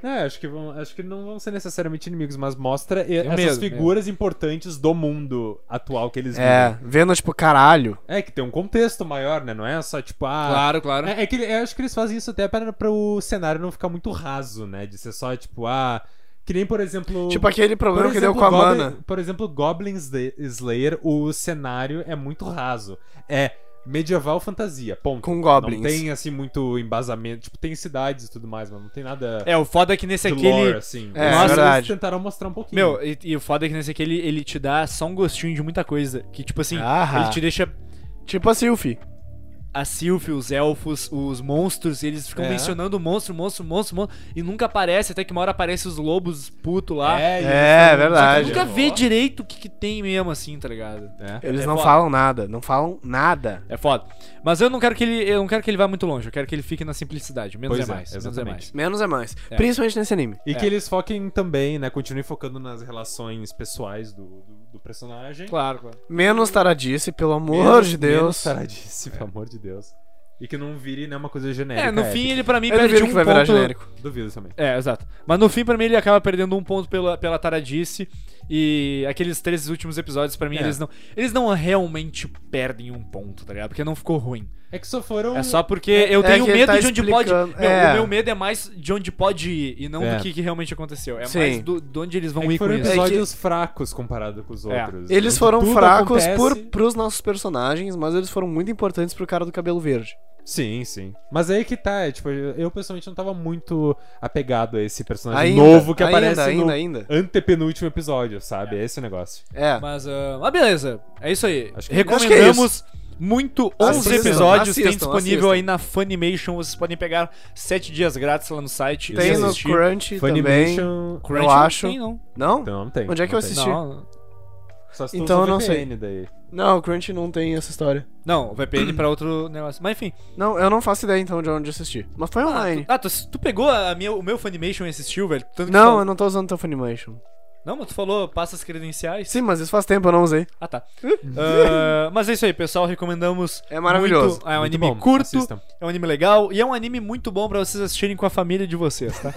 G: É, acho que, vão, acho que não vão ser necessariamente inimigos, mas mostra e-
F: Tenho
G: essas
F: medo,
G: figuras importantes do mundo atual que eles
H: É,
G: vivem.
H: vendo, tipo, caralho.
G: É, que tem um contexto maior, né? Não é só tipo, ah,
F: Claro, claro.
G: É, é que ele- eu acho que eles fazem isso até para, para o cenário não ficar muito raso, né? De ser só, tipo, ah. Que nem, por exemplo.
H: Tipo aquele
G: por
H: problema que deu
G: exemplo,
H: com a
G: Goblin-
H: mana.
G: Por exemplo, Goblin Sla- Slayer, o cenário é muito raso. É medieval fantasia, ponto.
H: Com goblins.
G: Não tem, assim, muito embasamento. Tipo, tem cidades e tudo mais, mas não tem nada
F: É, o foda é que nesse
G: de
F: aqui
G: lore,
F: ele.
G: assim.
H: É,
G: Mas
H: verdade.
G: eles tentaram mostrar um pouquinho.
F: Meu, e, e o foda é que nesse aqui ele, ele te dá só um gostinho de muita coisa. Que tipo assim,
H: Ahá.
F: ele te deixa
H: Tipo a Sylphie.
F: a Sylph, os elfos, os monstros, e eles ficam
G: É.
F: mencionando monstro, monstro, monstro, monstro, e nunca aparece, até que uma hora aparece os lobos puto lá.
G: é, e
H: É,
G: eles-
H: verdade.
F: Nunca vê direito o que, que tem mesmo, assim, tá ligado?
G: É.
H: Eles
F: É
H: não
F: foda.
H: falam nada, não falam nada.
F: É foda. Mas eu não quero que ele. Eu não quero que ele vá muito longe, eu quero que ele fique na simplicidade. Menos
G: Pois
F: é
G: é,
F: mais. Menos é
G: exatamente.
F: mais.
H: Menos é mais.
F: É.
H: Principalmente nesse anime.
G: E que eles foquem também, né? Continuem focando nas relações pessoais do, do, do personagem.
F: Claro, claro.
H: Menos taradice, pelo amor
G: Menos-
H: de Deus. É.
G: Menos taradice, pelo amor de Deus. E que não vire nenhuma coisa genérica.
F: É, no fim ele pra mim
H: Eu
F: perde
H: duvido
F: um
H: que vai virar
F: ponto.
H: genérico.
G: Duvido também.
F: É, exato. Mas no fim, pra mim, ele acaba perdendo um ponto pela, pela taradice. E aqueles três últimos episódios, pra mim,
G: É.
F: eles não. Eles não realmente perdem um ponto, tá ligado? Porque não ficou ruim.
G: É que só foram.
F: É só porque eu
H: É
F: tenho
H: que ele
F: medo
H: tá
F: de onde pode.
H: explicando,
F: Meu,
H: é.
F: O meu medo é mais de onde pode ir e não
G: É.
F: do que, que realmente aconteceu. É
H: Sim.
F: mais do, de onde eles vão
G: É que
F: ir com
G: foram
F: isso.
G: episódios fracos comparado com os
F: É.
G: outros.
H: Eles
G: Onde
H: foram
G: tudo
H: fracos
G: acontece-
H: por, pros nossos personagens, mas eles foram muito importantes pro cara do cabelo verde.
G: Sim, sim. Mas aí que tá, é, tipo, eu pessoalmente não tava muito apegado a esse personagem
H: Ainda,
G: novo que
H: ainda,
G: aparece
H: ainda,
G: no
H: ainda.
G: antepenúltimo episódio, sabe? É esse o negócio.
H: É.
F: Mas, ah, mas beleza, é isso aí.
G: Acho que-
F: Recomendamos muito 11
H: é Assistam,
F: episódios. tem
H: assistam,
F: disponível
H: assistam.
F: aí na Funimation. Vocês podem pegar 7 dias grátis lá no site. e
H: Tem no
F: assistir.
H: Crunch também.
G: Funimation.
F: Crunchy
H: eu
F: não
H: acho.
F: Tem, não.
H: Não?
G: Então não tem.
H: Então Onde é que
G: não
H: eu
G: tem.
H: assisti?
F: não.
G: Só se tu
H: Então
G: usa
H: eu não
G: VPN Daí.
H: Não, o Crunch não tem essa história.
F: Não, VPN pra outro negócio. Mas enfim.
H: Não, eu não faço ideia então de onde assistir. Mas foi online.
F: Ah, tu, tu pegou a minha, o meu Funimation e assistiu, velho? Tanto que tu tá
H: Não,
F: falou-
H: eu não tô usando teu Funimation.
F: Não, mas tu falou, passa as credenciais.
H: Sim, mas isso faz tempo, eu não usei.
F: Ah, tá. Ah, mas é isso aí, pessoal. Recomendamos.
H: É maravilhoso.
F: muito. É um
G: Muito
F: anime
G: bom,
F: curto,
G: assistam.
F: é um anime legal e é um anime muito bom pra vocês assistirem com a família de vocês, tá?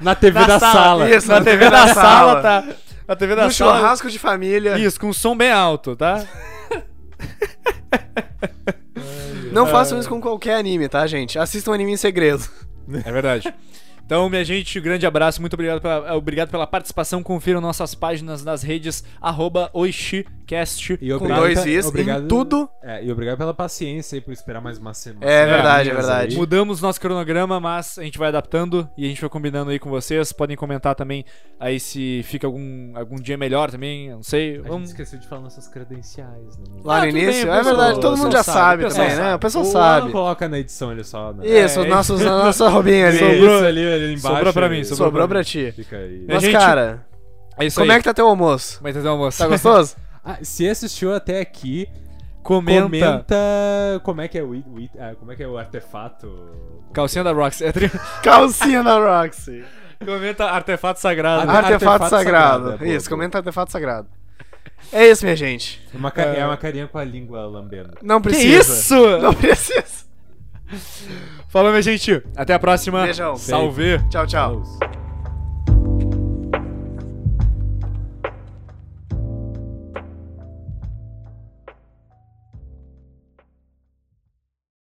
G: Na TV
F: Na
G: da
F: sala.
G: sala.
H: Isso,
F: Na TV da sala, tá? Na TV da
H: No
F: sala.
H: churrasco de família.
F: Isso, com um som bem alto, tá?
H: Não façam isso com qualquer anime, tá, gente? Assistam anime em segredo.
F: É verdade. Então, minha gente, grande abraço, é, muito obrigado pela, eh, obrigado pela participação. Confiram nossas páginas nas redes, arroba Oishi podcast.
G: E
H: Com
G: obrigado
H: dois
G: pe-
H: is
G: obrigado-
H: em tudo.
G: É, e obrigado pela paciência aí por esperar mais uma semana.
H: É verdade, é
G: mas
H: verdade.
G: aí-
F: Mudamos nosso cronograma, mas a gente vai adaptando e a gente vai combinando aí com vocês. Podem comentar também aí se fica algum, algum dia melhor também, eu não sei.
G: A gente
F: Vamos...
G: esqueceu de falar nossas credenciais, né?
H: Lá
F: Ah,
H: no
F: tudo
H: início,
F: bem, o
H: é
F: pessoal-
H: verdade,
F: o
H: todo mundo já
F: pessoal
H: sabe,
F: sabe, o pessoal
H: também, né? O pessoal
G: Alan
H: sabe.
G: coloca na edição, ele só, né? É,
H: Isso,
F: É,
H: nossos, a nossa robinha ali.
G: Isso
F: sobrou-
G: ali, ali embaixo.
F: sobrou pra mim,
H: Sobrou,
F: sobrou
H: pra ti.
G: Fica aí.
F: É,
H: Mas,
F: gente,
H: cara,
F: É isso
H: como
F: aí.
H: é que tá teu almoço?
F: Mas então, moça,
H: Tá gostoso?
G: Ah, se assistiu até aqui,
F: comenta.
G: comenta, como é que é o, i- o i- ah, como é que é o artefato.
F: Calcinha da Rox. É tri-
H: Calcinha da Roxy.
F: comenta artefato sagrado.
G: Ah,
H: Artefato,
G: artefato
H: sagrado.
G: sagrado, é boa,
H: isso,
G: boa.
H: comenta artefato sagrado. É isso, minha gente.
G: Uma ca- É uma carinha com a língua lambendo.
H: Não
F: que
H: precisa.
F: isso?
H: Não precisa.
F: Falou, minha gente. Até a próxima.
H: Beijão.
F: Salve.
H: Tchau, tchau.
G: Close.